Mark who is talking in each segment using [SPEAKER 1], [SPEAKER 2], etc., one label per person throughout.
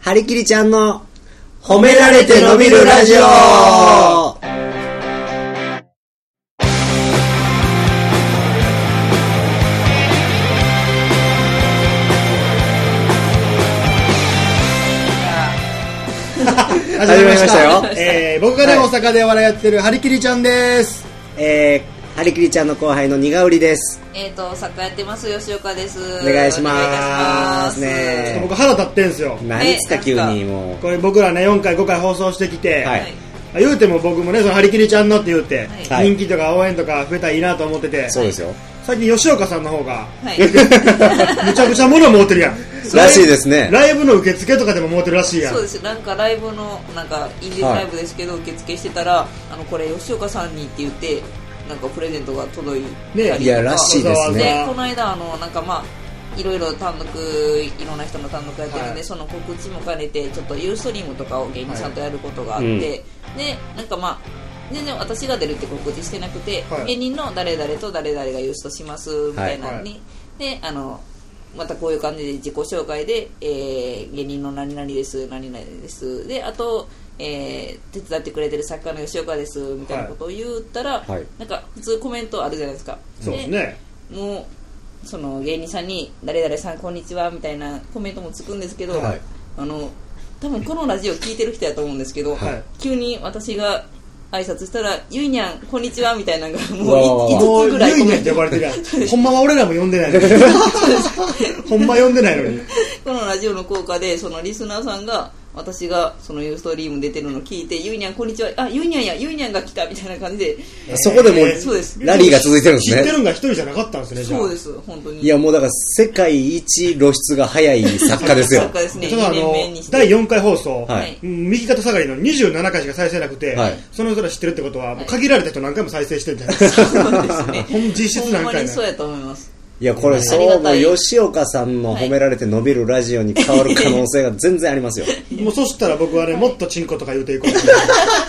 [SPEAKER 1] はりきりちゃんの褒められて伸びるラジオ始まり
[SPEAKER 2] 始まりました
[SPEAKER 1] ま
[SPEAKER 2] よ。えー、僕がね、
[SPEAKER 1] はい
[SPEAKER 2] 大阪でお笑いやってる、はりきりちゃんです。
[SPEAKER 1] えー、はりきりちゃんの後輩の苦織です。
[SPEAKER 3] えっ、と、作家やってます、吉岡です。
[SPEAKER 1] お願いします
[SPEAKER 3] お願いしま
[SPEAKER 1] ねえ
[SPEAKER 2] 僕腹立ってんすよ。
[SPEAKER 1] 何つった急に
[SPEAKER 3] ね
[SPEAKER 1] もう。
[SPEAKER 2] これ僕らね、4回、5回放送してきて、
[SPEAKER 1] はい
[SPEAKER 3] はい
[SPEAKER 2] 言うても僕もね、そのはりきりちゃんのって言うて、
[SPEAKER 1] はい
[SPEAKER 2] 人気とか応援とか増えたらいいなと思ってて、
[SPEAKER 1] そうですよ。
[SPEAKER 2] 最近吉岡さんの方が、
[SPEAKER 3] はい。
[SPEAKER 2] むちゃくちゃ物持ってるやん。
[SPEAKER 1] らしいですね
[SPEAKER 2] ライブの受付とかでも持ってるらしいやん
[SPEAKER 3] そう。ですなんかライブの、なんか、インディーズライブですけど、受付してたら、あの、これ、吉岡さんにって言って、なんかプレゼントが届いたりとか。
[SPEAKER 2] ね
[SPEAKER 1] いやらしいですね
[SPEAKER 3] でこの間、あの、なんかまあ、いろいろ単独、いろんな人の単独やってるんで、
[SPEAKER 2] はい
[SPEAKER 3] その告知も兼ねて、ちょっとユーストリームとかを芸人さんとやることがあっ
[SPEAKER 1] はいうん
[SPEAKER 3] て、で、なんかまあ、全然私が出るって告知してなくて、
[SPEAKER 2] はい
[SPEAKER 3] 芸人の誰々と誰々がユーストします、みたいな
[SPEAKER 2] はい
[SPEAKER 3] に、であのまたこういう感じで自己紹介で、えー芸人の何々です何々ですであと、えー手伝ってくれてる作家の吉岡ですみたいなことを言ったら、
[SPEAKER 1] はい
[SPEAKER 3] なんか普通コメントあるじゃないですか
[SPEAKER 2] そうですね。
[SPEAKER 3] でもうその芸人さんに「誰々さんこんにちは」みたいなコメントもつくんですけど、
[SPEAKER 2] はい
[SPEAKER 3] あの多分このラジオ聞いてる人やと思うんですけど、
[SPEAKER 2] はい
[SPEAKER 3] 急に私が挨拶したら「ゆいにゃんこんにちは」みたいなのが
[SPEAKER 1] わあわあわあ
[SPEAKER 3] もう
[SPEAKER 2] も
[SPEAKER 3] 5つ
[SPEAKER 2] う、
[SPEAKER 3] ぐらい
[SPEAKER 2] ゆ
[SPEAKER 3] コ
[SPEAKER 2] い
[SPEAKER 3] メ
[SPEAKER 2] ねんっ
[SPEAKER 3] ン
[SPEAKER 2] て
[SPEAKER 3] ト
[SPEAKER 2] 呼ばれてるやん。ほんまは俺らも呼んでない のに。ほんま呼んでないのに。
[SPEAKER 3] このラジオの効果でそのリスナーさんが私がそのユーストリーム出てるのを聞いて「ゆいにゃんこんにちは」あ「ゆいにゃんやゆいにゃんが来た」みたいな感じで
[SPEAKER 1] そこでも
[SPEAKER 3] そうです
[SPEAKER 1] う、ラリーが続いてるんです
[SPEAKER 2] 知って
[SPEAKER 1] ね。
[SPEAKER 2] るんが一人じゃなかったんですね、じゃあ。
[SPEAKER 3] そうです本当に
[SPEAKER 1] いや、もうだから、世界一露出が早い作家 ですよ。
[SPEAKER 3] 作家ですね
[SPEAKER 2] ちょっとあ
[SPEAKER 3] 2年
[SPEAKER 2] の
[SPEAKER 3] 目にして
[SPEAKER 2] 第4回放送、
[SPEAKER 1] はい
[SPEAKER 2] うん右肩下がりの27回しか再生なくて、
[SPEAKER 1] はい
[SPEAKER 2] その人ら知ってるってことは、もう限られた人何回も再生してるじゃない
[SPEAKER 3] そうです ね
[SPEAKER 2] ほん実質何回
[SPEAKER 3] ほんま
[SPEAKER 2] ね
[SPEAKER 3] にそうやと思います
[SPEAKER 1] いや、これ、そ
[SPEAKER 3] あり
[SPEAKER 1] う
[SPEAKER 3] が
[SPEAKER 1] も
[SPEAKER 3] た
[SPEAKER 1] う
[SPEAKER 3] い
[SPEAKER 1] 吉岡さんの褒められて伸びるラジオに変わる可能性が全然ありますよ。
[SPEAKER 2] もうそしたら僕はね、もっとチンコとか言うていこうと思って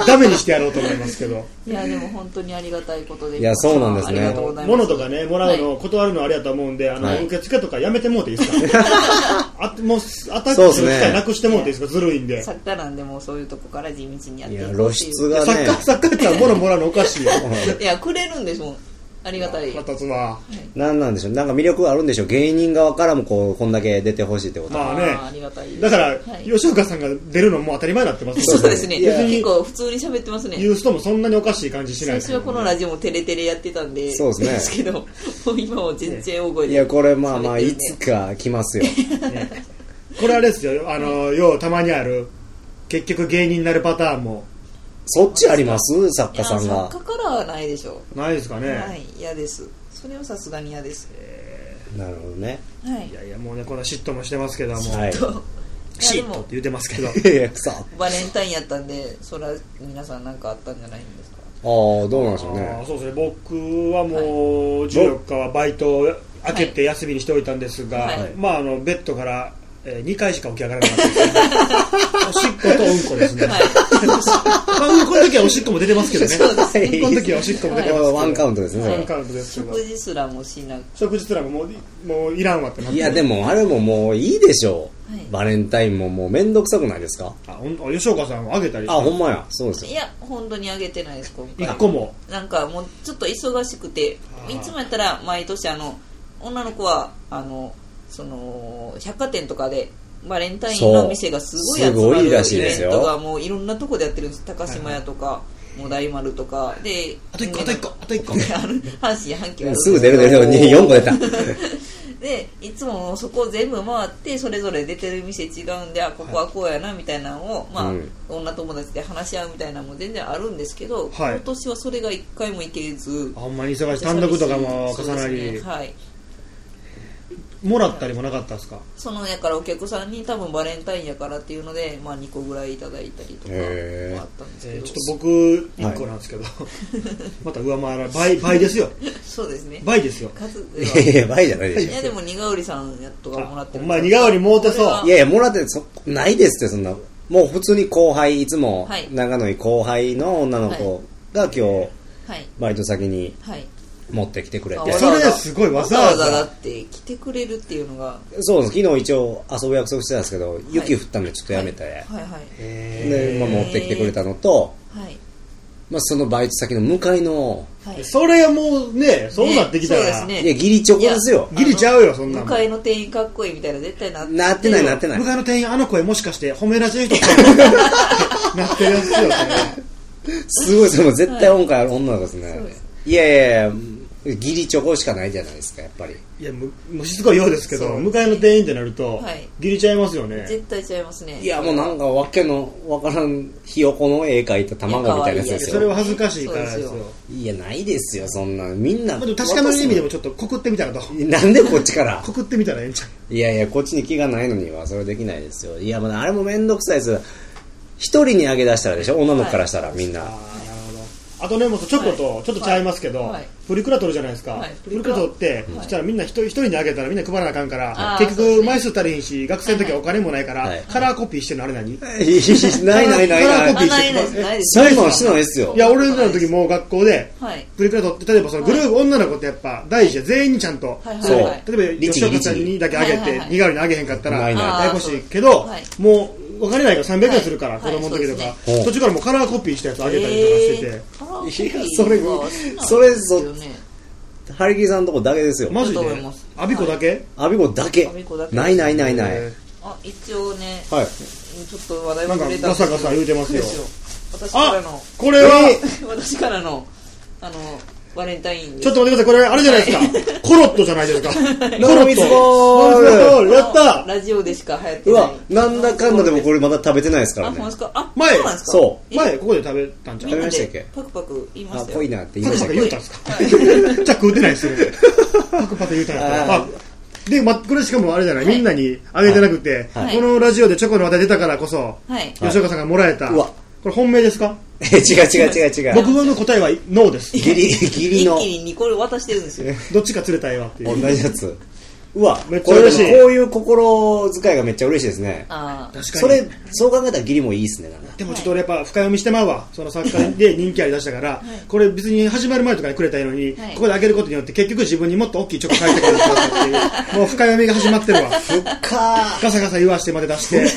[SPEAKER 2] ダメにしてやろうと思いますけど。
[SPEAKER 3] いやでも本当にありがたいことで
[SPEAKER 1] いやそうなんですね
[SPEAKER 3] ありがとうございます
[SPEAKER 2] 物とかね、もらうの、断るのあれやと思うんで、あの、
[SPEAKER 1] はい
[SPEAKER 2] 受付とかやめてもうていいですか あもう、アタックする機会なくしてもうていいですかずるいんで。
[SPEAKER 3] 作家なんでもうそういうとこから地道にやっ
[SPEAKER 1] い
[SPEAKER 3] てい
[SPEAKER 1] や、
[SPEAKER 3] く
[SPEAKER 1] 露
[SPEAKER 3] ってい
[SPEAKER 1] 出
[SPEAKER 3] う
[SPEAKER 1] が
[SPEAKER 2] 作
[SPEAKER 1] ね
[SPEAKER 2] 家、、作家やったら物もらうのおかしいよ。
[SPEAKER 3] いやくれるんですもんありがたい
[SPEAKER 2] またつは。
[SPEAKER 1] なんなんでしょう。なんか魅力あるんでしょう。芸人側からもこう、こんだけ出てほしいってこと。
[SPEAKER 2] まあ
[SPEAKER 3] あーあ
[SPEAKER 2] ね。
[SPEAKER 3] りがたい
[SPEAKER 2] だから、
[SPEAKER 3] はい
[SPEAKER 2] 吉岡さんが出るのもう当たり前になってます
[SPEAKER 3] そうですね
[SPEAKER 1] いや
[SPEAKER 3] 結構普通に喋ってますね
[SPEAKER 2] 言う人もそんなにおかしい感じしない
[SPEAKER 3] 最
[SPEAKER 2] です
[SPEAKER 3] 初
[SPEAKER 2] よ
[SPEAKER 3] はこのラジオもテレテレやってたんで
[SPEAKER 1] そうですね
[SPEAKER 3] けどもう今は全然大声
[SPEAKER 1] い
[SPEAKER 3] で
[SPEAKER 1] や、これまあまあ、
[SPEAKER 3] 喋って
[SPEAKER 1] い
[SPEAKER 3] るん
[SPEAKER 1] つ
[SPEAKER 3] で
[SPEAKER 1] か来ますよ。
[SPEAKER 2] これあれですよあの、ようたまにある結局芸人になるパターンも
[SPEAKER 1] そっちあります作
[SPEAKER 3] い
[SPEAKER 1] 家
[SPEAKER 3] や
[SPEAKER 1] さんが。
[SPEAKER 3] 作家からはないでしょ
[SPEAKER 2] ないですか
[SPEAKER 3] う、
[SPEAKER 2] ね、、
[SPEAKER 3] はい嫌ですそれはさすがに嫌です
[SPEAKER 1] なるほどね。
[SPEAKER 3] はいい
[SPEAKER 2] やいやもうねこんな嫉妬もしてますけども、
[SPEAKER 1] はい。
[SPEAKER 3] とい
[SPEAKER 2] 嫉
[SPEAKER 3] やで
[SPEAKER 2] 妬っ
[SPEAKER 3] も
[SPEAKER 2] て言ってますけど
[SPEAKER 1] いやいや、くそ。ああ、
[SPEAKER 3] バレンタインやったんでそれは皆さん何かあったんじゃないん ですか
[SPEAKER 1] どうなんでしょう
[SPEAKER 2] あー
[SPEAKER 1] ね。
[SPEAKER 2] そうですね僕はもう14日はバイトを開けて休みにしておいたんですが、
[SPEAKER 3] はい
[SPEAKER 2] まああのベッドから、え2回しか起き上がらな かったですおしっことうんこですね、
[SPEAKER 3] はい
[SPEAKER 2] まあ、うんこの時はおしっこも出てますけど ね
[SPEAKER 3] そうです
[SPEAKER 2] うんこの時はおしっこも出てますけど
[SPEAKER 1] ワンカウントですね、そ
[SPEAKER 2] ワ
[SPEAKER 1] れ
[SPEAKER 2] ン
[SPEAKER 1] は
[SPEAKER 2] カウントですけど
[SPEAKER 3] 食事すらもしなく
[SPEAKER 2] 食事すらももうもういらんわってなっ
[SPEAKER 1] い
[SPEAKER 2] て
[SPEAKER 1] や、でもあれももういいでしょ。
[SPEAKER 3] はいう
[SPEAKER 1] バレンタインももうめんどくさくないですか
[SPEAKER 2] あほんあ吉岡さんはあげたり
[SPEAKER 1] あ、ほんまや。そうです
[SPEAKER 3] い
[SPEAKER 1] よ。
[SPEAKER 3] や本当にあげてないです今回
[SPEAKER 2] 一個も
[SPEAKER 3] なんかもうちょっと忙しくて
[SPEAKER 2] あー
[SPEAKER 3] いつもやったら毎年あの女の子はあのその百貨店とかでバレンタインの店がすごい集
[SPEAKER 1] そう
[SPEAKER 3] ます
[SPEAKER 1] ごい
[SPEAKER 3] る
[SPEAKER 1] らしい
[SPEAKER 3] イ
[SPEAKER 1] で
[SPEAKER 3] ベ
[SPEAKER 1] す
[SPEAKER 3] ン
[SPEAKER 1] よ
[SPEAKER 3] トがもういろんなとこでやってるんです高島屋とかもう大丸とかで
[SPEAKER 2] あと一個あと一個あと一 個
[SPEAKER 3] あの阪神阪急あるんです
[SPEAKER 1] すぐ出る出る出る。4個出 た。
[SPEAKER 3] でいつもそこを全部回ってそれぞれ出てる店違うんであここはこうやなみたいなのを、まあ
[SPEAKER 1] うん
[SPEAKER 3] 女友達で話し合うみたいなのも全然あるんですけど、
[SPEAKER 2] はい
[SPEAKER 3] 今年はそれが一回も行けず
[SPEAKER 2] あほんまに忙しい単独とかも重な
[SPEAKER 3] そうで
[SPEAKER 2] り
[SPEAKER 3] すねはい
[SPEAKER 2] もらったりもなかったですか
[SPEAKER 3] そのやからお客さんに多分バレンタインやからっていうので、まあ、2個ぐらいいただいたりとか
[SPEAKER 1] へー
[SPEAKER 3] もあったんですけ
[SPEAKER 2] えー
[SPEAKER 3] ど、
[SPEAKER 2] ちょっと僕一個なんですけどまた上回らない倍倍ですよ
[SPEAKER 3] そうですね
[SPEAKER 2] 倍ですよ
[SPEAKER 3] 数で
[SPEAKER 1] いやいや、
[SPEAKER 3] は
[SPEAKER 1] 倍じゃないでし
[SPEAKER 3] いやでも苦織さんやっとかもらって
[SPEAKER 2] あほんまに苦織もうてそう
[SPEAKER 1] ょ。いやいや、もらってそ、ないですって、そんな。もう普通に後輩、いつも
[SPEAKER 3] はい
[SPEAKER 1] 長野に後輩の女の子が今日、
[SPEAKER 3] はい
[SPEAKER 1] バイト先に
[SPEAKER 3] はい
[SPEAKER 1] 持ってきてくれて
[SPEAKER 2] あそれすごいわざわざ
[SPEAKER 3] わだって来てくれるっていうのが
[SPEAKER 1] そう昨日一応遊ぶ約束してたんですけど雪降ったんでちょっとやめて、
[SPEAKER 3] はいはい
[SPEAKER 1] で、まあ、持ってきてくれたのと、
[SPEAKER 3] はい
[SPEAKER 1] まあ、そのバイト先の向かいの
[SPEAKER 3] はい
[SPEAKER 2] それはもうねそうなってきた
[SPEAKER 3] ね
[SPEAKER 2] ら、
[SPEAKER 3] そうです
[SPEAKER 1] いや義理チョコですよ
[SPEAKER 2] ギリちゃうよそんなん
[SPEAKER 3] 向かいの店員かっこいいみたいな絶対な
[SPEAKER 1] なってないなってない
[SPEAKER 2] 向かいの店員あの声もしかして褒められる人 ちゃうなってるやつよそれ
[SPEAKER 1] すごいその絶対音階ある女の子ですね、
[SPEAKER 3] そう
[SPEAKER 1] い
[SPEAKER 3] で、
[SPEAKER 1] やいやいや義理チョコしかないじゃないですかやっぱり
[SPEAKER 2] いやむもうしつこいようですけ
[SPEAKER 3] そ
[SPEAKER 2] ど
[SPEAKER 3] う
[SPEAKER 2] 向かいの店員ってなると、
[SPEAKER 3] はい
[SPEAKER 2] ギリちゃいますよね
[SPEAKER 3] 絶対ちゃいますね
[SPEAKER 1] いやもうなんかわけのわからんひよこの絵描いた卵みたいなやつ
[SPEAKER 3] いや可愛いや
[SPEAKER 1] で
[SPEAKER 3] つ
[SPEAKER 1] す
[SPEAKER 2] そ
[SPEAKER 1] よ
[SPEAKER 2] れは恥ずかしいからですよ
[SPEAKER 3] そうですよ
[SPEAKER 1] いやないですよそんなみんな
[SPEAKER 2] まあ、でも確かめる意味でもちょっと告ってみたらどう
[SPEAKER 1] なんでこっちから
[SPEAKER 2] 告ってみたらええんちゃう
[SPEAKER 1] いやいやこっちに気がないのにはそれできないですよいやまああれも面倒くさいです一人にあげ出したらでしょ女の子からしたらみんな、
[SPEAKER 2] あーなるほどあとねもうチョコとちょっとちゃいますけど、
[SPEAKER 3] はいはい
[SPEAKER 2] プリクラ取るじゃないですか、
[SPEAKER 3] はい
[SPEAKER 2] プリクラ取って、そしたらみんな一人一人にあげたらみんな配らなあかんから、
[SPEAKER 3] あー
[SPEAKER 2] 結
[SPEAKER 3] そうです
[SPEAKER 2] 局
[SPEAKER 3] ね
[SPEAKER 2] 枚数足りひんし学生の時はお金もないから、
[SPEAKER 1] はい
[SPEAKER 2] カラーコピーしてるのあれ何、
[SPEAKER 1] ないないない
[SPEAKER 2] カラーコ
[SPEAKER 1] な
[SPEAKER 2] ピ
[SPEAKER 1] い
[SPEAKER 2] ー
[SPEAKER 3] あないですないです
[SPEAKER 1] そういうのしないですよ
[SPEAKER 2] いや俺らの時もう学校で
[SPEAKER 3] はい
[SPEAKER 2] プリクラ取って例えばそのグループ、女の子ってやっぱ大事じゃん全員にちゃんと、
[SPEAKER 3] はいはい
[SPEAKER 1] そう
[SPEAKER 3] はい
[SPEAKER 2] 例えば吉岡さん
[SPEAKER 1] 律儀
[SPEAKER 2] にだけあげて、
[SPEAKER 3] はいはいはい
[SPEAKER 2] にがりにあげへんかったら
[SPEAKER 1] ないない
[SPEAKER 2] ややこしいけど、
[SPEAKER 3] はい
[SPEAKER 2] もう分かれないから300円するから、
[SPEAKER 3] はい
[SPEAKER 2] 子供の時とか、
[SPEAKER 3] はい
[SPEAKER 1] そうですね
[SPEAKER 2] 途中からもうカラーコピーしたやつあげたりとかしてて、
[SPEAKER 3] えーカラーコピ
[SPEAKER 1] いや
[SPEAKER 3] ー
[SPEAKER 1] それ
[SPEAKER 3] はしない
[SPEAKER 1] それぞ
[SPEAKER 3] ですよね
[SPEAKER 1] ハリキさんのとこだけですよ
[SPEAKER 2] マジで
[SPEAKER 3] だと思います
[SPEAKER 2] アビコだけ、
[SPEAKER 1] アビコだけ
[SPEAKER 3] アビコだけ
[SPEAKER 1] ないないないない、
[SPEAKER 2] え
[SPEAKER 3] あ一応ね
[SPEAKER 1] はい
[SPEAKER 3] ちょっと話題
[SPEAKER 2] ー
[SPEAKER 3] も
[SPEAKER 2] なんか
[SPEAKER 3] 触れた
[SPEAKER 2] ガサガサ言うてます
[SPEAKER 3] で
[SPEAKER 2] よ
[SPEAKER 3] すよ私から
[SPEAKER 2] あ
[SPEAKER 3] の
[SPEAKER 2] これは、
[SPEAKER 3] 私からのあのバレンタイン
[SPEAKER 2] ちょっと待ってくださいこれあれじゃないです かコロットじゃな いですかコロ
[SPEAKER 1] 飲み
[SPEAKER 2] ッ
[SPEAKER 1] す
[SPEAKER 2] ト
[SPEAKER 1] ごーい
[SPEAKER 2] 飲みすごーいやっ
[SPEAKER 3] あの
[SPEAKER 2] た
[SPEAKER 3] ラジオでしか流行って
[SPEAKER 1] う
[SPEAKER 3] ない
[SPEAKER 1] わなんだかんだでもこれまだ食べてないですか
[SPEAKER 3] あ
[SPEAKER 1] ら
[SPEAKER 3] ほん
[SPEAKER 1] ね
[SPEAKER 3] まですかあ
[SPEAKER 2] 前
[SPEAKER 3] そうなんですか
[SPEAKER 1] そ
[SPEAKER 3] え
[SPEAKER 2] 前ここで食べたんちゃ
[SPEAKER 3] み
[SPEAKER 1] 食べ
[SPEAKER 2] うん
[SPEAKER 3] な
[SPEAKER 1] ましたっ
[SPEAKER 3] で
[SPEAKER 1] け
[SPEAKER 3] パクパク言いま
[SPEAKER 1] あ
[SPEAKER 3] した
[SPEAKER 1] ぽい
[SPEAKER 3] よ
[SPEAKER 1] なって言い
[SPEAKER 2] パ
[SPEAKER 1] ま
[SPEAKER 2] ク
[SPEAKER 1] し
[SPEAKER 2] パ
[SPEAKER 1] た
[SPEAKER 2] ク
[SPEAKER 1] け
[SPEAKER 2] 言
[SPEAKER 1] ど
[SPEAKER 2] うたんですかじゃあ食うてないですよ パクパク言うたんやったら
[SPEAKER 1] あ
[SPEAKER 2] あで、ま、これしかもあれじゃない、みんなにあげてなくて、
[SPEAKER 3] はい
[SPEAKER 2] このラジオでチョコの話題出たからこそ、
[SPEAKER 3] はい
[SPEAKER 2] 吉岡さんがもらえた
[SPEAKER 1] うわ
[SPEAKER 2] これ本命ですか
[SPEAKER 1] 違 う違う違う違う
[SPEAKER 2] 僕の答えはノーです
[SPEAKER 1] ギリギリ
[SPEAKER 3] 一
[SPEAKER 1] の
[SPEAKER 3] 気に2個渡してるんですよ
[SPEAKER 2] どっちか釣れたらええわっていう
[SPEAKER 1] 同じやつうわ
[SPEAKER 2] めっちゃ
[SPEAKER 1] これ
[SPEAKER 2] 嬉しい
[SPEAKER 1] でもこういう心遣いがめっちゃ嬉しいですね
[SPEAKER 3] あー
[SPEAKER 2] 確かに
[SPEAKER 1] それそう考えたらギリもいいですねなんか
[SPEAKER 2] でもちょっと俺やっぱ深読みしてまうわその作家で人気ありだしたから、これ別に始まる前とかにくれたらいいのに、
[SPEAKER 3] はい
[SPEAKER 2] ここで開けることによって結局自分にもっと大きいチョコ返ってくるんですよっ ていうもう深読みが始まってるわ
[SPEAKER 1] ふっか
[SPEAKER 2] ガサガサ言わしてまで出してこれ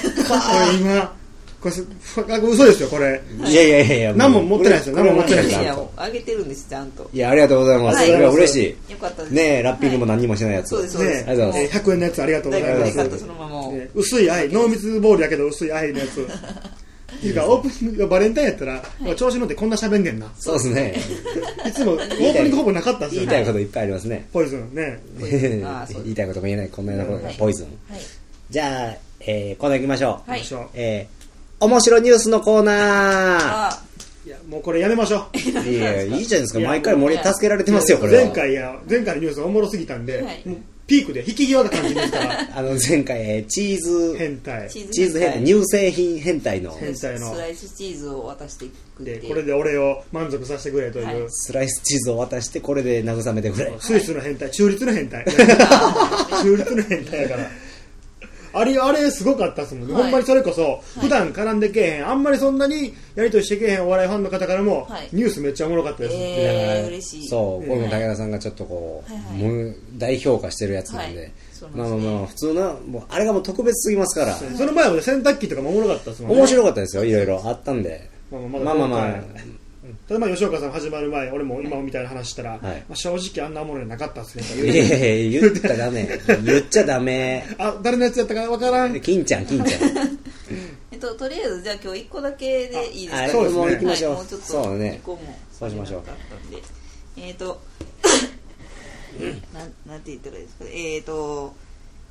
[SPEAKER 2] 今これすふか嘘ですよこれ
[SPEAKER 1] ー いやいやいやいや
[SPEAKER 2] 何も持ってないですよ
[SPEAKER 1] これ
[SPEAKER 2] 何も持ってないです
[SPEAKER 1] こ
[SPEAKER 3] い
[SPEAKER 1] れ
[SPEAKER 3] や
[SPEAKER 1] は
[SPEAKER 3] あげてるんですちゃんと
[SPEAKER 1] いやありがとうございます
[SPEAKER 3] はい
[SPEAKER 1] それは嬉し
[SPEAKER 3] よかったです
[SPEAKER 1] いねえラッピングも何にもしてないやつ
[SPEAKER 3] そうですそうです
[SPEAKER 2] ね
[SPEAKER 1] ありがとうござい
[SPEAKER 2] え
[SPEAKER 1] ま
[SPEAKER 2] 100円のやつありがとうご
[SPEAKER 3] だ
[SPEAKER 2] ざ
[SPEAKER 3] から
[SPEAKER 2] いま
[SPEAKER 3] 嬉
[SPEAKER 2] す
[SPEAKER 3] しかったそのままを
[SPEAKER 2] ね薄い愛濃密ボールやけど薄い愛のやつっていうかオープニングがバレンタインやったら、調子乗ってこんな喋んねん な
[SPEAKER 1] そうですね
[SPEAKER 2] いつもオープニングほぼなかったんです
[SPEAKER 1] 言い
[SPEAKER 2] よ
[SPEAKER 1] たい
[SPEAKER 2] ね
[SPEAKER 1] こといっぱいありますね
[SPEAKER 2] ポイズンね
[SPEAKER 3] あーそうです
[SPEAKER 1] 言いたいことも言えないこんなようなことがポイズン
[SPEAKER 3] はい
[SPEAKER 1] じゃあえーコーナー行きましょう
[SPEAKER 3] はい
[SPEAKER 1] えー面白ニュースのコーナー
[SPEAKER 3] あ
[SPEAKER 2] いやもうこれやめましょう
[SPEAKER 1] いや いいじゃないですか毎回森に助けられてますよこれは
[SPEAKER 2] 前回や前回のニュースがおもろすぎたんで、
[SPEAKER 3] はい
[SPEAKER 2] もうピークで引き際が感 じですから
[SPEAKER 1] あの前回えーチーズ
[SPEAKER 2] 変態
[SPEAKER 3] チ
[SPEAKER 1] チーズ変態乳製品変態の
[SPEAKER 2] 変態の
[SPEAKER 3] スライスチーズを渡していくって
[SPEAKER 2] で
[SPEAKER 3] いう
[SPEAKER 2] これで俺を満足させてくれという、
[SPEAKER 3] はい
[SPEAKER 1] スライスチーズを渡してこれで慰めてくれ
[SPEAKER 2] スイスの変態中立の 変態中立の変態やからあれあれすごかったっすもんね、
[SPEAKER 3] はい
[SPEAKER 2] ほんまにそれこそ普段絡んでけえへんあんまりそんなにやりとりしてけえへんお笑いファンの方からも、
[SPEAKER 3] はい
[SPEAKER 2] ニュースめっちゃおもろかったです、
[SPEAKER 3] えー
[SPEAKER 1] だから
[SPEAKER 3] 嬉しい
[SPEAKER 1] そうこれも武田さんがちょっとこう、
[SPEAKER 3] はいはい
[SPEAKER 1] む大評価してるやつなんで、
[SPEAKER 3] はいそう
[SPEAKER 1] ま
[SPEAKER 3] な
[SPEAKER 1] あ
[SPEAKER 3] ん
[SPEAKER 1] まあ
[SPEAKER 3] ですね
[SPEAKER 1] まあ普通のもうあれがもう特別すぎますから
[SPEAKER 2] その前はね洗濯機とかもおもろかったっすもんね
[SPEAKER 1] 面白かったですよいろいろあったんで
[SPEAKER 2] まあ
[SPEAKER 1] まあまあまあ
[SPEAKER 2] ただまあ吉岡さん始まる前俺も今みたいな話したら、
[SPEAKER 1] い
[SPEAKER 2] まあ、正直あんなおもろいのなかったっすね
[SPEAKER 1] いやいや言ったらダメ言っちゃダメ
[SPEAKER 2] あ誰のやつやったかわからん
[SPEAKER 1] 金ちゃん金ちゃん
[SPEAKER 3] えっと、とりあえずじゃあ今日1個だけでいいです
[SPEAKER 1] あ
[SPEAKER 3] か
[SPEAKER 1] あ
[SPEAKER 2] そうですね
[SPEAKER 1] もう行きましょう、
[SPEAKER 3] はい、もうちょっと
[SPEAKER 1] そうね
[SPEAKER 3] 2個も
[SPEAKER 1] そうしましょう
[SPEAKER 3] えっ、と なんなんて言ったらいいですかねえっ、と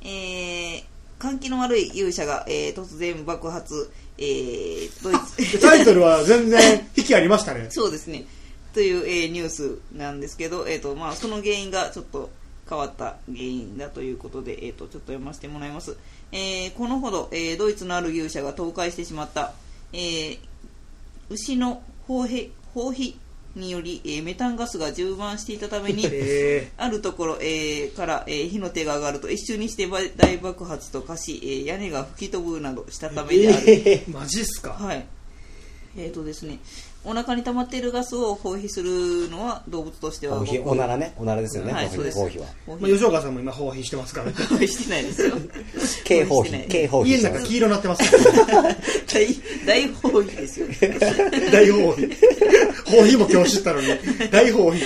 [SPEAKER 3] えー、換気の悪い勇者が、えー、突然爆発えー、ドイ
[SPEAKER 2] で
[SPEAKER 3] ツ
[SPEAKER 2] タイトルは全然引きありましたね
[SPEAKER 3] そうですねという、えーニュースなんですけど、えーとまあ、その原因がちょっと変わった原因だということで、えー、とちょっと読ませてもらいます、えーこのほど、えードイツのある牛舎が倒壊してしまった、えー牛の放屁放屁により、えーメタンガスが充満していたために、
[SPEAKER 2] え
[SPEAKER 3] あるところ、えーから、えー火の手が上がると一瞬にしてば大爆発と化し、えー屋根が吹き飛ぶなどしたためである、
[SPEAKER 2] ー、マジっすか
[SPEAKER 3] はい、えーとですね、お腹に溜まっているガスを放費するのは動物としては
[SPEAKER 1] コーヒー
[SPEAKER 3] ごく
[SPEAKER 1] おならねおならですよね、
[SPEAKER 3] はい、
[SPEAKER 1] コ
[SPEAKER 3] そう
[SPEAKER 1] ー
[SPEAKER 3] です
[SPEAKER 1] ヒーコーヒーは
[SPEAKER 3] 放
[SPEAKER 2] まあ、
[SPEAKER 3] 費
[SPEAKER 2] 吉岡さんも今、放棄してますからね。
[SPEAKER 3] 放費してな いですよ
[SPEAKER 1] 軽放
[SPEAKER 3] してな
[SPEAKER 1] 費
[SPEAKER 3] い
[SPEAKER 1] 軽放費
[SPEAKER 2] 家
[SPEAKER 1] し
[SPEAKER 2] の
[SPEAKER 1] てます
[SPEAKER 2] 中黄色になってますからね。
[SPEAKER 3] 大大放費ですよ
[SPEAKER 2] 大放棄。放棄も今日知ったのに。大放棄。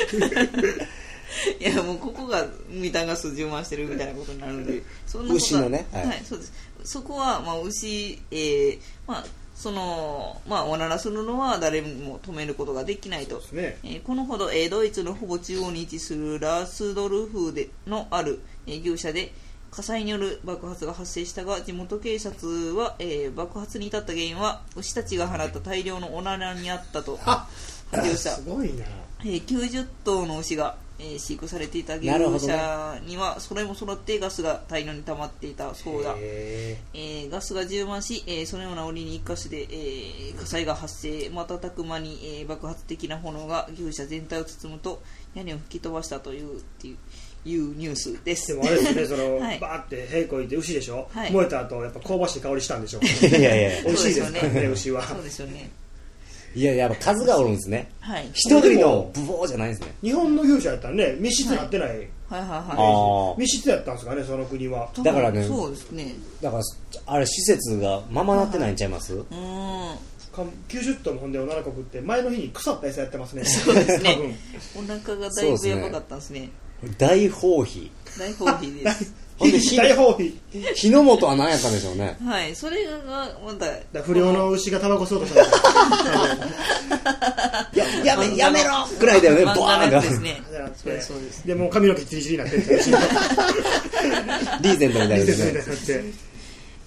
[SPEAKER 3] いやもうここがミタンガス充満してるみたいなことになるんで、そんなこと
[SPEAKER 1] 牛
[SPEAKER 3] は
[SPEAKER 1] のねは
[SPEAKER 3] はいい、そうです。そこはまあ牛、えーまあそのまあおならするのは誰も止めることができないと。
[SPEAKER 2] ね
[SPEAKER 3] えーこのほど、えードイツのほぼ中央に位置するラースドルフでのある、えー牛舎で火災による爆発が発生したが地元警察は、えー爆発に至った原因は牛たちが放った大量のおならにあったと発表した
[SPEAKER 2] すごいな。
[SPEAKER 3] えー90頭の牛が、えー飼育されていた牛
[SPEAKER 1] なるほどね
[SPEAKER 3] 舎にはそれも揃ってガスが大量に溜まっていたそうだ、
[SPEAKER 1] へ
[SPEAKER 3] えーガスが充満し、えーそのような折に一箇所で、えー火災が発生瞬く間に、えー爆発的な炎が牛舎全体を包むと屋根を吹き飛ばしたというっていういうニュースで
[SPEAKER 2] ですもあれ ですね、その、
[SPEAKER 3] はい
[SPEAKER 2] バーって平行いて牛でしょ、
[SPEAKER 3] はい
[SPEAKER 2] 燃えた後、やっぱ香ばしい香りしたんでしょ。
[SPEAKER 1] ーいやいやい
[SPEAKER 2] 美
[SPEAKER 1] や
[SPEAKER 2] 味しいですからね、牛は。
[SPEAKER 3] そうですよね
[SPEAKER 1] いややっぱ数がおるんですね
[SPEAKER 3] はい
[SPEAKER 1] 一人のブボーじゃないんですね
[SPEAKER 2] 日本の牛舎やったらね、密室になってない。
[SPEAKER 3] はいはい
[SPEAKER 1] あ
[SPEAKER 3] は
[SPEAKER 1] あ
[SPEAKER 2] 密室やったんですかね、その国は。
[SPEAKER 3] い
[SPEAKER 1] だからね
[SPEAKER 3] そうですね
[SPEAKER 1] だからあれ施設がままなってないんちゃいます、
[SPEAKER 3] うーん
[SPEAKER 2] か90トンほんでおならこ食って、前の日に腐った餌やってますね。
[SPEAKER 3] そうですね
[SPEAKER 2] 多分
[SPEAKER 3] お腹がだいぶやばかったんですね
[SPEAKER 1] 大放費
[SPEAKER 3] 大放棄です
[SPEAKER 1] ほんで
[SPEAKER 2] 大放棄。
[SPEAKER 1] 日の本は何やったんでしょうね
[SPEAKER 3] はい、それがまた
[SPEAKER 2] だから不良の牛がタバコ吸おうとしたか
[SPEAKER 1] やや
[SPEAKER 3] 漫
[SPEAKER 1] め
[SPEAKER 3] 画
[SPEAKER 1] や
[SPEAKER 3] の
[SPEAKER 1] めろぐらいだよね
[SPEAKER 3] 漫
[SPEAKER 1] ボ
[SPEAKER 3] 画
[SPEAKER 1] ーン
[SPEAKER 3] のやつです
[SPEAKER 1] と
[SPEAKER 3] ね。
[SPEAKER 2] ら
[SPEAKER 3] そうですそうです。
[SPEAKER 2] でもう髪の毛チリチリになってるんですよ。
[SPEAKER 1] リーゼントみたい
[SPEAKER 2] リ
[SPEAKER 1] で
[SPEAKER 2] セツみたい
[SPEAKER 1] す
[SPEAKER 2] に
[SPEAKER 1] ね
[SPEAKER 2] なっ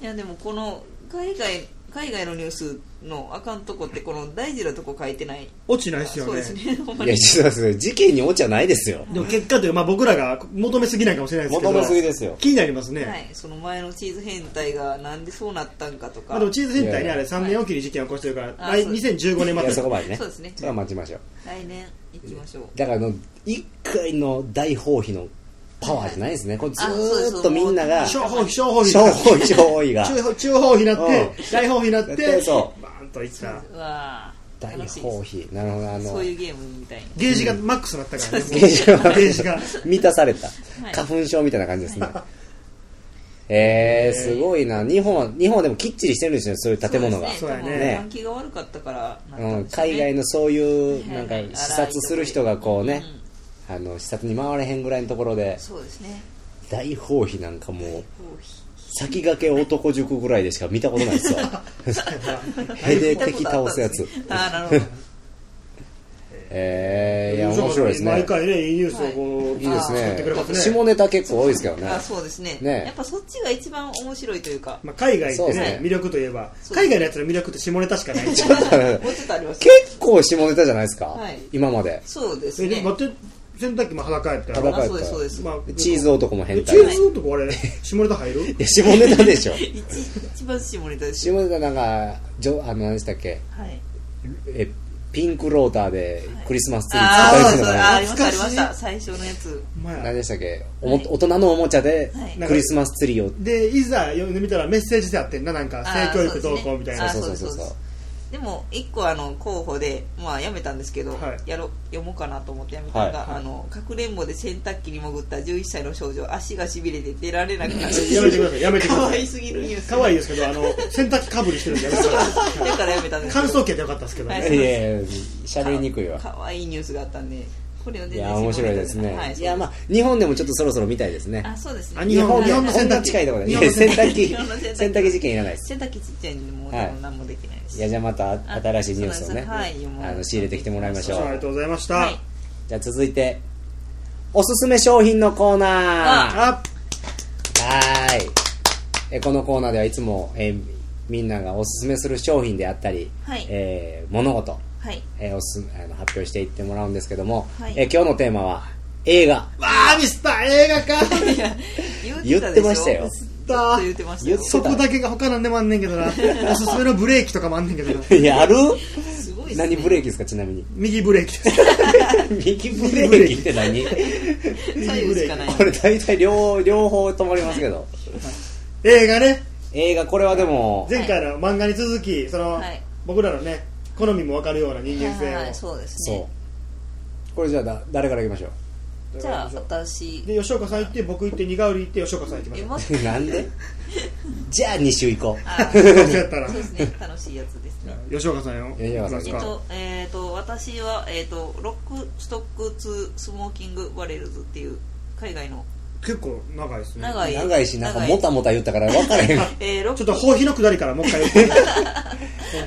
[SPEAKER 2] て。
[SPEAKER 3] いやでもこの海外海外のニュースのあかんとこってこの大事なとこ書いてない。
[SPEAKER 2] 落ちないですよ
[SPEAKER 3] そう
[SPEAKER 2] ね
[SPEAKER 3] で。すね。 ほんま
[SPEAKER 1] いや
[SPEAKER 3] に。
[SPEAKER 1] 実はですね事件に落ちはないですよ
[SPEAKER 2] でも結果というまあ僕らが求めすぎないかもしれないですけど
[SPEAKER 1] 求めすぎですよ
[SPEAKER 2] 気になりますね、
[SPEAKER 3] はい、その前のチーズ変態がなんでそうなったんかと
[SPEAKER 2] ま
[SPEAKER 3] か。
[SPEAKER 2] あ、でもチーズ変態
[SPEAKER 1] い
[SPEAKER 2] ね
[SPEAKER 1] やい
[SPEAKER 2] あ
[SPEAKER 1] や
[SPEAKER 2] れ3年おきに事件起こしてるから
[SPEAKER 3] あ
[SPEAKER 2] 来
[SPEAKER 3] そうです
[SPEAKER 2] 2015年ま
[SPEAKER 1] い
[SPEAKER 2] で
[SPEAKER 1] やそこまでね
[SPEAKER 3] そうですね
[SPEAKER 1] それは待ちましょう
[SPEAKER 3] 来年行きましょう。
[SPEAKER 1] だからあの一回の大放費のパワーじゃないですねこれず
[SPEAKER 3] あそうです
[SPEAKER 1] ーっとみんなが
[SPEAKER 2] 小
[SPEAKER 1] 小
[SPEAKER 2] 放棄小放棄
[SPEAKER 1] 放費小放費が
[SPEAKER 2] 中放中放棄になって
[SPEAKER 1] う
[SPEAKER 2] 大放棄になっ
[SPEAKER 1] やっててそ
[SPEAKER 2] バーンといった
[SPEAKER 3] うわ
[SPEAKER 1] 大
[SPEAKER 3] ー楽しい
[SPEAKER 1] 放
[SPEAKER 3] で
[SPEAKER 1] 費なるほどあ
[SPEAKER 3] す。
[SPEAKER 1] の
[SPEAKER 3] そういうゲームみたいな。
[SPEAKER 2] ゲージがマックスになったからね、
[SPEAKER 1] ゲージが
[SPEAKER 2] ゲージ が
[SPEAKER 1] 満たされた
[SPEAKER 3] はい
[SPEAKER 1] 花粉症みたいな感じですねえー、すごいな日本は日本はでもきっちりしてるんですよそういう建物が
[SPEAKER 3] そうです
[SPEAKER 2] そうや
[SPEAKER 3] ね。多
[SPEAKER 2] ね
[SPEAKER 3] 分換気が悪かったからなった
[SPEAKER 1] うんん
[SPEAKER 3] でしょうね。
[SPEAKER 1] 海外のそういう
[SPEAKER 3] は
[SPEAKER 1] なん
[SPEAKER 3] い
[SPEAKER 1] か
[SPEAKER 3] はい
[SPEAKER 1] 視察する人がこうね
[SPEAKER 3] ん
[SPEAKER 1] あの視察に回れへんぐらいのところで
[SPEAKER 3] そうですね。
[SPEAKER 1] 大放費なんかもう
[SPEAKER 3] コーヒ
[SPEAKER 1] 先駆け男塾ぐらいでしか見たことないです わ
[SPEAKER 3] ー
[SPEAKER 1] ヘで敵倒すやつ。
[SPEAKER 3] あー、なるほど。
[SPEAKER 1] えー、いや面白いですね
[SPEAKER 2] 毎回ねいいニュースをこう、
[SPEAKER 1] いいです
[SPEAKER 2] 作ってくれます
[SPEAKER 1] ね
[SPEAKER 2] ね
[SPEAKER 1] 下ネタ結構多いですけどね
[SPEAKER 3] あそうですね
[SPEAKER 1] ね
[SPEAKER 3] やっぱそっちが一番面白いというか
[SPEAKER 2] まあ、海外っ
[SPEAKER 1] そう
[SPEAKER 2] て
[SPEAKER 1] で
[SPEAKER 2] ね
[SPEAKER 1] すね
[SPEAKER 2] 魅力といえば
[SPEAKER 3] そう
[SPEAKER 2] 海外のやつの魅力って下ネタしかな い
[SPEAKER 3] もうちょっとあります
[SPEAKER 1] 結構下ネタじゃないですか、
[SPEAKER 3] はい
[SPEAKER 1] 今まで
[SPEAKER 3] そうです
[SPEAKER 2] えで
[SPEAKER 3] ね
[SPEAKER 2] も待って洗濯機も裸やったやろ
[SPEAKER 1] 裸
[SPEAKER 3] あ
[SPEAKER 1] や
[SPEAKER 3] そうですそうです、
[SPEAKER 2] まあ
[SPEAKER 1] チーズ男も
[SPEAKER 2] え
[SPEAKER 1] 変
[SPEAKER 2] チ
[SPEAKER 1] 態
[SPEAKER 2] ーズ男あれ下ネタ 入る
[SPEAKER 1] いや下ネタでしょ
[SPEAKER 3] 一一番下ネタです
[SPEAKER 1] 下
[SPEAKER 3] よ
[SPEAKER 1] ネタなんかじょあの何でしたっけ
[SPEAKER 3] はい
[SPEAKER 1] えピンクローターでクリスマスツリー
[SPEAKER 3] あ
[SPEAKER 1] 作った
[SPEAKER 3] ーそ
[SPEAKER 1] りする
[SPEAKER 3] うそ
[SPEAKER 1] の
[SPEAKER 3] う
[SPEAKER 1] か
[SPEAKER 3] あ
[SPEAKER 1] な
[SPEAKER 3] ーありましたありま
[SPEAKER 2] 懐かし
[SPEAKER 3] し
[SPEAKER 2] い
[SPEAKER 3] た最初のやつ
[SPEAKER 2] お前
[SPEAKER 1] 何でしたっけ、お
[SPEAKER 3] は
[SPEAKER 1] も
[SPEAKER 3] い
[SPEAKER 1] 大人のおもちゃで
[SPEAKER 3] はい
[SPEAKER 1] クリスマスツリーを
[SPEAKER 2] でいざ読んでみたらメッセージ性あってんななんか性
[SPEAKER 3] あー
[SPEAKER 2] 教育
[SPEAKER 3] そう
[SPEAKER 2] どう
[SPEAKER 3] ですね
[SPEAKER 2] こうみたい
[SPEAKER 3] あ
[SPEAKER 2] な
[SPEAKER 3] ー
[SPEAKER 1] そうそうそう
[SPEAKER 3] そう
[SPEAKER 1] そう
[SPEAKER 3] ですでも一個あの候補でまあやめたんですけど、
[SPEAKER 2] はい
[SPEAKER 3] やろ読もうかなと思ってやめたのが、
[SPEAKER 1] はい
[SPEAKER 2] は
[SPEAKER 3] あ
[SPEAKER 2] い
[SPEAKER 3] のかくれんぼで洗濯機に潜った11歳の少女足がしびれて出られなくなる
[SPEAKER 2] やめてくださいやめてくだ
[SPEAKER 3] 可
[SPEAKER 2] さ
[SPEAKER 3] 愛
[SPEAKER 2] い
[SPEAKER 3] すぎるニュース
[SPEAKER 2] 可愛いですけどあの洗濯機かぶりしてるんでやめてください
[SPEAKER 3] だからやめたん ですけ
[SPEAKER 2] 乾
[SPEAKER 3] ど
[SPEAKER 2] 燥機でよかったですけど
[SPEAKER 3] は
[SPEAKER 2] ね、
[SPEAKER 3] い
[SPEAKER 1] やいや喋りにくいわ
[SPEAKER 3] かかわいいニュースがあったんでこれを全
[SPEAKER 1] い
[SPEAKER 3] 然
[SPEAKER 1] や面白いですね、、
[SPEAKER 3] はいい、
[SPEAKER 1] やまあ日本でもちょっとそろそろ見たいですね
[SPEAKER 3] あそうです
[SPEAKER 2] あ
[SPEAKER 3] ね
[SPEAKER 2] 日本
[SPEAKER 1] 日本
[SPEAKER 2] の
[SPEAKER 1] の
[SPEAKER 2] 洗
[SPEAKER 1] 洗濯
[SPEAKER 2] 濯機
[SPEAKER 1] 機近いところで
[SPEAKER 2] 日
[SPEAKER 1] い
[SPEAKER 2] 本の
[SPEAKER 1] や
[SPEAKER 2] 洗
[SPEAKER 1] 洗
[SPEAKER 2] 濯
[SPEAKER 1] 濯
[SPEAKER 3] 機
[SPEAKER 1] 機洗濯機事件いらないです
[SPEAKER 3] 洗濯機ちっちゃいんでもう
[SPEAKER 1] はい
[SPEAKER 3] 多分何もできないです
[SPEAKER 1] いやじゃあまた新しいニュースをね、
[SPEAKER 3] あそうですはい
[SPEAKER 1] あの仕入れてきてもらいましょ
[SPEAKER 2] あ
[SPEAKER 1] う、
[SPEAKER 2] りがとうございました、
[SPEAKER 3] はい
[SPEAKER 1] じゃあ続いておすすめ商品のコーナーは
[SPEAKER 2] あ
[SPEAKER 1] ーいえこのコーナーではいつも、えーみんながおすすめする商品であったり、
[SPEAKER 3] はい
[SPEAKER 1] えー物事、
[SPEAKER 3] はい
[SPEAKER 1] えーおすすめあの発表していってもらうんですけども、
[SPEAKER 3] はい
[SPEAKER 1] えー今日のテーマは映画
[SPEAKER 2] わあミスター映画か
[SPEAKER 3] いや
[SPEAKER 1] 言
[SPEAKER 3] 言っ
[SPEAKER 1] ってて
[SPEAKER 3] ま
[SPEAKER 1] ま
[SPEAKER 3] し
[SPEAKER 1] したた
[SPEAKER 3] よ
[SPEAKER 1] よ
[SPEAKER 3] ずっと言ってましたよ
[SPEAKER 1] 言っ
[SPEAKER 2] そこだけが他なんでもあんねんけどなおすすめのブレーキとかもあんねんけどない
[SPEAKER 1] やある
[SPEAKER 3] すごいですね
[SPEAKER 1] 何ブレーキですかちなみに
[SPEAKER 2] 右ブレーキです
[SPEAKER 1] 右ブレーキって何
[SPEAKER 3] 左右しかない
[SPEAKER 1] これ大体両両方止まりますけど
[SPEAKER 2] 映画ね
[SPEAKER 1] 映画これはでも
[SPEAKER 2] 前回の漫画に続きその、
[SPEAKER 3] はい
[SPEAKER 2] 僕らのね好みも分かるような人間性
[SPEAKER 3] はいはい、
[SPEAKER 2] を
[SPEAKER 3] そうです
[SPEAKER 1] そ
[SPEAKER 3] ね
[SPEAKER 1] うこれじゃあだ誰からいきましょ
[SPEAKER 3] じゃあ私
[SPEAKER 2] で吉岡さん行って僕行って二川売り行って吉岡さん行きまし
[SPEAKER 3] え
[SPEAKER 2] ょう
[SPEAKER 3] もし
[SPEAKER 1] う なんでじゃあ2週行こう
[SPEAKER 3] あ
[SPEAKER 2] そうやったら
[SPEAKER 3] そうですね楽しいやつですね
[SPEAKER 2] 吉岡さんよ
[SPEAKER 1] 吉岡さん
[SPEAKER 3] えっと、えっと、私は、えっと、ロックストック2スモーキングバレルズっていう海外の
[SPEAKER 2] 結構長いですね
[SPEAKER 3] 長い
[SPEAKER 1] 長いしなんかもた
[SPEAKER 3] も
[SPEAKER 1] もた言ったから分から へん
[SPEAKER 3] えー、ロッ
[SPEAKER 2] ちょ
[SPEAKER 3] ク
[SPEAKER 2] っと放費の下りからもう一回言って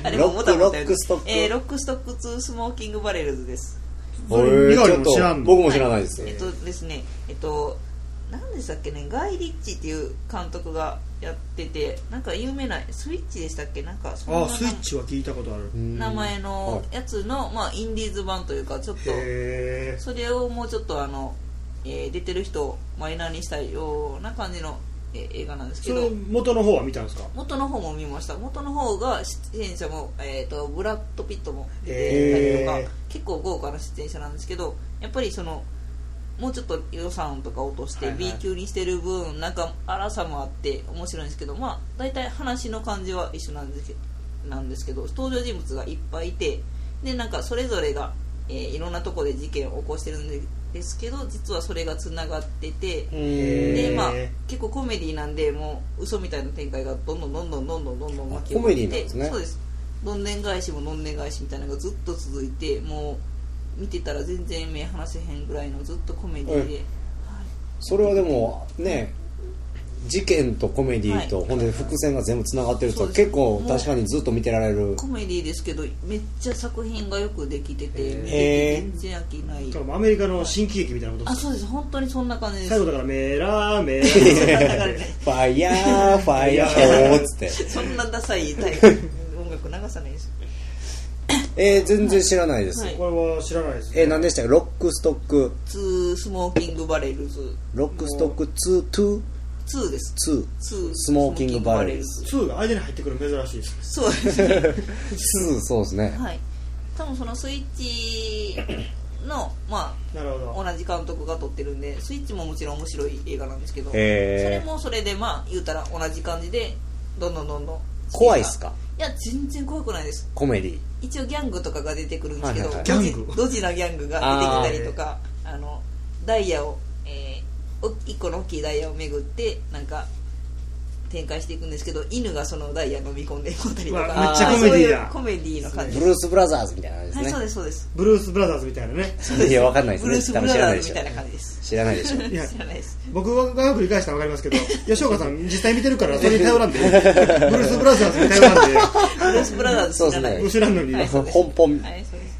[SPEAKER 3] あれももたもた言う
[SPEAKER 1] ロックストック
[SPEAKER 3] えーロックストック2スモーキングバレルズです
[SPEAKER 2] そ
[SPEAKER 1] 俺
[SPEAKER 2] れ二
[SPEAKER 1] ち
[SPEAKER 2] 川
[SPEAKER 1] ょっと
[SPEAKER 2] も知らんの
[SPEAKER 1] 僕も知らないです
[SPEAKER 3] えっとですねえっと何でしたっけねガイ・リッチっていう監督がやっててなんか有名なスイッチでしたっけなんかそんな
[SPEAKER 2] あスイッチは聞いたことある
[SPEAKER 1] うん
[SPEAKER 3] 名前の
[SPEAKER 1] は
[SPEAKER 3] やつの、まあ、インディーズ版というかちょっと
[SPEAKER 2] へ
[SPEAKER 3] それをもうちょっとあの、えー出てる人をマイナーにしたような感じの、えー映画なんです
[SPEAKER 2] い
[SPEAKER 3] け
[SPEAKER 2] それ
[SPEAKER 3] ど
[SPEAKER 2] 元の方は見たんですか
[SPEAKER 3] 元の方も見ました元の方が出演者も、えー、とブラッド・ピットも出てたり
[SPEAKER 2] へ
[SPEAKER 3] とか結構豪華な出演者なんですけどやっぱりそのもうちょっと予算とか落とし
[SPEAKER 2] は
[SPEAKER 3] て
[SPEAKER 2] いはい
[SPEAKER 3] B 級にしてる分、なんか荒さもあって面白いんですけどまあ大体話の感じは一緒なんですけどなんですけど登場人物がいっぱいいてでなんかそれぞれが、えーいろんなとこで事件を起こしてるんでですけど実はそれがつながってて。
[SPEAKER 1] へ
[SPEAKER 3] でまあ
[SPEAKER 2] へー、
[SPEAKER 3] 結構コメディなんでもう嘘みたいな展開がどんどんどんどんどんどんどんどん巻き起こ
[SPEAKER 1] あコメ
[SPEAKER 3] っ
[SPEAKER 1] ディなん
[SPEAKER 3] て
[SPEAKER 1] ですね
[SPEAKER 3] そうですどんでん返しもどんでん返しみたいなのがずっと続いてもう見てたら全然目離せへんぐらいのずっとコメディで、
[SPEAKER 1] それはでもね事件とコメディと、ほんで伏線が全部つながってると
[SPEAKER 3] そうです
[SPEAKER 1] 結構確かにずっと見てられる
[SPEAKER 3] コメディですけどめっちゃ作品がよくできてて見て
[SPEAKER 1] へ
[SPEAKER 3] て
[SPEAKER 1] ー
[SPEAKER 3] 全然飽きない
[SPEAKER 2] 多分アメリカの新喜劇みたいなこと
[SPEAKER 3] あ
[SPEAKER 2] です
[SPEAKER 3] そうです本当にそんな感じです
[SPEAKER 2] 最後だからメラーメラ
[SPEAKER 3] だ
[SPEAKER 2] ー
[SPEAKER 3] からね
[SPEAKER 1] ファイヤーファイヤーっつって
[SPEAKER 3] そんなダサいタイプの音楽流さないですよ
[SPEAKER 1] えー、全然知らないです、
[SPEAKER 3] はい
[SPEAKER 2] これは知らないです
[SPEAKER 1] えー、何でしたっけロックストック
[SPEAKER 3] 「2スモーキングバレルズ
[SPEAKER 1] ロックストック2
[SPEAKER 3] 2」です
[SPEAKER 1] 2
[SPEAKER 3] 2
[SPEAKER 1] スモーキングバレルズ
[SPEAKER 2] 2が間に入ってくるの珍しいです
[SPEAKER 3] そうですね
[SPEAKER 1] 2そうですね
[SPEAKER 3] はい、多分そのスイッチの、ま
[SPEAKER 2] なるほ
[SPEAKER 3] あ、
[SPEAKER 2] ど
[SPEAKER 3] 同じ監督が撮ってるんでスイッチももちろん面白い映画なんですけど、それ
[SPEAKER 1] えー、
[SPEAKER 3] もそれでまあ言うたら同じ感じでどんどんどんどん
[SPEAKER 1] 怖いっすか
[SPEAKER 3] いや全然怖くないです
[SPEAKER 1] コメディ
[SPEAKER 3] 一応ギャングとかが出てくるんですけど、
[SPEAKER 1] はいはい
[SPEAKER 2] はい
[SPEAKER 3] ドジ
[SPEAKER 2] ギャング
[SPEAKER 3] ドジなギャングが出てきたりとかあのダイヤを、えーお一個の大きいダイヤを巡ってなんか展開していくんですけど犬がそのダイヤ飲み込んでいこうたりと
[SPEAKER 2] う
[SPEAKER 3] か
[SPEAKER 2] わめっちゃ
[SPEAKER 3] あー
[SPEAKER 2] コメディ
[SPEAKER 3] そ
[SPEAKER 2] だ
[SPEAKER 3] ういうコメディの感じ
[SPEAKER 1] ブルース・ブラザーズみたいな感じ
[SPEAKER 3] はい
[SPEAKER 1] です
[SPEAKER 3] そう
[SPEAKER 1] ね、
[SPEAKER 3] ですそうです
[SPEAKER 2] ブルース・ブラザーズみたいなね
[SPEAKER 1] いやわかんないですね
[SPEAKER 3] ブルース・ブ
[SPEAKER 1] 多分
[SPEAKER 3] ラ
[SPEAKER 1] 知ら
[SPEAKER 3] ザ
[SPEAKER 1] ない
[SPEAKER 3] ー
[SPEAKER 1] で
[SPEAKER 3] ズ
[SPEAKER 1] し
[SPEAKER 3] み
[SPEAKER 1] ょ
[SPEAKER 3] たいな感じです
[SPEAKER 1] 知ら ないでしょ
[SPEAKER 2] いや
[SPEAKER 3] 知らないです
[SPEAKER 2] 僕が繰り返したら分か りますけど吉岡さん実際見てるからそれに頼らんでブルース・ブラザーズに頼らん
[SPEAKER 3] ブルース・ブラザーズ知らない
[SPEAKER 1] そう
[SPEAKER 2] で知らんのに、
[SPEAKER 3] はいそうで す
[SPEAKER 1] 本本
[SPEAKER 3] はいそうです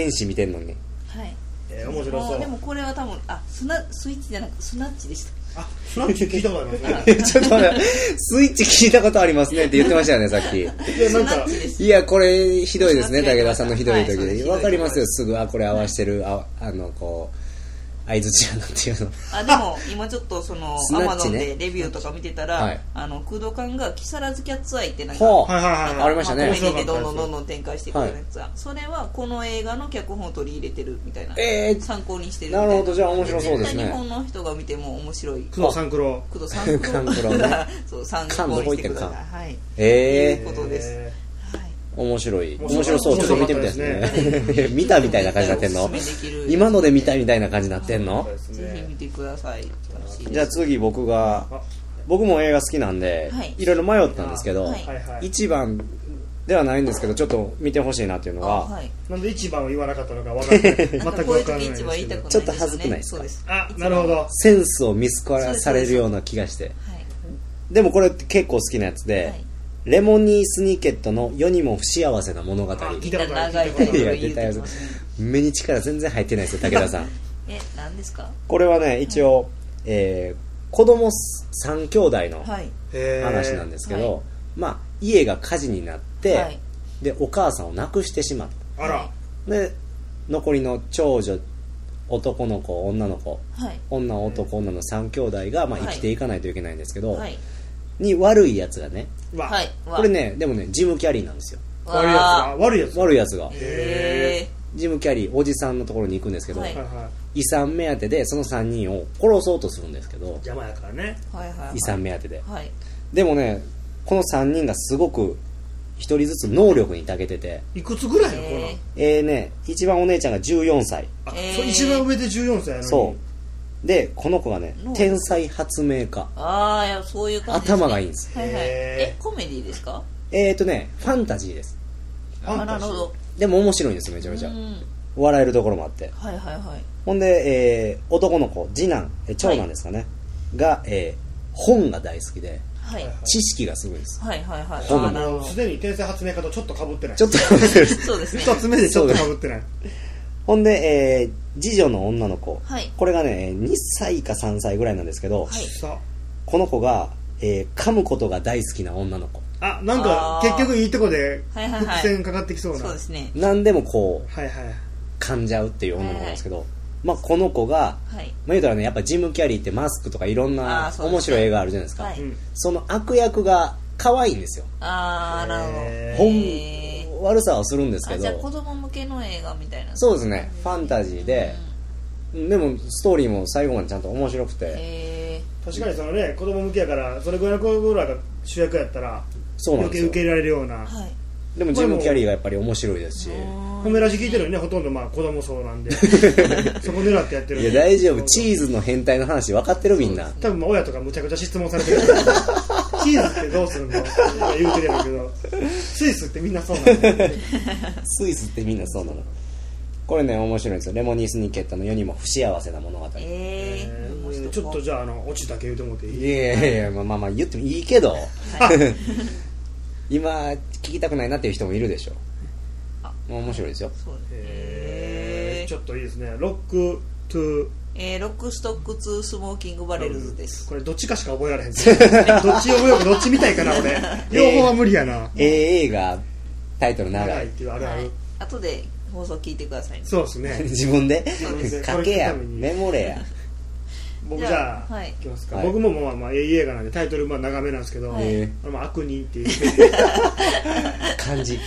[SPEAKER 1] 原始見てんのに
[SPEAKER 3] はい
[SPEAKER 2] えー面白
[SPEAKER 3] も
[SPEAKER 2] そうう
[SPEAKER 3] でもこれは多分あスナスイッチじゃなくスナッチでした
[SPEAKER 2] あスナッチ聞いたことありますね
[SPEAKER 1] ちょっと待ってスイッチ聞いたことありますねって言ってました よねさっき
[SPEAKER 2] いや
[SPEAKER 3] ス
[SPEAKER 2] なん
[SPEAKER 3] ナッ
[SPEAKER 2] か
[SPEAKER 3] チです
[SPEAKER 1] いや、これ、ひどいですね、
[SPEAKER 3] 間違え
[SPEAKER 1] 武
[SPEAKER 3] ま
[SPEAKER 1] 田
[SPEAKER 3] し
[SPEAKER 1] さ
[SPEAKER 3] た
[SPEAKER 1] んのひどい時
[SPEAKER 3] はいそうで
[SPEAKER 1] ですわかりますよ、すぐ、あ、これ合わしてる、あ、あの、こう、相づちやなっていうの。
[SPEAKER 3] あでも今ちょっとその
[SPEAKER 1] スナ
[SPEAKER 3] ア
[SPEAKER 1] ッ
[SPEAKER 3] マゾ
[SPEAKER 1] チ
[SPEAKER 3] ン
[SPEAKER 1] ね
[SPEAKER 3] でレビューとか見て
[SPEAKER 1] は
[SPEAKER 3] た
[SPEAKER 1] い
[SPEAKER 3] らあの空洞感が木更津キャッツアイってなんか
[SPEAKER 1] ほう
[SPEAKER 2] はいはいはい
[SPEAKER 1] ありましたね
[SPEAKER 3] コメディでどんどんどんどん展開していくようなやつはそれはこの映画の脚本を取り入れてるみたいな
[SPEAKER 1] えー
[SPEAKER 3] 参考にしてるみた
[SPEAKER 1] ないるほど、じゃあ面白そうで
[SPEAKER 3] 絶
[SPEAKER 1] す
[SPEAKER 3] 対日
[SPEAKER 1] ね。
[SPEAKER 3] 本の人が見ても面白い
[SPEAKER 2] 工藤三九郎
[SPEAKER 3] 工藤三
[SPEAKER 1] 勘九郎
[SPEAKER 3] 郎
[SPEAKER 1] ね
[SPEAKER 3] そう三
[SPEAKER 1] 勘
[SPEAKER 3] 郎にしてくだ
[SPEAKER 1] どこ行
[SPEAKER 3] さいはい
[SPEAKER 1] え
[SPEAKER 3] ということです
[SPEAKER 2] え
[SPEAKER 3] はい
[SPEAKER 1] ー、面白い。面
[SPEAKER 2] 面白
[SPEAKER 1] 白
[SPEAKER 2] い
[SPEAKER 1] そう、ちょっと見てみたいです ね。見たみたいな感じになってん の
[SPEAKER 3] おすすめできる
[SPEAKER 1] 今ので見たみたいな感じになってんの
[SPEAKER 2] ーそうですね
[SPEAKER 3] ぜひ見てください楽しいです
[SPEAKER 1] じゃあ次僕が
[SPEAKER 2] あ、
[SPEAKER 1] 僕も映画好きなんで
[SPEAKER 3] はい、
[SPEAKER 1] いろいろ迷ったんですけど
[SPEAKER 3] はい、
[SPEAKER 2] はいはい
[SPEAKER 1] 一番ではないんですけど、ちょっと見てほしいなっていうの
[SPEAKER 3] あ
[SPEAKER 1] は、
[SPEAKER 3] はい
[SPEAKER 2] なんで一番を言わなかったのか分かんない全
[SPEAKER 3] なん
[SPEAKER 2] く分
[SPEAKER 3] かこういう
[SPEAKER 2] かんな
[SPEAKER 3] 時
[SPEAKER 2] いです
[SPEAKER 3] 一番言いたくない
[SPEAKER 2] けど
[SPEAKER 3] です
[SPEAKER 1] ちょっ
[SPEAKER 3] よね
[SPEAKER 1] と恥ずくないですか
[SPEAKER 3] そうです
[SPEAKER 2] あなるほど
[SPEAKER 1] センスを見スわされるような気がして。
[SPEAKER 3] はい
[SPEAKER 1] でもこれ結構好きなやつで、
[SPEAKER 3] はい
[SPEAKER 1] レモニー・スニーケットの世にも不幸せな物語
[SPEAKER 2] あ聞い
[SPEAKER 3] みん
[SPEAKER 2] た
[SPEAKER 3] な
[SPEAKER 2] ことある
[SPEAKER 3] 長いタイトル言うて
[SPEAKER 1] いや出た
[SPEAKER 3] ま
[SPEAKER 1] よ
[SPEAKER 3] すね
[SPEAKER 1] 目に力全然入ってないですよ武 田さん
[SPEAKER 3] え何ですか
[SPEAKER 1] これはね一応、えー子供三兄弟の
[SPEAKER 3] はい
[SPEAKER 2] へー
[SPEAKER 1] 話なんですけど、
[SPEAKER 3] は
[SPEAKER 1] まあ家が火事になって、
[SPEAKER 3] はい
[SPEAKER 1] でお母さんを亡くしてしまっ
[SPEAKER 2] あら
[SPEAKER 1] たで残りの長女男の子女の子
[SPEAKER 3] はい
[SPEAKER 1] 女男女の三兄弟が、まあ、
[SPEAKER 3] はい
[SPEAKER 1] 生きていかないといけないんですけど、
[SPEAKER 3] はい
[SPEAKER 1] に悪いやつがね
[SPEAKER 2] うわ
[SPEAKER 3] はい
[SPEAKER 1] これねでもねジム・キャリーなんですよ
[SPEAKER 2] 悪いやつが悪いやつが
[SPEAKER 1] 悪いやつが
[SPEAKER 3] え
[SPEAKER 1] ジム・キャリーおじさんのところに行くんですけど、
[SPEAKER 3] はい
[SPEAKER 2] はいはい
[SPEAKER 1] 遺産目当てでその3人を殺そうとするんですけど
[SPEAKER 2] 邪魔やからね
[SPEAKER 3] はいはいはい
[SPEAKER 1] 遺産目当てで
[SPEAKER 3] はい
[SPEAKER 1] でもねこの3人がすごく一人ずつ能力に長けてて、
[SPEAKER 2] いくつぐらいの子なの
[SPEAKER 3] え
[SPEAKER 1] えーね、一番お姉ちゃんが14歳。
[SPEAKER 2] あ
[SPEAKER 3] えー
[SPEAKER 2] そう一番上で14歳やのに
[SPEAKER 1] そう。で、この子がね
[SPEAKER 3] 能、力
[SPEAKER 1] 天才発明家。
[SPEAKER 3] ああいやそういう感じです、ね、
[SPEAKER 1] 頭がいいんですよ。
[SPEAKER 3] はいはい
[SPEAKER 2] へー
[SPEAKER 3] えコメディですか
[SPEAKER 1] えーとね、ファンタジーです。
[SPEAKER 2] ファ
[SPEAKER 3] あ
[SPEAKER 2] ン
[SPEAKER 3] な
[SPEAKER 2] タ
[SPEAKER 3] る
[SPEAKER 2] ジー
[SPEAKER 3] ほど
[SPEAKER 1] でも面白いんですよ、めちゃめち
[SPEAKER 3] う
[SPEAKER 1] ゃ。
[SPEAKER 3] ん
[SPEAKER 1] 笑えるところもあって。
[SPEAKER 3] はいはいはい
[SPEAKER 1] ほんで、えー男の子、次男、え長男ですかね、が、えー本が大好きで、
[SPEAKER 3] はい
[SPEAKER 1] 知識がすごいです。
[SPEAKER 3] はいはいはい
[SPEAKER 1] ほぼ
[SPEAKER 3] ああなるほど
[SPEAKER 2] すでに天才発明家とちょっとかぶってない
[SPEAKER 1] ちょっと待って
[SPEAKER 3] そうですね
[SPEAKER 2] 2つ目でちょっとかぶってない
[SPEAKER 1] ほんで、えー次女の女の子、
[SPEAKER 3] はい
[SPEAKER 1] これがね、2歳か3歳ぐらいなんですけど、
[SPEAKER 3] はい
[SPEAKER 2] さ
[SPEAKER 1] この子が、えー噛むことが大好きな女の子。
[SPEAKER 2] あなんか
[SPEAKER 3] あー
[SPEAKER 2] 結局いいとこで
[SPEAKER 3] はいはいはい
[SPEAKER 2] 伏線かかってきそうな
[SPEAKER 3] そう
[SPEAKER 2] は
[SPEAKER 3] ですね
[SPEAKER 1] 何でもこう、
[SPEAKER 2] いはい
[SPEAKER 1] 噛んじゃうっていう女の子なんですけど、まあ、この子が、
[SPEAKER 3] はい
[SPEAKER 1] まあ、言うたらね、やっぱジム・キャリーってマスクとかいろん
[SPEAKER 3] あ
[SPEAKER 1] な
[SPEAKER 3] ーそうですね
[SPEAKER 1] 面白い映画あるじゃないですか。
[SPEAKER 3] は
[SPEAKER 2] う
[SPEAKER 3] い
[SPEAKER 2] ん
[SPEAKER 1] その悪役が可愛いんですよ。
[SPEAKER 3] ああなるほど
[SPEAKER 2] へ
[SPEAKER 1] 本
[SPEAKER 3] へー、
[SPEAKER 1] 悪さはするんですけ
[SPEAKER 3] あじゃあ子
[SPEAKER 1] ど、
[SPEAKER 3] 供向けの映画みたいな
[SPEAKER 1] そうですね、ファンタジーで、でもストーリーも最後までちゃんと面白く
[SPEAKER 3] へ
[SPEAKER 1] て、
[SPEAKER 3] え
[SPEAKER 2] 確かにそのね子供向けやからそれぐらいの子ぐらいが主役やったら
[SPEAKER 1] そうなんで
[SPEAKER 2] 余計
[SPEAKER 1] すよ
[SPEAKER 2] 受け。入れられるような
[SPEAKER 3] はい
[SPEAKER 1] でもジム・キャリーがやっぱり面白いですし、
[SPEAKER 2] 褒めラジ聞いてるよねほとんどまあ子供そうなんでそこ狙ってやってる
[SPEAKER 1] いや大丈夫、チ
[SPEAKER 2] チ
[SPEAKER 1] ーズの変態の話分かってるみんな。
[SPEAKER 2] 多分まあ親とかむちゃくちゃ質問されてるチーズってどうするのとか言うてるやろうけどスイスってみんなそうなんだよね
[SPEAKER 1] スイスってみんなそうなの。これね、面白いんですよ。レモニースニーケットの世にも不幸せな物語。い
[SPEAKER 3] え
[SPEAKER 2] え
[SPEAKER 3] ー、面白
[SPEAKER 2] ー
[SPEAKER 3] い
[SPEAKER 2] ちょっとじゃああのオチだけ言うてもらっていい
[SPEAKER 1] やいやいや、まあまあまあ言ってもいいけど、 今聞きたくないなっていう人もいるでしょ。
[SPEAKER 3] あ
[SPEAKER 1] まあ面白いですよ。
[SPEAKER 3] そうです
[SPEAKER 2] え
[SPEAKER 3] え
[SPEAKER 2] ー
[SPEAKER 3] ー
[SPEAKER 2] ちょっといいですねロックトゥ
[SPEAKER 3] えーロックストック2スモーキングバレルズです
[SPEAKER 2] これどっちかしか覚えられへんどっち覚えようかどっち見たいかな俺 両方は無理やな
[SPEAKER 1] ええ映画、タイトル長
[SPEAKER 2] 長いっ
[SPEAKER 1] い。
[SPEAKER 2] ていうあ
[SPEAKER 3] は
[SPEAKER 2] るあ
[SPEAKER 3] い
[SPEAKER 2] る
[SPEAKER 3] 後で放送聞いてくださいね
[SPEAKER 2] そうですね
[SPEAKER 1] 自分で
[SPEAKER 2] 分で
[SPEAKER 1] 書けや、
[SPEAKER 2] これ聞くために
[SPEAKER 1] メモれや。
[SPEAKER 2] 僕じ
[SPEAKER 3] じゃあ
[SPEAKER 2] ゃあ
[SPEAKER 3] はい
[SPEAKER 2] いきますか
[SPEAKER 1] はい
[SPEAKER 2] 僕もまあまあいい映画なんでタイトルまあ長めなんですけど
[SPEAKER 3] はい
[SPEAKER 1] え
[SPEAKER 2] あのまあ悪人っていう
[SPEAKER 1] え漢字。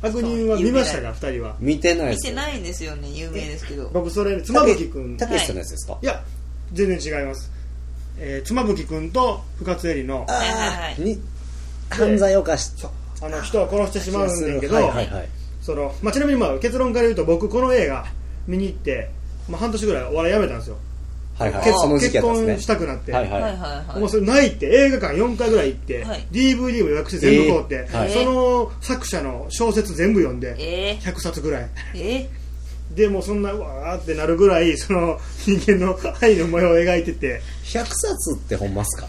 [SPEAKER 2] 悪人は見ましたか二人は
[SPEAKER 1] 見てないで
[SPEAKER 3] 見
[SPEAKER 1] す
[SPEAKER 3] て
[SPEAKER 1] よ。
[SPEAKER 3] ないんですよね有名ですけど
[SPEAKER 2] 僕それ妻夫木君
[SPEAKER 1] たけしさんのやつですか
[SPEAKER 2] いや全然違いますえー妻夫木君と深津絵里の
[SPEAKER 3] はいはいはい
[SPEAKER 1] に、犯罪を犯し
[SPEAKER 2] そうあの人を殺してしまうんだけど
[SPEAKER 1] はいはいはい。
[SPEAKER 2] そのまあちなみにまあ結論から言うと僕この映画見に行ってまあ半年ぐらいお笑いやめたんですよ
[SPEAKER 1] はいはい。
[SPEAKER 2] 結
[SPEAKER 1] その時期
[SPEAKER 2] 結
[SPEAKER 1] やったんで
[SPEAKER 2] 婚し
[SPEAKER 1] すね。
[SPEAKER 2] たくなって、
[SPEAKER 1] はいはい。
[SPEAKER 3] はいはい
[SPEAKER 2] も
[SPEAKER 3] は
[SPEAKER 2] う
[SPEAKER 3] い
[SPEAKER 2] それないって映画館4回ぐらい行って、
[SPEAKER 3] はい
[SPEAKER 2] DVD も予約して全部通って、
[SPEAKER 1] えーはい
[SPEAKER 2] その作者の小説全部読んで、
[SPEAKER 3] え
[SPEAKER 2] 100冊ぐらい
[SPEAKER 3] ー、え
[SPEAKER 2] でもうそんなうわーってなるぐらいその人間の愛の模様を描いてて、
[SPEAKER 1] 100冊ってほんまっすか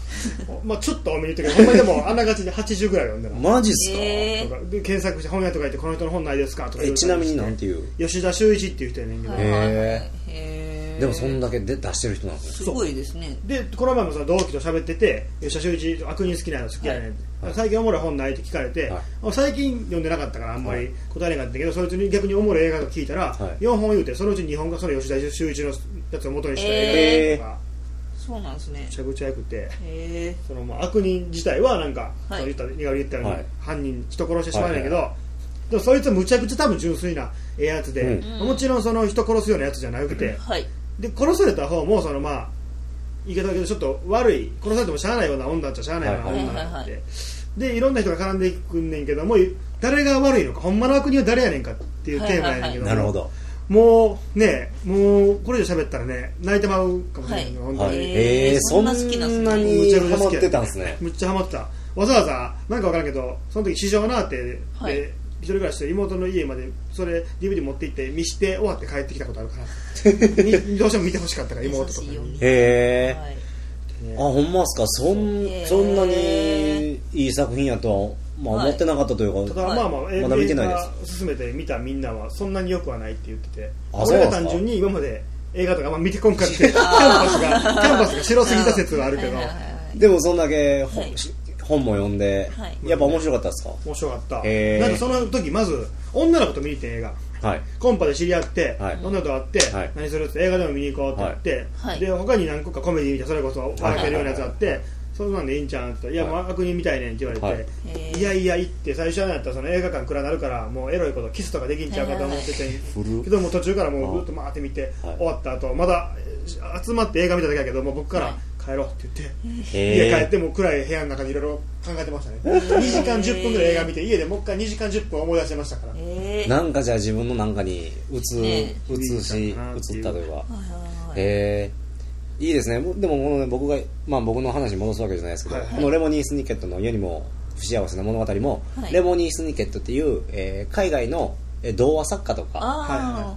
[SPEAKER 2] まあ、ちょっと多めに言ったけどほんまにでもあんながちで80ぐらい読んだの、
[SPEAKER 1] マジっすか、
[SPEAKER 3] え
[SPEAKER 2] とかで検索して本屋とか行ってこの人の本ないですかとか言
[SPEAKER 1] え
[SPEAKER 2] う
[SPEAKER 1] ちなみになんていう
[SPEAKER 2] 吉田修一っていう人やねんけ
[SPEAKER 3] ー、
[SPEAKER 2] ど、
[SPEAKER 3] は
[SPEAKER 1] へ
[SPEAKER 3] い
[SPEAKER 1] ー
[SPEAKER 3] はいはいへー
[SPEAKER 1] でもそんだけで出してる人なんですね
[SPEAKER 3] すごいですね
[SPEAKER 2] でこの前もその同期と喋ってて「吉田修一悪人好きなの好きやねん」
[SPEAKER 1] はい
[SPEAKER 2] 最近おもろい本ない?」って聞かれて、
[SPEAKER 1] はい
[SPEAKER 2] あ最近読んでなかったからあんま
[SPEAKER 1] はい
[SPEAKER 2] り答えなかったけど、そいつに逆におもろい映画と聞いたら、
[SPEAKER 1] はい
[SPEAKER 2] 4本言うてそのうち2本がその吉田修一のやつを元にした映画とか
[SPEAKER 3] そうなんですね
[SPEAKER 2] めちゃくちゃよくて。
[SPEAKER 3] へえ
[SPEAKER 2] そのまあ悪人自体はなんか、
[SPEAKER 3] はい
[SPEAKER 2] そう言った二川言ったように、
[SPEAKER 1] はい
[SPEAKER 2] 犯人人殺してしまうんやけど、でもそいつはむちゃくちゃ多分純粋なええやつで、
[SPEAKER 1] う
[SPEAKER 2] もちろんその人殺すようなやつじゃなくて、
[SPEAKER 3] はい
[SPEAKER 2] で殺された方もそのまあ言い方だけどちょっと悪い殺されてもしゃあないような女っちゃしゃあないような女
[SPEAKER 3] はいはい
[SPEAKER 2] な
[SPEAKER 3] はい
[SPEAKER 2] ん
[SPEAKER 3] は
[SPEAKER 2] ででいろんな人が絡んでいくんねんけども誰が悪いのかほんまの悪人は誰やねんかっていうテーマやねんけども、
[SPEAKER 1] なるほど
[SPEAKER 2] もうねもうこれ以上喋ったらね泣いてまうかもしれないけど、
[SPEAKER 3] は
[SPEAKER 2] 本当
[SPEAKER 1] はい
[SPEAKER 2] に、
[SPEAKER 1] えー、そ
[SPEAKER 3] そ
[SPEAKER 1] ん
[SPEAKER 3] ん
[SPEAKER 1] な
[SPEAKER 3] な好きなんすね
[SPEAKER 1] にハマってたんですね
[SPEAKER 2] むっちゃハマってたわざわざなんかわからんけどその時市場なってで、
[SPEAKER 3] はい
[SPEAKER 2] 一人暮らしして妹の家までそれ DVD 持って行って見して終わって帰ってきたことあるか らみどうしても見てほしかったから
[SPEAKER 3] 優
[SPEAKER 2] 妹とか
[SPEAKER 3] しいよ
[SPEAKER 2] に
[SPEAKER 3] ね
[SPEAKER 1] へー
[SPEAKER 3] はい
[SPEAKER 1] あほんまっすかそん
[SPEAKER 3] へー
[SPEAKER 1] そんなにいい作品やとは、まあ、
[SPEAKER 3] はい
[SPEAKER 1] 思ってなかったという
[SPEAKER 2] た
[SPEAKER 1] か、
[SPEAKER 2] だ
[SPEAKER 3] はい
[SPEAKER 2] まあまあ、え
[SPEAKER 1] まだ見てない
[SPEAKER 2] 映
[SPEAKER 1] です
[SPEAKER 2] 画進めて見たみんなはそんなによくはないって言ってて
[SPEAKER 1] あ
[SPEAKER 2] 俺
[SPEAKER 1] そうなん
[SPEAKER 2] は
[SPEAKER 1] ですか
[SPEAKER 2] 単純に今まで映画とかあんま見てこんかっ てキャンバスがキャンバスが白すぎた説はあるけど
[SPEAKER 3] はいはいはいはい
[SPEAKER 1] でもそんだけ本,、
[SPEAKER 3] はい
[SPEAKER 1] 本も読んで、
[SPEAKER 3] はい
[SPEAKER 1] やっぱ面白かったですか、
[SPEAKER 2] 面白かった、
[SPEAKER 1] へー
[SPEAKER 2] なんかその時まず女の子と見に行ってん映画
[SPEAKER 1] はい
[SPEAKER 2] コンパで知り合って、
[SPEAKER 1] はい
[SPEAKER 2] 女の子と会って、
[SPEAKER 1] はい
[SPEAKER 2] 何するって映画でも見に行こうって言って、
[SPEAKER 3] はい
[SPEAKER 2] で他に何個かコメディみたいなそれこそ笑けるようなやつあって、
[SPEAKER 1] はい
[SPEAKER 2] そんなんでいいんちゃうんって言ったら「いや、
[SPEAKER 1] はい
[SPEAKER 2] もう悪人みたいねん」って言われて、
[SPEAKER 1] はい
[SPEAKER 2] い
[SPEAKER 3] へー
[SPEAKER 2] やいや行って最初はなんやったらその映画館暗なるからもうエロいことキスとかできんちゃうかと思ってて、
[SPEAKER 1] 古っ
[SPEAKER 2] けどもう途中からもうぐっと回って見て、
[SPEAKER 1] はい
[SPEAKER 2] 終わった後まだえー集まって映画見ただけやけどもう僕から
[SPEAKER 3] はい
[SPEAKER 2] 帰帰ろうって言って
[SPEAKER 1] へ
[SPEAKER 2] 家
[SPEAKER 1] え
[SPEAKER 2] 帰ってもう暗い部屋の中でいろいろ考えてましたね2時間10分ぐらい映画見て家でもう一回2時間10分思い出してましたから
[SPEAKER 3] えー、
[SPEAKER 1] なんかじゃあ自分のなんかにうつ、
[SPEAKER 3] ね
[SPEAKER 1] うつし、うつったというか。へえいいですね。もでもこのね、僕が、まあ僕の話に戻すわけじゃないですけど、
[SPEAKER 2] はい
[SPEAKER 1] このレモニー・スニケットの世にも不幸せな物語も、
[SPEAKER 3] はい
[SPEAKER 1] レモニー・スニケットっていう、えー海外のえー童話作家とか
[SPEAKER 3] あ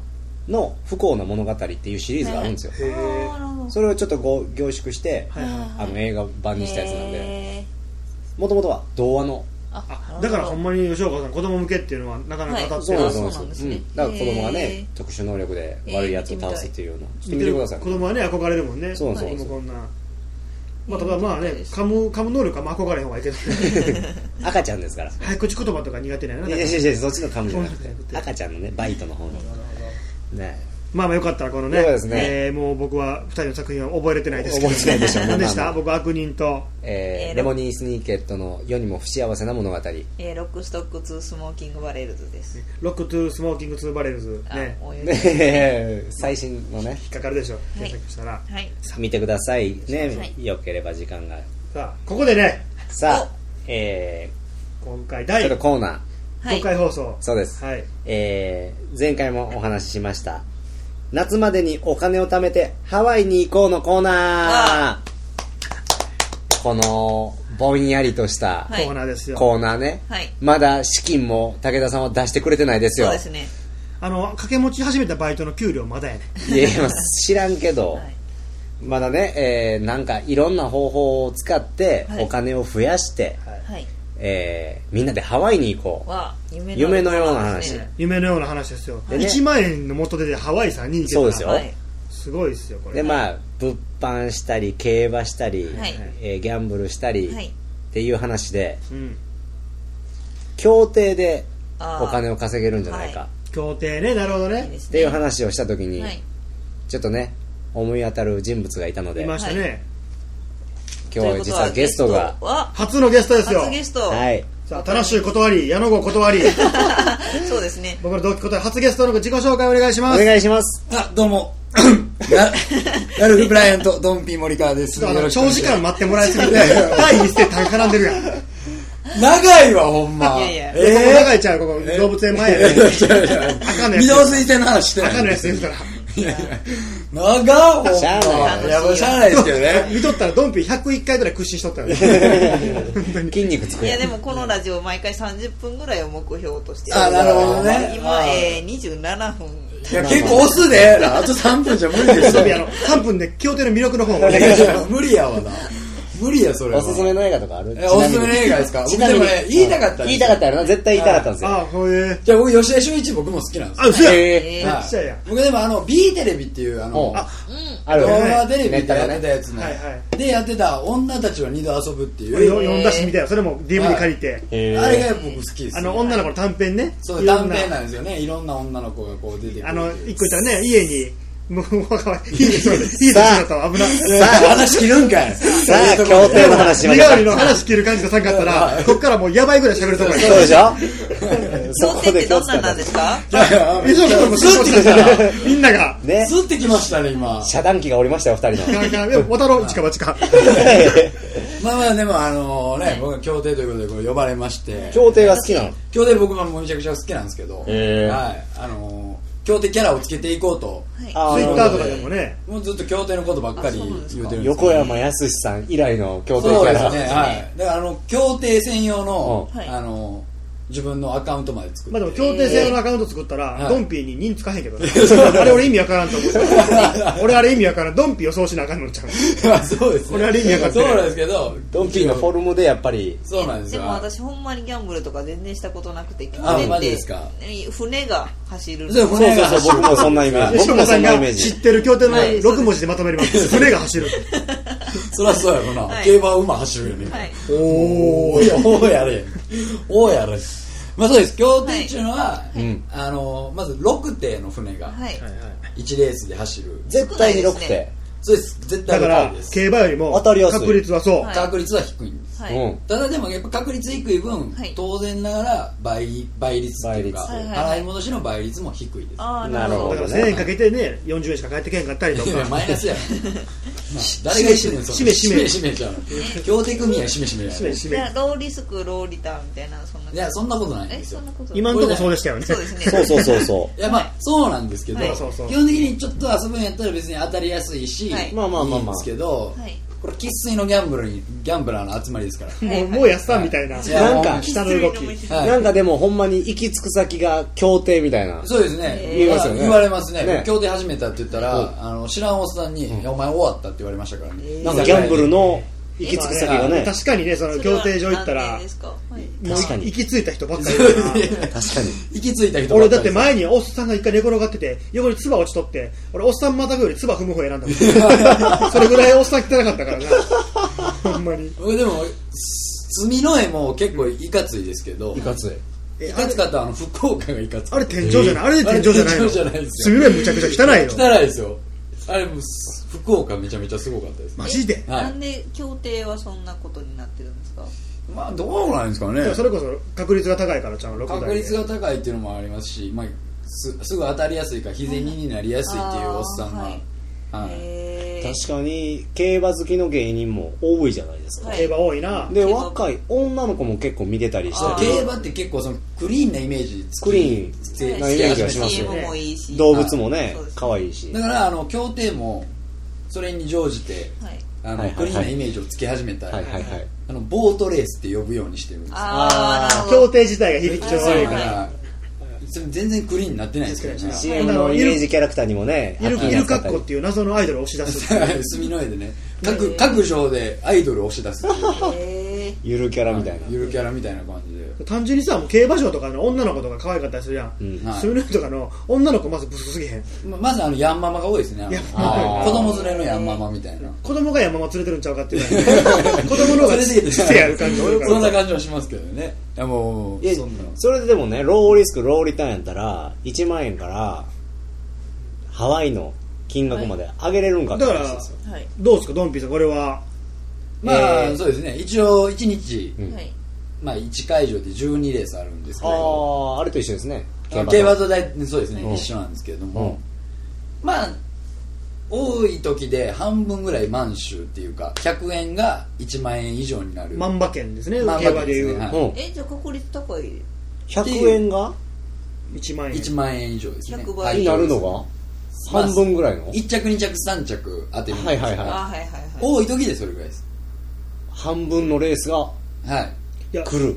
[SPEAKER 1] の不幸な物語っていうシリーズがあるんですよ。
[SPEAKER 2] へ
[SPEAKER 3] ー、
[SPEAKER 2] え
[SPEAKER 3] あーなるほど
[SPEAKER 1] それをちょっとご凝縮して、
[SPEAKER 2] はいは
[SPEAKER 1] あの映画版にしたやつなんで、
[SPEAKER 3] へー
[SPEAKER 1] もともとは童話の
[SPEAKER 3] あ
[SPEAKER 2] いだからほん
[SPEAKER 3] ま
[SPEAKER 2] まに吉岡さん子供向けっていうのはなかなか当たっ
[SPEAKER 1] そ
[SPEAKER 2] て
[SPEAKER 1] う
[SPEAKER 2] る、
[SPEAKER 1] なんで
[SPEAKER 3] はい
[SPEAKER 1] す
[SPEAKER 3] あ
[SPEAKER 1] そうなんです
[SPEAKER 3] そ
[SPEAKER 1] う
[SPEAKER 3] うなんですね
[SPEAKER 1] んだから子供が
[SPEAKER 3] へ
[SPEAKER 1] ね
[SPEAKER 3] え
[SPEAKER 1] 特殊能力で悪いやつを倒すっていうようなちょっと見てください
[SPEAKER 2] 子供はね憧れるもんね
[SPEAKER 1] そうそうそう
[SPEAKER 2] 今こんなまあただまあね噛む噛む能力はまあ憧れへん方がいいけど
[SPEAKER 1] 赤ちゃんですから
[SPEAKER 2] 早口言葉とか苦手なんや
[SPEAKER 1] い
[SPEAKER 2] な
[SPEAKER 1] やいやいやいやそっちの噛むじゃなく
[SPEAKER 2] そうじゃなく
[SPEAKER 1] て
[SPEAKER 2] て
[SPEAKER 1] 赤ちゃんのねバイトの方のね
[SPEAKER 2] まあまあよかったらこのね
[SPEAKER 1] よかったですね
[SPEAKER 2] えーもう僕は2人の作品は覚えれてないですけど
[SPEAKER 1] 覚えてないでしょうね
[SPEAKER 2] 何でし
[SPEAKER 1] まあま
[SPEAKER 2] た
[SPEAKER 1] あ
[SPEAKER 2] 僕悪人と
[SPEAKER 1] え
[SPEAKER 3] え
[SPEAKER 1] ー
[SPEAKER 3] ー
[SPEAKER 1] レモニー・スニーケットの世にも不幸せな物語
[SPEAKER 3] えーロックストックツースモーキングバレルズです
[SPEAKER 2] ロックトゥースモーキングツーバレルズ
[SPEAKER 3] あ
[SPEAKER 2] ね
[SPEAKER 3] およね
[SPEAKER 1] ね 最新のね
[SPEAKER 2] 引っかかるでしょ
[SPEAKER 3] い
[SPEAKER 2] 検索したら
[SPEAKER 3] はい
[SPEAKER 1] 見てください
[SPEAKER 3] は
[SPEAKER 1] ね
[SPEAKER 3] い
[SPEAKER 1] よければ時間が
[SPEAKER 2] さあここでね
[SPEAKER 1] さあえ
[SPEAKER 2] 今回
[SPEAKER 1] ーちょ
[SPEAKER 2] 第
[SPEAKER 1] っとコーナー
[SPEAKER 3] は
[SPEAKER 2] 5
[SPEAKER 3] い
[SPEAKER 2] 回放送
[SPEAKER 1] そうです
[SPEAKER 2] はい
[SPEAKER 1] えー前回もお話ししました夏までにお金を貯めてハワイに行こうのコーナ
[SPEAKER 3] あ
[SPEAKER 1] ーこのぼんやりとした
[SPEAKER 3] はい
[SPEAKER 2] コーナーですよ
[SPEAKER 1] コーナーね、
[SPEAKER 3] はい
[SPEAKER 1] まだ資金も武田さんは出してくれてないですよ
[SPEAKER 3] そうですね
[SPEAKER 2] あの掛け持ち始めたバイトの給料まだやね
[SPEAKER 1] いやいや知らんけど、
[SPEAKER 3] はい
[SPEAKER 1] まだね、えーなんかいろんな方法を使って
[SPEAKER 3] はい
[SPEAKER 1] お金を増やして、
[SPEAKER 3] はい
[SPEAKER 1] えーみんなでハワイに行こう
[SPEAKER 3] は夢
[SPEAKER 1] 夢のような
[SPEAKER 3] ですね
[SPEAKER 2] 夢のような話ですよ
[SPEAKER 1] でね
[SPEAKER 2] 1万円の元手でハワイさんに行けた
[SPEAKER 1] そう
[SPEAKER 2] ら
[SPEAKER 1] ですよ
[SPEAKER 3] はい
[SPEAKER 2] すごいですよこ
[SPEAKER 1] で
[SPEAKER 2] れ
[SPEAKER 1] まあ物販したり競馬したり、
[SPEAKER 3] はい
[SPEAKER 1] えーギャンブルしたり、
[SPEAKER 3] はい
[SPEAKER 1] っていう話で
[SPEAKER 2] うん
[SPEAKER 1] 協定で
[SPEAKER 3] あー
[SPEAKER 1] お金を稼げるんじゃないか
[SPEAKER 3] は
[SPEAKER 2] 協定ねなるほど
[SPEAKER 3] いい
[SPEAKER 2] ね
[SPEAKER 3] で
[SPEAKER 1] っ
[SPEAKER 3] すね
[SPEAKER 1] ていう話をした時に、
[SPEAKER 3] はい
[SPEAKER 1] ちょっとね思い当たる人物がいたので
[SPEAKER 2] い
[SPEAKER 1] 今
[SPEAKER 2] ましたね
[SPEAKER 1] 日は実はゲストが
[SPEAKER 3] は
[SPEAKER 2] 初のゲストですよ
[SPEAKER 3] 初ゲスト
[SPEAKER 1] はい
[SPEAKER 2] さあ楽しい断り矢野郷断り
[SPEAKER 3] そうですね
[SPEAKER 2] 僕の同期断り初ゲストの自己紹介お願いし
[SPEAKER 1] お
[SPEAKER 2] ます
[SPEAKER 1] 願いします
[SPEAKER 4] あ、どうも。 ララルフ・ブライアンとドンピー・モリカワで
[SPEAKER 2] ち
[SPEAKER 4] す。
[SPEAKER 2] ょっとあの
[SPEAKER 4] よろ
[SPEAKER 2] 長時
[SPEAKER 4] しくお願
[SPEAKER 2] 間
[SPEAKER 4] いし
[SPEAKER 2] 待ってもらいすぎて
[SPEAKER 4] いやいや
[SPEAKER 2] 第一声単絡んでるやん
[SPEAKER 4] ます長いわ、ほんま。
[SPEAKER 3] いやいや
[SPEAKER 4] え
[SPEAKER 2] え
[SPEAKER 4] ー
[SPEAKER 2] ここ長いちゃうここ動物園前やね赤のや
[SPEAKER 4] 御堂
[SPEAKER 2] つ
[SPEAKER 4] 筋線の話してない。
[SPEAKER 2] 赤のやつ言うたら
[SPEAKER 4] 長っ、ほんま。
[SPEAKER 1] しゃあない
[SPEAKER 4] やばい、しゃあないですけどね。
[SPEAKER 2] 見とったらドンピ101回ぐらい屈伸しとったよね
[SPEAKER 1] 筋肉つく
[SPEAKER 3] い
[SPEAKER 1] や
[SPEAKER 3] や
[SPEAKER 1] ん
[SPEAKER 3] でもこのラジオ毎回30分ぐらいを目標として
[SPEAKER 4] あ、なるほどね。
[SPEAKER 3] 今、
[SPEAKER 4] あー
[SPEAKER 3] えー、27分
[SPEAKER 4] いや、結構押すで。あと3分じゃ無理です
[SPEAKER 2] ドンピあ
[SPEAKER 4] よ
[SPEAKER 2] の。3分で協定の魅力の方をお願い
[SPEAKER 4] い
[SPEAKER 2] しま
[SPEAKER 4] や
[SPEAKER 2] す
[SPEAKER 4] いや無理やわな。無理や、それは。
[SPEAKER 1] おすすめの映画とかある
[SPEAKER 4] えおすすめの映画ですか
[SPEAKER 1] ちなみに
[SPEAKER 4] 僕でもね言いたかったんですよ
[SPEAKER 1] 言いたかったやろな絶対言いたかったんですよ
[SPEAKER 2] あこういう
[SPEAKER 4] じゃあ僕、吉田修一僕も好きなんです
[SPEAKER 2] あ
[SPEAKER 4] よ。
[SPEAKER 2] 嘘や
[SPEAKER 1] え
[SPEAKER 3] え
[SPEAKER 2] め
[SPEAKER 4] は
[SPEAKER 2] っちゃええやん
[SPEAKER 4] い僕でもあの、B テレビっていう、あ
[SPEAKER 1] お
[SPEAKER 4] の
[SPEAKER 1] う、
[SPEAKER 2] あ
[SPEAKER 1] ある
[SPEAKER 4] 動
[SPEAKER 2] ね
[SPEAKER 4] 画テレビでやってた
[SPEAKER 1] ね
[SPEAKER 4] やつね
[SPEAKER 2] はいは
[SPEAKER 4] でやってた「女たちは二度遊ぶ」って
[SPEAKER 2] 俺
[SPEAKER 4] いう、
[SPEAKER 2] よ読んだしみたいなそれも DVD 借りて
[SPEAKER 1] へー
[SPEAKER 4] あれが僕好きです、
[SPEAKER 2] あの女の子の短編ね
[SPEAKER 4] そう
[SPEAKER 2] いろん
[SPEAKER 4] 断片なんですよねいろんな女の子がこう出てくる
[SPEAKER 2] あの一個言ったらね家にもう若いいいですよいいですよと危ない
[SPEAKER 4] さあ話切るんかい
[SPEAKER 1] さあ協定の話しま
[SPEAKER 2] 身
[SPEAKER 1] しょ
[SPEAKER 2] 代わり
[SPEAKER 1] う
[SPEAKER 2] の話聞ける感じがさんかったらこっからもうやばいぐらい喋るとこや
[SPEAKER 1] そうで しょそ
[SPEAKER 3] 想
[SPEAKER 1] こ
[SPEAKER 3] 定っ
[SPEAKER 1] で
[SPEAKER 3] て
[SPEAKER 1] 気を
[SPEAKER 3] どん
[SPEAKER 1] つ
[SPEAKER 3] な
[SPEAKER 1] け
[SPEAKER 3] ん
[SPEAKER 1] た
[SPEAKER 3] なんん
[SPEAKER 1] で
[SPEAKER 3] ですすか
[SPEAKER 4] いやいや
[SPEAKER 2] 以上からもうスッチからみんなが
[SPEAKER 1] ね
[SPEAKER 4] スってきましたね今
[SPEAKER 1] 遮断機がおりましたよ二人の
[SPEAKER 2] ガンガンでも渡ろう一か八か
[SPEAKER 4] まあまあでもあのね僕は協定ということでこう呼ばれまして
[SPEAKER 1] 協定が好きなの
[SPEAKER 4] 協定僕はもうめちゃくちゃ好きなんですけど、
[SPEAKER 1] へえ
[SPEAKER 4] はいあの協定キャラをつけていこうと
[SPEAKER 3] は
[SPEAKER 1] あ
[SPEAKER 3] い
[SPEAKER 2] ツイ
[SPEAKER 1] ー
[SPEAKER 2] ッターとかでもね
[SPEAKER 4] もうずっと協定のことばっかり言うてるんですけど
[SPEAKER 1] 横山やすしさん以来の協定キ
[SPEAKER 4] そう
[SPEAKER 1] ャ
[SPEAKER 4] です
[SPEAKER 1] ラ
[SPEAKER 4] ね、はい。だから、あの、協定専用の、
[SPEAKER 3] うんはい
[SPEAKER 4] あの、自分のアカウントまで作
[SPEAKER 2] まあ
[SPEAKER 4] っ
[SPEAKER 2] でも協定制のアカウント作ったら、
[SPEAKER 4] えー
[SPEAKER 2] ドンピーに人つかへんけどね、 あれ俺意味わからんと思う俺あれ意味わからんドンピー予想しなあかんのちゃう
[SPEAKER 4] て。まあそうですね。
[SPEAKER 2] 俺はリニア買って
[SPEAKER 4] そうなんですけど、
[SPEAKER 1] ドンキーのフォルムでやっぱり
[SPEAKER 4] そうなんです
[SPEAKER 3] で
[SPEAKER 4] よ。
[SPEAKER 3] も私ほんまにギャンブルとか全然したことなくて去
[SPEAKER 4] あ
[SPEAKER 3] 年
[SPEAKER 4] マ
[SPEAKER 3] っ
[SPEAKER 4] ジで
[SPEAKER 3] て
[SPEAKER 4] すか
[SPEAKER 3] 船が走る
[SPEAKER 4] そう
[SPEAKER 1] そうそうそう僕もそんなイメージ
[SPEAKER 2] 吉
[SPEAKER 1] 僕も
[SPEAKER 2] 岡
[SPEAKER 1] そ
[SPEAKER 2] さ
[SPEAKER 1] ん
[SPEAKER 2] ん
[SPEAKER 1] なイメー
[SPEAKER 2] が知っ
[SPEAKER 1] ジ
[SPEAKER 2] てる協定の
[SPEAKER 3] はい
[SPEAKER 2] 6文字でまとめれば船が走る
[SPEAKER 4] そりゃそうやろな。
[SPEAKER 3] はい
[SPEAKER 4] 競馬は馬走るよね。
[SPEAKER 3] はい
[SPEAKER 4] おー、いや、おーやれ。おーやれ。まあそうです。協定っていうのは、
[SPEAKER 1] うん
[SPEAKER 4] あの、まず6艇の船が
[SPEAKER 3] はい
[SPEAKER 4] 1レースで走る。
[SPEAKER 1] 絶対に良くて
[SPEAKER 4] そうです。絶対
[SPEAKER 2] だか
[SPEAKER 4] 高
[SPEAKER 2] ら
[SPEAKER 4] いです。
[SPEAKER 2] 競馬よりも
[SPEAKER 1] 当たりやすい
[SPEAKER 2] 確率はそう、
[SPEAKER 3] はい
[SPEAKER 4] 確率は低いんです。
[SPEAKER 3] は
[SPEAKER 1] う
[SPEAKER 3] い
[SPEAKER 1] ん
[SPEAKER 4] ただでもやっぱ確率低い分、
[SPEAKER 3] はい
[SPEAKER 4] 当然ながら倍倍率っていうか
[SPEAKER 1] 倍
[SPEAKER 3] 率
[SPEAKER 4] 払い戻しの倍率も低いです
[SPEAKER 3] ああなる
[SPEAKER 1] なる
[SPEAKER 3] ほ
[SPEAKER 1] ほ
[SPEAKER 3] ど
[SPEAKER 2] だから1000円かけてね40円しか返ってけんかったりと
[SPEAKER 4] いや
[SPEAKER 2] か
[SPEAKER 4] マイナスやんな誰が一緒に
[SPEAKER 2] しめしめ
[SPEAKER 4] しめしめじゃん標定組合しめしめや
[SPEAKER 2] しめし
[SPEAKER 3] い
[SPEAKER 2] め
[SPEAKER 3] やローリスクローリターンみたいなそんな感
[SPEAKER 4] い
[SPEAKER 3] じ
[SPEAKER 4] やそんなことないん
[SPEAKER 3] え
[SPEAKER 4] です
[SPEAKER 3] そ
[SPEAKER 4] よ
[SPEAKER 3] んなこと
[SPEAKER 2] 今んとこそうでしたよね
[SPEAKER 3] そうですね
[SPEAKER 1] そうそうそうそ
[SPEAKER 4] いやまあそうなんですけど、
[SPEAKER 3] はい
[SPEAKER 2] そうそう
[SPEAKER 4] 基本的にちょっと遊ぶんやったら別に当たりやすいし、、
[SPEAKER 3] はいい
[SPEAKER 1] まあまあまあまあ
[SPEAKER 4] いんですけど、
[SPEAKER 3] はい
[SPEAKER 4] これ生粋のギャンブルにギャンブラーの集まりですから
[SPEAKER 2] もうもう安さんみたいな
[SPEAKER 4] はい
[SPEAKER 1] なんか
[SPEAKER 2] 下の動き
[SPEAKER 1] う、
[SPEAKER 4] はい
[SPEAKER 1] なんかでもほんまに行き着く先が協定みたいな
[SPEAKER 4] そうですね、
[SPEAKER 1] 言いますよね
[SPEAKER 4] 言われますね
[SPEAKER 1] ね
[SPEAKER 4] 協定始めたって言ったら、
[SPEAKER 1] うん
[SPEAKER 4] あの知らんおっさんに、いやお前終わった」って言われましたからね、
[SPEAKER 1] なんかギャンブルの行き着く先がね
[SPEAKER 2] 確かにねその競艇場行った
[SPEAKER 3] それは
[SPEAKER 2] ら
[SPEAKER 3] 何年ですかはい
[SPEAKER 2] もう
[SPEAKER 1] 確かに
[SPEAKER 2] 行き着いた人ばっかりだな
[SPEAKER 1] 確かに
[SPEAKER 4] 行き着いた人ば
[SPEAKER 2] 俺
[SPEAKER 4] か
[SPEAKER 2] だって
[SPEAKER 4] りです
[SPEAKER 2] 前におっさんが一回寝転がってて横に唾落ちとって俺おっさんまたぐより唾踏む方選んだも んそれぐらいおっさん汚かったからなほんまに
[SPEAKER 4] 僕でも墨の絵も結構いかついですけどい
[SPEAKER 1] いかつい
[SPEAKER 4] かつかったあの福岡がいかつい
[SPEAKER 2] あれ天井じゃないあれで天井じゃない
[SPEAKER 4] あれ天
[SPEAKER 2] の
[SPEAKER 4] 井じゃないです
[SPEAKER 2] すみれむちゃくちゃ汚いよ
[SPEAKER 4] 汚いですよあれもう福岡めちゃめちゃすごかったです
[SPEAKER 2] マジで
[SPEAKER 4] はい
[SPEAKER 3] なんで協定はそんなことになってるんですか
[SPEAKER 4] まあどうなんですかね
[SPEAKER 2] でもそれこそ確率が高いからちゃん6台
[SPEAKER 4] 確率が高いっていうのもありますし、まあ、すすぐ当たりやすいから日銭になりやすいっていうおっさんが、
[SPEAKER 3] はい
[SPEAKER 4] はい
[SPEAKER 3] へー
[SPEAKER 1] 確かに競馬好きの芸人も多いじゃないですか
[SPEAKER 3] はい
[SPEAKER 2] 競馬多いな
[SPEAKER 1] で
[SPEAKER 3] 競馬
[SPEAKER 1] 若い女の子も結構見てたりし
[SPEAKER 4] そう
[SPEAKER 1] たり
[SPEAKER 4] 競馬って結構そのクリーンなイメージつき
[SPEAKER 1] クリーン
[SPEAKER 4] つき
[SPEAKER 1] なイメージがします
[SPEAKER 3] CM
[SPEAKER 1] よね
[SPEAKER 3] もいいし
[SPEAKER 1] 動物もね
[SPEAKER 3] そうです
[SPEAKER 1] 可愛いし
[SPEAKER 4] だからあの協定もそれに乗じて
[SPEAKER 3] はい
[SPEAKER 4] あの、
[SPEAKER 1] はいはいはい
[SPEAKER 4] クリーンなイメージをつけ始めたり、
[SPEAKER 1] はいはいはい
[SPEAKER 4] あのボートレースって呼ぶようにしてるんですよ
[SPEAKER 3] ああなる
[SPEAKER 2] 協
[SPEAKER 3] ほど
[SPEAKER 2] 定自体が響き
[SPEAKER 4] 強
[SPEAKER 2] 強
[SPEAKER 4] い
[SPEAKER 2] い
[SPEAKER 4] か、
[SPEAKER 2] からら
[SPEAKER 4] それ全然クリーンになってないですけどね
[SPEAKER 1] CM のイメージキャラクターにもね
[SPEAKER 2] いる
[SPEAKER 1] はっきり
[SPEAKER 2] い
[SPEAKER 1] や
[SPEAKER 2] る
[SPEAKER 1] つだ
[SPEAKER 2] か
[SPEAKER 1] った
[SPEAKER 2] っ
[SPEAKER 1] り
[SPEAKER 2] こっていう謎のアイドルを押し出すっていう
[SPEAKER 4] 墨の絵でね各各章でアイドルを押し出すっていう
[SPEAKER 3] へー
[SPEAKER 1] ゆるキャラみたいな
[SPEAKER 4] ゆるキャラみたいな感じで
[SPEAKER 2] 単純にさもう競馬場とかの女の子とか可愛かったりするやん、
[SPEAKER 1] ん
[SPEAKER 4] はい
[SPEAKER 2] そういうのとかの女の子まずブスすぎへん
[SPEAKER 4] ままずあのヤンママが多いですねあの
[SPEAKER 2] ヤンママ
[SPEAKER 4] あー子供連れのヤンママみたいな
[SPEAKER 2] 子供が山間連れてるんちゃうかっていうぐら い子供の方が
[SPEAKER 4] 連れてきて
[SPEAKER 2] 知性やる感じが多いか
[SPEAKER 4] そんな
[SPEAKER 2] ら
[SPEAKER 4] 感じはしますけどねいやもう
[SPEAKER 1] いや
[SPEAKER 4] そんな
[SPEAKER 1] それででもねローリスクローリターンやったら1万円からハワイの金額まで上げれるんかって
[SPEAKER 2] だか
[SPEAKER 1] 話
[SPEAKER 2] ら
[SPEAKER 1] ですよ
[SPEAKER 3] はい
[SPEAKER 2] どうですかドンピーさんこれは
[SPEAKER 4] まあ、そうですね一応1日、
[SPEAKER 1] うん
[SPEAKER 3] はい
[SPEAKER 4] まあ、1会場で12レースあるんですけど
[SPEAKER 1] あああれと一緒ですね
[SPEAKER 4] 競馬
[SPEAKER 1] と
[SPEAKER 4] と大体そうですね、
[SPEAKER 1] うん
[SPEAKER 4] 一緒なんですけれど
[SPEAKER 1] う
[SPEAKER 4] も、
[SPEAKER 1] ん
[SPEAKER 4] まあ多い時で半分ぐらい満州っていうか100円が1万円以上になる
[SPEAKER 2] 万馬券ですね競
[SPEAKER 4] 万馬
[SPEAKER 2] 馬で
[SPEAKER 4] 券です
[SPEAKER 2] いう
[SPEAKER 4] ねはい
[SPEAKER 1] うん
[SPEAKER 3] えじゃあ国立高い
[SPEAKER 1] 100円が
[SPEAKER 2] 1万円
[SPEAKER 4] 1万円以上ですね
[SPEAKER 3] 100倍
[SPEAKER 4] はい
[SPEAKER 1] になるのが半分ぐらいの
[SPEAKER 4] 1着2着3着当てるんで
[SPEAKER 1] はい
[SPEAKER 4] す
[SPEAKER 1] はいはい
[SPEAKER 3] あはいはいはい
[SPEAKER 4] 多い時でそれぐらいです
[SPEAKER 1] 半分のレースが
[SPEAKER 4] はい
[SPEAKER 2] いや
[SPEAKER 1] 来る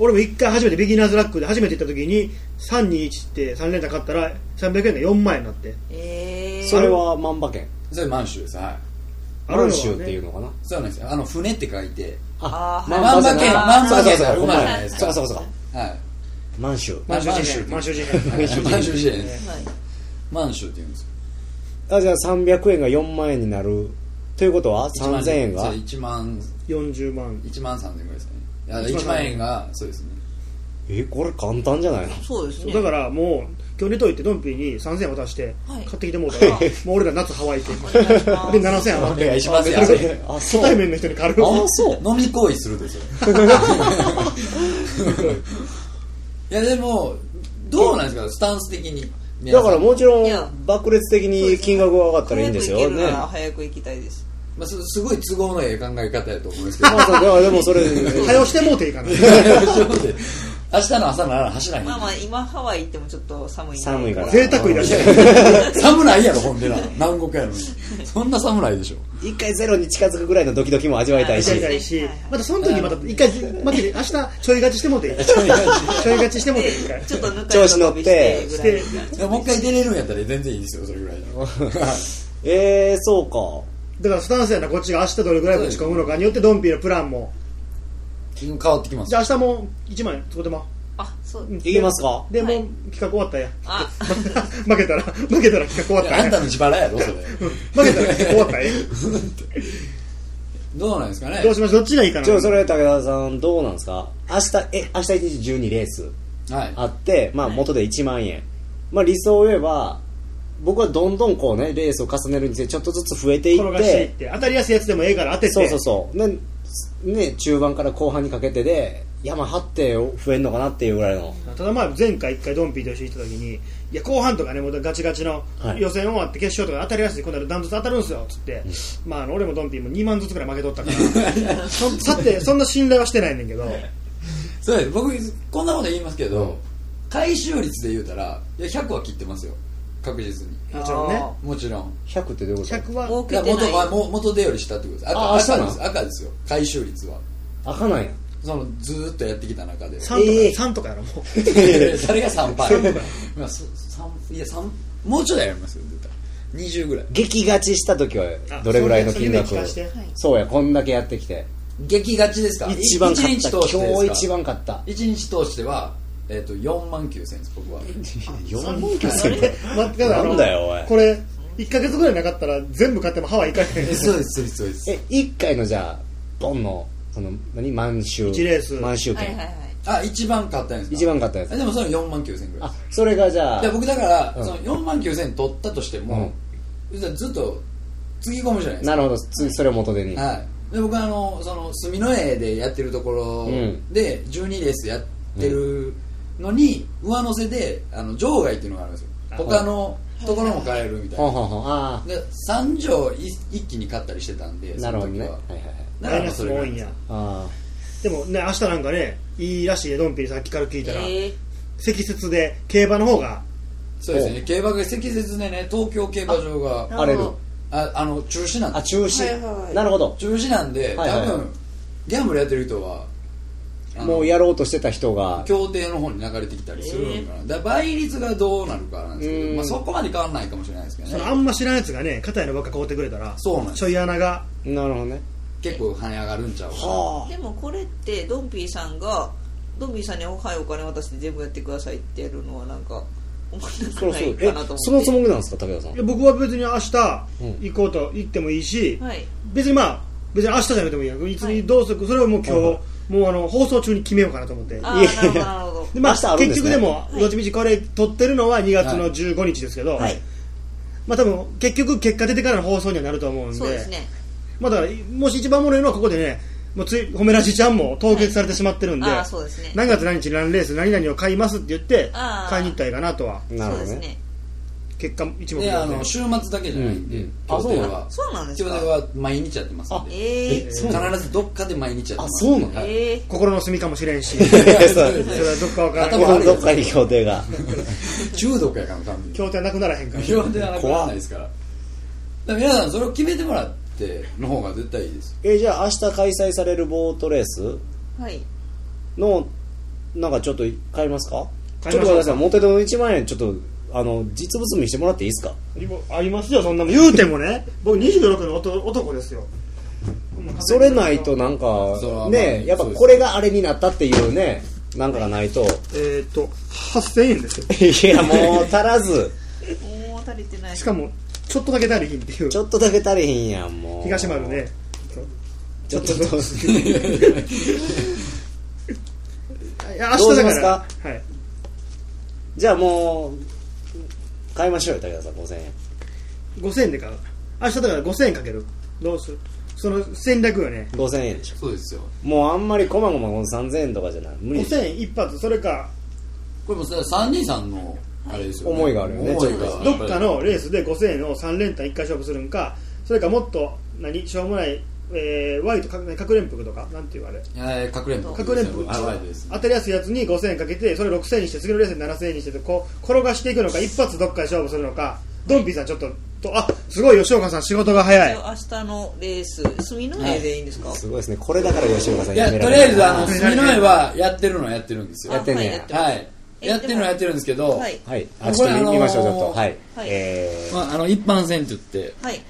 [SPEAKER 2] 俺も一回初めてビギナーズラックで初めて行った時に321って3連単買ったら300円が4万円になって
[SPEAKER 3] えー
[SPEAKER 1] それは万馬券
[SPEAKER 4] それ満州ですはい
[SPEAKER 1] 満州っていうのかな
[SPEAKER 4] そうなんですよあの船って書いて
[SPEAKER 3] あー
[SPEAKER 1] 万
[SPEAKER 3] はい
[SPEAKER 1] 馬券
[SPEAKER 3] 万馬
[SPEAKER 4] 券
[SPEAKER 1] そうかそうか
[SPEAKER 4] うまいじゃないですか
[SPEAKER 1] そうかそうかそうか
[SPEAKER 4] はい
[SPEAKER 1] 満州
[SPEAKER 2] 満州事変
[SPEAKER 4] 満
[SPEAKER 2] 満
[SPEAKER 4] 州
[SPEAKER 2] 州事
[SPEAKER 4] 満
[SPEAKER 2] 変
[SPEAKER 4] 州満州時代です
[SPEAKER 3] はい
[SPEAKER 4] 満州って言うんですよ
[SPEAKER 1] あじゃあ300円が4万円になるということは3000円が
[SPEAKER 4] 1万
[SPEAKER 2] 40万
[SPEAKER 4] 1万3000円ぐらいですかねいや1万円がそうですね
[SPEAKER 1] えこれ簡単じゃないの
[SPEAKER 3] そうですね
[SPEAKER 2] だからもう今日寝といてドンピーに3000円渡して
[SPEAKER 3] はい
[SPEAKER 2] 買ってきてもうたら、もう俺ら夏ハワイ行って
[SPEAKER 3] お願いします
[SPEAKER 2] で7000円余っ
[SPEAKER 4] お願い
[SPEAKER 2] て
[SPEAKER 4] しますよ
[SPEAKER 1] あそ
[SPEAKER 2] 初
[SPEAKER 1] う
[SPEAKER 2] 対面の人に軽く
[SPEAKER 4] あ
[SPEAKER 1] そう
[SPEAKER 4] 飲み行為するでしょ いやでもどうなんですかスタンス的に皆
[SPEAKER 1] だ
[SPEAKER 4] さん
[SPEAKER 1] からもちろ
[SPEAKER 3] いや
[SPEAKER 1] ん爆裂的に金額が上がったらいいんですよ
[SPEAKER 3] 早く
[SPEAKER 1] ね
[SPEAKER 3] 行けるなら早く行きたいです
[SPEAKER 4] まあ、すすごい都合のいい考え方やと思うんですけど
[SPEAKER 1] まあそうだからでもそれ
[SPEAKER 2] 早押してもうていいかな
[SPEAKER 4] 明日の朝なら走らへん、
[SPEAKER 3] まあまあ今ハワイ行ってもちょっと寒いな
[SPEAKER 1] 寒いから
[SPEAKER 2] 贅沢いらっしゃる
[SPEAKER 4] 寒ないやろほんでな南国やのにそんな寒ないでしょ
[SPEAKER 1] 一回ゼロに近づくぐらいのドキドキも味わいたいし
[SPEAKER 2] やりたいし、またその時にまた一回待って明日ちょい勝ちしてもうていいちょい勝ちしてもうていい一回
[SPEAKER 3] でちょっとぬか
[SPEAKER 1] 調子乗って
[SPEAKER 3] 喜びしてぐらい
[SPEAKER 4] でももう一回出れるんやったら全然いいですよそれぐらいの
[SPEAKER 1] えー、そうか
[SPEAKER 2] だからスタンスやなこっちが明日どれぐらいぶち込むのかによってドンピーのプランも
[SPEAKER 4] 変わってきます
[SPEAKER 2] じゃあ明日も1万円そこでも
[SPEAKER 3] あそう
[SPEAKER 2] うん
[SPEAKER 1] いきますか
[SPEAKER 2] でも
[SPEAKER 3] は
[SPEAKER 2] う
[SPEAKER 3] い
[SPEAKER 2] 企画終わったんや
[SPEAKER 3] あ
[SPEAKER 2] 負けたら負けたら企画終わっ
[SPEAKER 4] い
[SPEAKER 2] た
[SPEAKER 4] やあん
[SPEAKER 2] ん
[SPEAKER 4] た
[SPEAKER 2] や
[SPEAKER 4] の自腹やろそれ
[SPEAKER 2] 負けたら企画終わったん や
[SPEAKER 4] どうなんですかね
[SPEAKER 2] どうしましょうどっちがいいかな
[SPEAKER 1] ちょそれ武田さんどうなんですか明日え明日一日12レース
[SPEAKER 4] はい
[SPEAKER 1] あってまあ元で1万円まあ理想を言えば僕はどんどんこうねレースを重ねるにつれてちょっとずつ増えてい
[SPEAKER 2] 転
[SPEAKER 1] っ
[SPEAKER 2] がしていってて当たりやすいやつでもええから当てて
[SPEAKER 1] そうそうそうねね中盤から後半にかけてで山張って増えんのかなっていうぐらいの。
[SPEAKER 2] ただまあ前回一回ドンピーと一緒に行った時にいや後半とかねもうガチガチの
[SPEAKER 1] はい
[SPEAKER 2] 予選終わって決勝とか当たりやすいこんなの断トツ当たるんすよっつって、まあ、あの俺もドンピーも2万ずつぐらい負けとったから そさてそんな信頼はしてないねんけど
[SPEAKER 4] そうです僕こんなこと言いますけど、回収率で言うたらいや100は切ってますよ確実に
[SPEAKER 2] もちろんね
[SPEAKER 3] あ
[SPEAKER 4] もちろん
[SPEAKER 1] 100ってどういうこと
[SPEAKER 2] 100は
[SPEAKER 3] 多く
[SPEAKER 4] だ
[SPEAKER 3] て
[SPEAKER 4] から元
[SPEAKER 3] な
[SPEAKER 4] はいも元手より下ってことです
[SPEAKER 1] あ
[SPEAKER 4] 赤
[SPEAKER 1] あ
[SPEAKER 4] 赤
[SPEAKER 1] そうなん
[SPEAKER 4] で
[SPEAKER 1] です
[SPEAKER 4] す赤ですよ回収率は
[SPEAKER 1] 開かないやん。
[SPEAKER 4] そのずーっとやってきた中で
[SPEAKER 2] 3とか,、
[SPEAKER 1] ええ
[SPEAKER 2] 三とかやろもう
[SPEAKER 4] それが3倍
[SPEAKER 2] 三倍
[SPEAKER 4] まあそ三いや三もうちょいやりますよ絶対20ぐらい
[SPEAKER 1] 激勝ちした時は
[SPEAKER 2] あ
[SPEAKER 1] どれぐらいの
[SPEAKER 2] それ
[SPEAKER 1] 金額
[SPEAKER 2] それ夢聞かして
[SPEAKER 3] はい
[SPEAKER 1] そうや、こんだけやってきて。
[SPEAKER 4] 激ガチですか
[SPEAKER 1] 一番勝った。
[SPEAKER 4] 一日通してですか
[SPEAKER 1] 今日一番勝った。
[SPEAKER 4] 一日通しては、えっと4万9000円です僕は
[SPEAKER 1] 4万9000
[SPEAKER 2] それ待ってからあの
[SPEAKER 1] なんだよおい
[SPEAKER 2] これ1ヶ月ぐらいなかったら全部買ってもハワイ行か へん
[SPEAKER 4] えそうですそうですそうです
[SPEAKER 1] え、一回のじゃあ、ボンの、その、何満州。
[SPEAKER 2] 一レース
[SPEAKER 1] 満州
[SPEAKER 3] はいはい
[SPEAKER 1] 券。
[SPEAKER 3] はい
[SPEAKER 4] あ一番買ったんですか
[SPEAKER 1] 一番勝ったや
[SPEAKER 4] え
[SPEAKER 1] つ。
[SPEAKER 4] でもそれ4万9000円ぐらい
[SPEAKER 1] あ
[SPEAKER 4] で、
[SPEAKER 1] それがじゃ
[SPEAKER 4] すで
[SPEAKER 1] あ、
[SPEAKER 4] 僕だから、
[SPEAKER 1] うん
[SPEAKER 4] その4万9000円取ったとしても、ずっとつぎ込むじゃないです
[SPEAKER 1] なるほど、次それを元手に。
[SPEAKER 4] か、はい、で僕はあのその住之江でやってるところ
[SPEAKER 1] うん
[SPEAKER 4] で12レースやってるのに、上乗せであの場外っていうのがあるんですよ
[SPEAKER 2] あ
[SPEAKER 4] 他のところも買えるみたい
[SPEAKER 1] ほん
[SPEAKER 4] な
[SPEAKER 1] ほんほん。あ
[SPEAKER 4] で3錠い一気に買ったりしてたんで
[SPEAKER 1] あ、なるほどね。はい
[SPEAKER 4] その
[SPEAKER 1] はいはい。
[SPEAKER 2] マイナスも
[SPEAKER 4] 時は
[SPEAKER 2] 多いんや
[SPEAKER 1] あ
[SPEAKER 2] でもね明日なんかねいいらしいでドンピリさっきから聞いたら、
[SPEAKER 3] え
[SPEAKER 2] 積雪で競馬の方が
[SPEAKER 4] そうですね競馬が積雪でね東京競馬場
[SPEAKER 3] ー
[SPEAKER 4] が
[SPEAKER 1] あ。
[SPEAKER 3] な
[SPEAKER 1] れ
[SPEAKER 3] る
[SPEAKER 1] る
[SPEAKER 3] ほど
[SPEAKER 4] ああの中止なん
[SPEAKER 1] あ。
[SPEAKER 4] で
[SPEAKER 1] あ、
[SPEAKER 4] す
[SPEAKER 1] 中止。
[SPEAKER 3] はいはい
[SPEAKER 1] なるほど。
[SPEAKER 4] 中止なん
[SPEAKER 1] は
[SPEAKER 4] で、
[SPEAKER 1] いはいはい
[SPEAKER 4] 多分ギャンブルやってる人はあの
[SPEAKER 1] もうやろうとしてた人が、
[SPEAKER 4] 協定の方に流れてきたりするのかな、だから倍率がどうなるかなんですけ
[SPEAKER 1] う
[SPEAKER 4] ど、
[SPEAKER 1] ん
[SPEAKER 4] まあ、そこまで変わらないかもしれないですけど
[SPEAKER 2] そのあ
[SPEAKER 4] ね
[SPEAKER 2] んま知らんやつがね肩やのばっか買うてくれたら
[SPEAKER 4] そうなんです
[SPEAKER 2] ちょい穴が
[SPEAKER 1] なるほどね。
[SPEAKER 4] 結構跳ね上がるんちゃうか
[SPEAKER 1] は
[SPEAKER 3] でもこれってドンピーさんがドンピーさんに「はいお金渡して全部やってください」ってやるのはなんか思いな
[SPEAKER 1] あ。
[SPEAKER 3] く
[SPEAKER 1] そう
[SPEAKER 3] な
[SPEAKER 1] そう
[SPEAKER 3] い。か
[SPEAKER 1] え
[SPEAKER 3] なと思って、
[SPEAKER 1] そのつもりなんですか、武田さん
[SPEAKER 2] いや。僕は別に明日
[SPEAKER 1] うん
[SPEAKER 2] 行こうと行ってもいいし、
[SPEAKER 3] はい
[SPEAKER 2] 別にまあ別に明日じゃなくてもいいやいつ
[SPEAKER 3] は
[SPEAKER 2] に
[SPEAKER 3] い
[SPEAKER 2] どうするそれをもう今日、
[SPEAKER 1] はいは
[SPEAKER 2] もうあの放送中に決めようかなと思って
[SPEAKER 3] ああなるほどなるほど
[SPEAKER 2] で、まあ
[SPEAKER 1] 明日あるんで
[SPEAKER 2] 結
[SPEAKER 1] すね
[SPEAKER 2] 局でもどっちみちこれ撮ってるのは2月の
[SPEAKER 4] はい
[SPEAKER 2] 15日ですけど、
[SPEAKER 1] はい
[SPEAKER 2] まあ多分結局結果出てからの放送にはなると思うんで
[SPEAKER 3] そうですね
[SPEAKER 2] まあ、だからもし一番おもろいのはここでねもうつい褒めらしちゃんも凍結されてしまってるんで,、
[SPEAKER 3] はいあーそうですね
[SPEAKER 2] 何月何日何レース何々を買いますって言って
[SPEAKER 3] あー
[SPEAKER 2] 買いに行ったらいいかなとは
[SPEAKER 1] なるほ
[SPEAKER 3] そうで
[SPEAKER 1] ど
[SPEAKER 3] す
[SPEAKER 1] ね。
[SPEAKER 3] ね
[SPEAKER 2] 結果一目
[SPEAKER 4] いやあ
[SPEAKER 2] 瞭
[SPEAKER 4] の
[SPEAKER 2] 然
[SPEAKER 4] 週末だけじゃないんで、
[SPEAKER 1] うんうん
[SPEAKER 4] 協定
[SPEAKER 1] あ
[SPEAKER 4] は
[SPEAKER 3] そうなんですか
[SPEAKER 4] 協定は毎日やってますんで
[SPEAKER 3] ええ
[SPEAKER 1] えそうなの
[SPEAKER 4] 必ずどっかで毎日やってます
[SPEAKER 1] あそうなの
[SPEAKER 4] はい
[SPEAKER 3] ええ
[SPEAKER 2] 心の隅かもしれ んし
[SPEAKER 1] そう
[SPEAKER 2] それはどっかわから
[SPEAKER 4] 頭
[SPEAKER 2] ん
[SPEAKER 4] 悪い
[SPEAKER 1] どっかに協定が。
[SPEAKER 4] 中毒やから完全に
[SPEAKER 2] 協定はなくならへんから
[SPEAKER 4] 基本ではなくならないですからだから皆さんそれを決めてもらっての方が絶対いいです
[SPEAKER 1] え、じゃあ明日開催されるボートレース
[SPEAKER 3] はい
[SPEAKER 1] の、なんかちょっと買いますか
[SPEAKER 2] 買
[SPEAKER 1] ち
[SPEAKER 2] い
[SPEAKER 1] ょっと
[SPEAKER 2] ましょう
[SPEAKER 1] 私は元手の1万円、ちょっと、あの、実物見してもらっていいですか
[SPEAKER 2] ありますよそんなもん言うてもね僕26の男男ですよ
[SPEAKER 1] それないとなん
[SPEAKER 4] それ
[SPEAKER 1] か、
[SPEAKER 4] はまあ
[SPEAKER 1] ね、やっぱこれがあれになったっていうね、なんかがないと。
[SPEAKER 2] えーっと8000円ですよ
[SPEAKER 1] いや、もう足らず。
[SPEAKER 3] もう足りてない
[SPEAKER 2] しかもちょっとだけ足りひんっていう
[SPEAKER 1] ちょっとだけ足りへんやん、もう。
[SPEAKER 2] 東丸ね
[SPEAKER 1] ちょっと。ちょっと
[SPEAKER 2] いや明日だ
[SPEAKER 1] どう
[SPEAKER 2] か
[SPEAKER 1] します
[SPEAKER 2] ら
[SPEAKER 1] か
[SPEAKER 2] はい
[SPEAKER 1] じゃあもう、買いましょうよ、武田さん、5000円。
[SPEAKER 2] 5000円で買う明日だから5000円かけるどうするその戦略よね
[SPEAKER 1] 5000円でしょ。
[SPEAKER 4] そうですよ
[SPEAKER 1] もうあんまりこまごまこの3000円とかじゃない。無理でしょ
[SPEAKER 2] 5000円一発それか
[SPEAKER 4] これもさ三人さんのあれですよ、
[SPEAKER 1] 思いがあるよね
[SPEAKER 4] 思い
[SPEAKER 1] ちょっ
[SPEAKER 4] が
[SPEAKER 1] と
[SPEAKER 2] どっかのレースで5000円を3連単1回勝負するんかそれかもっと何しょうもない、えー、Y とか隠れんぷくとかなんていうあれ
[SPEAKER 4] えーかくれんぼ
[SPEAKER 2] 隠れんぷく
[SPEAKER 4] あはいです
[SPEAKER 2] 当たりやすいやつに5000円かけてそれ6000円にして次のレースで7000円にしてとこう転がしていくのか一発どっかで勝負するのかドンピーさんちょっととあすごい吉岡さん仕事が早い
[SPEAKER 3] 明日のレース隅の絵でいいんですか、
[SPEAKER 1] すごいですね。これだから吉岡さん
[SPEAKER 4] いや
[SPEAKER 1] やめら
[SPEAKER 4] と
[SPEAKER 1] れな
[SPEAKER 4] り
[SPEAKER 1] い
[SPEAKER 4] あえずあの
[SPEAKER 2] やめ
[SPEAKER 4] 隅
[SPEAKER 2] られない
[SPEAKER 4] の絵はやってるのはやってるんですよ
[SPEAKER 1] やってんねや
[SPEAKER 3] あはいやっ
[SPEAKER 4] はい
[SPEAKER 3] え
[SPEAKER 4] やってるのはやってるんですけど、
[SPEAKER 3] はい
[SPEAKER 1] はい。あ、ち
[SPEAKER 4] こ
[SPEAKER 1] ょっと
[SPEAKER 4] れあの
[SPEAKER 1] 見見
[SPEAKER 4] ー
[SPEAKER 1] ましょう、ちょっと。はい。
[SPEAKER 3] はい
[SPEAKER 1] え
[SPEAKER 4] まあ、あの一般選挙って
[SPEAKER 3] てはい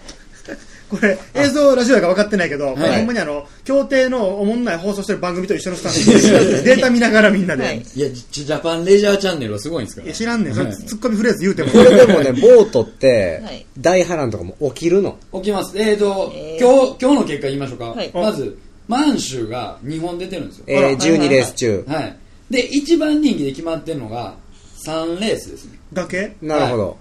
[SPEAKER 2] これ映像ラジオやから分かってないけど、これ
[SPEAKER 4] はい
[SPEAKER 2] ほんまにあの協定のおもんない放送してる番組と一緒のスタンスでデータ見ながらみんなで、
[SPEAKER 3] はいい、
[SPEAKER 4] いやジジャパンレジャーチャンネルはすごいんですか
[SPEAKER 2] や
[SPEAKER 4] ら
[SPEAKER 2] 知らんねん、それ
[SPEAKER 4] はい
[SPEAKER 2] ツッコミフレーズ言うても
[SPEAKER 1] ー、これ でもね、ボートって、
[SPEAKER 3] はい
[SPEAKER 1] 大波乱とかも起きるの。
[SPEAKER 4] 起きますえーと、
[SPEAKER 3] えー
[SPEAKER 4] 今日今日の結果言いましょうか、
[SPEAKER 3] はい
[SPEAKER 4] まず満州が2本出てるんですよ
[SPEAKER 1] え
[SPEAKER 2] あら
[SPEAKER 1] ー、12レース中。
[SPEAKER 4] はいで一番人気で決まってるのが3レースですね
[SPEAKER 2] だけ
[SPEAKER 1] なるほど。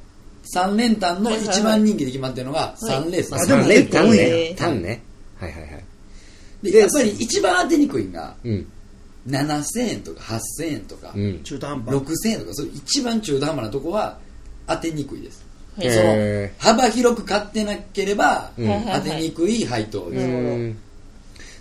[SPEAKER 4] 3連単の一番人気で決まってるのが3レース
[SPEAKER 2] はい
[SPEAKER 4] なん
[SPEAKER 2] あ
[SPEAKER 4] です
[SPEAKER 2] で
[SPEAKER 4] よ、
[SPEAKER 2] も
[SPEAKER 1] 単ね、単
[SPEAKER 2] 結構多い
[SPEAKER 1] ね
[SPEAKER 2] ね。
[SPEAKER 1] 単ね。はいはいはい。
[SPEAKER 4] でやっぱり一番当てにくいのが
[SPEAKER 1] うん。
[SPEAKER 4] 7000円とか8000円とか、
[SPEAKER 1] うん。
[SPEAKER 2] 中途半端
[SPEAKER 4] 6000円とかそういう一番中途半端なとこは当てにくいです
[SPEAKER 3] へー
[SPEAKER 4] その
[SPEAKER 1] へ
[SPEAKER 4] 幅広く買ってなければ
[SPEAKER 1] うん
[SPEAKER 3] はいはいは
[SPEAKER 4] 当
[SPEAKER 3] い
[SPEAKER 4] てにくい配当です、
[SPEAKER 1] うん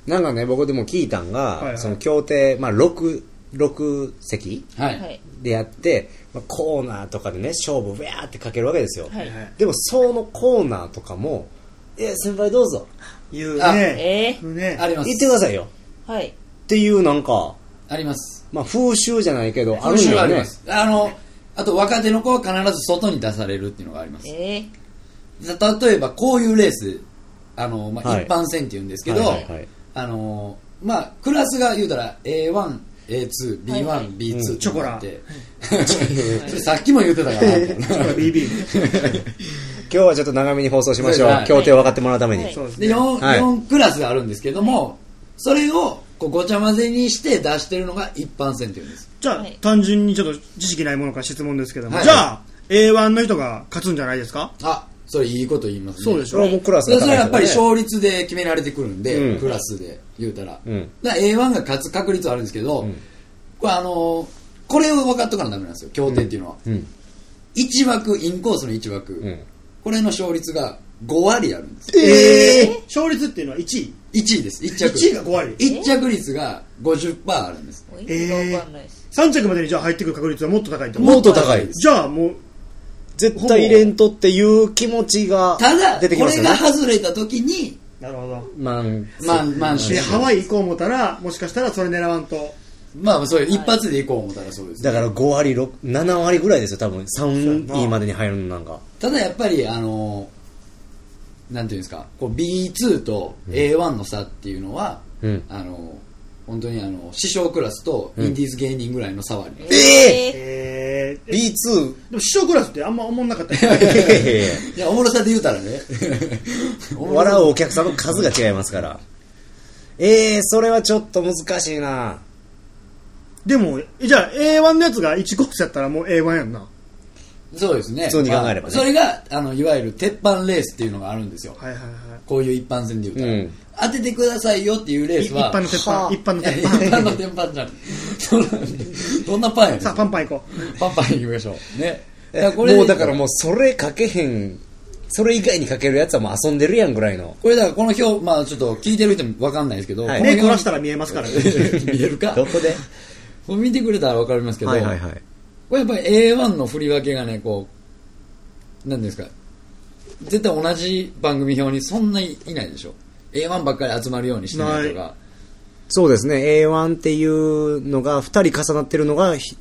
[SPEAKER 1] なんかね、僕でも聞いたんが、
[SPEAKER 2] いはい
[SPEAKER 1] その協定、まあ、6、6席
[SPEAKER 4] はい、
[SPEAKER 3] はい
[SPEAKER 1] でやって、まあ、コーナーとかでね、勝負、ウェーってかけるわけですよ。
[SPEAKER 3] はい
[SPEAKER 2] はい
[SPEAKER 1] でも、そのコーナーとかも、え、先輩どうぞ、
[SPEAKER 2] 言う
[SPEAKER 4] あ
[SPEAKER 2] ね
[SPEAKER 3] え
[SPEAKER 2] 言うね
[SPEAKER 4] ありま
[SPEAKER 1] 言っ
[SPEAKER 4] す
[SPEAKER 1] てくださいよ。
[SPEAKER 3] ーはい
[SPEAKER 1] っていう、なんか、
[SPEAKER 4] あります
[SPEAKER 1] まあ、風習じゃないけど、ある
[SPEAKER 4] 今
[SPEAKER 1] ん
[SPEAKER 4] 週
[SPEAKER 1] だ
[SPEAKER 4] はあ
[SPEAKER 1] よ
[SPEAKER 4] りま
[SPEAKER 1] ね。
[SPEAKER 4] すあのあと若手の子は必ず外に出されるっていうのがあります
[SPEAKER 3] えー
[SPEAKER 4] 例えばこういうレースあの、まあ
[SPEAKER 1] はい
[SPEAKER 4] 一般戦って言うんですけど、
[SPEAKER 1] はいはいはい
[SPEAKER 4] あのまあ、クラスが言うたら A1、A2、B1、
[SPEAKER 3] はいはい
[SPEAKER 4] B2
[SPEAKER 1] うん
[SPEAKER 4] って
[SPEAKER 2] チョコラ
[SPEAKER 4] って、 それさっきも言ってたから
[SPEAKER 2] ほら BB
[SPEAKER 1] 今日はちょっと長めに放送しましょう。
[SPEAKER 4] はい
[SPEAKER 1] 協定を分かってもらうために。
[SPEAKER 3] はい
[SPEAKER 2] そうです
[SPEAKER 4] で
[SPEAKER 2] ね
[SPEAKER 4] 4,
[SPEAKER 1] はい
[SPEAKER 4] 四クラスがあるんですけども、それをこうごちゃ混ぜにして出してるのが一般戦っていうんです
[SPEAKER 2] じゃあ
[SPEAKER 3] はい
[SPEAKER 2] 単純にちょっと知識ないものから質問ですけども
[SPEAKER 4] はい
[SPEAKER 2] じゃあ A1 の人が勝つんじゃないですか
[SPEAKER 4] あそれいいこと言いますね
[SPEAKER 2] そうでし
[SPEAKER 1] それはもうクラス
[SPEAKER 4] で
[SPEAKER 1] が
[SPEAKER 4] そ
[SPEAKER 1] 高い
[SPEAKER 4] れはやっぱり
[SPEAKER 1] とこね
[SPEAKER 4] 勝率で決められてくるんで、
[SPEAKER 1] うん
[SPEAKER 4] クラスで言うたら,、
[SPEAKER 1] うん
[SPEAKER 4] だから A1 が勝つ確率はあるんですけど、
[SPEAKER 1] ん
[SPEAKER 4] これあのーこれを分かっとかなダメなんですよ協定っていうのは、
[SPEAKER 1] うん。
[SPEAKER 4] 一枠インコースの1枠、
[SPEAKER 1] うん
[SPEAKER 4] これの勝率が5割あるんです
[SPEAKER 2] ええ勝率っていうのは1位
[SPEAKER 4] 1位です1着
[SPEAKER 2] 1位が5割
[SPEAKER 4] 1着率が50%あるんです
[SPEAKER 3] もう
[SPEAKER 2] え
[SPEAKER 3] 意
[SPEAKER 2] ー
[SPEAKER 3] 味がわかんないです、
[SPEAKER 2] 3着までにじゃあ入ってくる確率はもっと高いと
[SPEAKER 1] も
[SPEAKER 2] 思
[SPEAKER 1] っ
[SPEAKER 2] う
[SPEAKER 1] と高いです。
[SPEAKER 2] じゃあもう
[SPEAKER 1] 絶対入れんとっていう気持ちが
[SPEAKER 4] ただ
[SPEAKER 1] 出てき
[SPEAKER 4] こ
[SPEAKER 1] ます
[SPEAKER 4] れ
[SPEAKER 1] よね
[SPEAKER 4] が。外れた時に
[SPEAKER 2] なるほど
[SPEAKER 1] まあ、
[SPEAKER 4] マンマンシ
[SPEAKER 2] でハ
[SPEAKER 4] ョン
[SPEAKER 2] ワイ行こう思ったらもしかしたらそれ狙わんと
[SPEAKER 4] まあそういう一発でいこう思ったらそうです、
[SPEAKER 1] だから5割、6 7割ぐらいですよ、多分。3位までに入るのなんか。
[SPEAKER 4] ただやっぱりあのなんていうんですかこう B2 と A1 の差っていうのは、
[SPEAKER 1] うん
[SPEAKER 4] あの本当にあの師匠クラスとインディーズ芸人ぐらいの差はあります、
[SPEAKER 1] え
[SPEAKER 2] ええ
[SPEAKER 1] B2。
[SPEAKER 2] でも師匠クラスってあんま思んなかった
[SPEAKER 4] いやおもろさで言うたらね
[SPEAKER 1] 笑うお客さんの数が違いますから。えー、それはちょっと難しいな
[SPEAKER 2] でもじゃあ A1 のやつが1コースやったらもう A1 やんな
[SPEAKER 4] そうですね
[SPEAKER 1] 普通に考えればね
[SPEAKER 4] まあそれがあのいわゆる鉄板レースっていうのがあるんですよ、
[SPEAKER 2] はいはいは
[SPEAKER 4] こういう一般戦で言うたら、
[SPEAKER 1] うん
[SPEAKER 4] 当ててくださいよっていうレ
[SPEAKER 2] い
[SPEAKER 4] ー
[SPEAKER 2] い一
[SPEAKER 4] スは
[SPEAKER 2] 般の鉄板一般の
[SPEAKER 4] い
[SPEAKER 2] 鉄
[SPEAKER 4] や一般の
[SPEAKER 2] 板
[SPEAKER 4] 鉄板じゃん そんなどんなパンやねん
[SPEAKER 2] さあパンパン行こ
[SPEAKER 4] パンパン行きましょうねいやこれ
[SPEAKER 1] もうだからもうそれかけへん、それ以外にかけるやつはもう遊んでるやんぐらいの。
[SPEAKER 4] これだからこの表まあちょっと聞いてる人もわかんないですけど、
[SPEAKER 1] はい
[SPEAKER 2] う
[SPEAKER 4] こ
[SPEAKER 2] 目
[SPEAKER 4] の表
[SPEAKER 2] 凝らしたら見えますからね
[SPEAKER 4] 見えるか
[SPEAKER 1] どこで
[SPEAKER 4] これ見てくれたらわかりますけど、
[SPEAKER 1] い。
[SPEAKER 4] これやっぱり A1 の振り分けがねこうなんていうんですか絶対同じ番組表にそんなにいないでしょ A1 ばっかり集まるようにしてないとか
[SPEAKER 1] そうですね、A1 っていうのが2人重なってるのがひ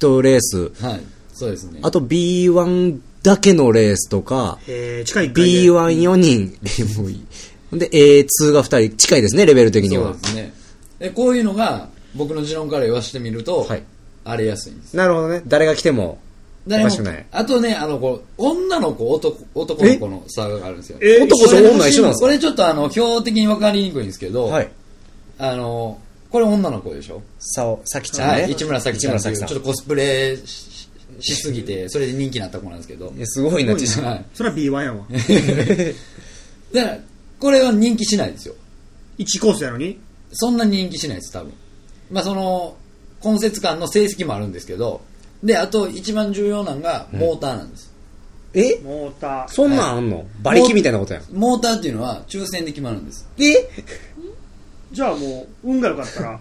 [SPEAKER 1] 1レース、
[SPEAKER 4] はいそうですね
[SPEAKER 1] あと B1 だけのレースとか、
[SPEAKER 2] えー近い
[SPEAKER 1] B14 人、もういいほんで A2 が2人、近いですね、レベル的に
[SPEAKER 4] そう
[SPEAKER 1] は
[SPEAKER 4] で。すねでこういうのが僕の持論から言わしてみると、
[SPEAKER 1] はい
[SPEAKER 4] あれやすいんです
[SPEAKER 1] なるほどね、誰が来てもお
[SPEAKER 4] 誰
[SPEAKER 1] か
[SPEAKER 4] も
[SPEAKER 1] しくない。
[SPEAKER 4] あとねあのこう女の子男男の子の差があるんですよ
[SPEAKER 2] え
[SPEAKER 1] 男と女一緒なんです
[SPEAKER 4] こ
[SPEAKER 1] か
[SPEAKER 4] れちょっとあの表的に分かりにくいんですけど、
[SPEAKER 1] はい。
[SPEAKER 4] あのこれ女の子でしょ、
[SPEAKER 1] さお、さきちゃん
[SPEAKER 4] は
[SPEAKER 1] ね。
[SPEAKER 4] い、市村咲ちゃんっていう
[SPEAKER 1] 市
[SPEAKER 4] ち
[SPEAKER 1] 村
[SPEAKER 4] ょっ
[SPEAKER 1] 咲
[SPEAKER 4] とコスプレししすぎてそれで人気になった子なんですけど
[SPEAKER 1] えすごいな、知識。
[SPEAKER 4] はい
[SPEAKER 2] それは B1 やわ
[SPEAKER 4] だからこれは人気しないですよ
[SPEAKER 2] 1コースやのに
[SPEAKER 4] そんなに人気しないです、多分。まあ、その、根節間の成績もあるんですけど、で、あと一番重要なのが、モーターなんです。
[SPEAKER 1] え
[SPEAKER 2] モーター
[SPEAKER 1] そんなんあんの馬力みたいなことやん。
[SPEAKER 4] モーターっていうのは、抽選で決まるんです。
[SPEAKER 1] え
[SPEAKER 2] じゃあもう運が良かったら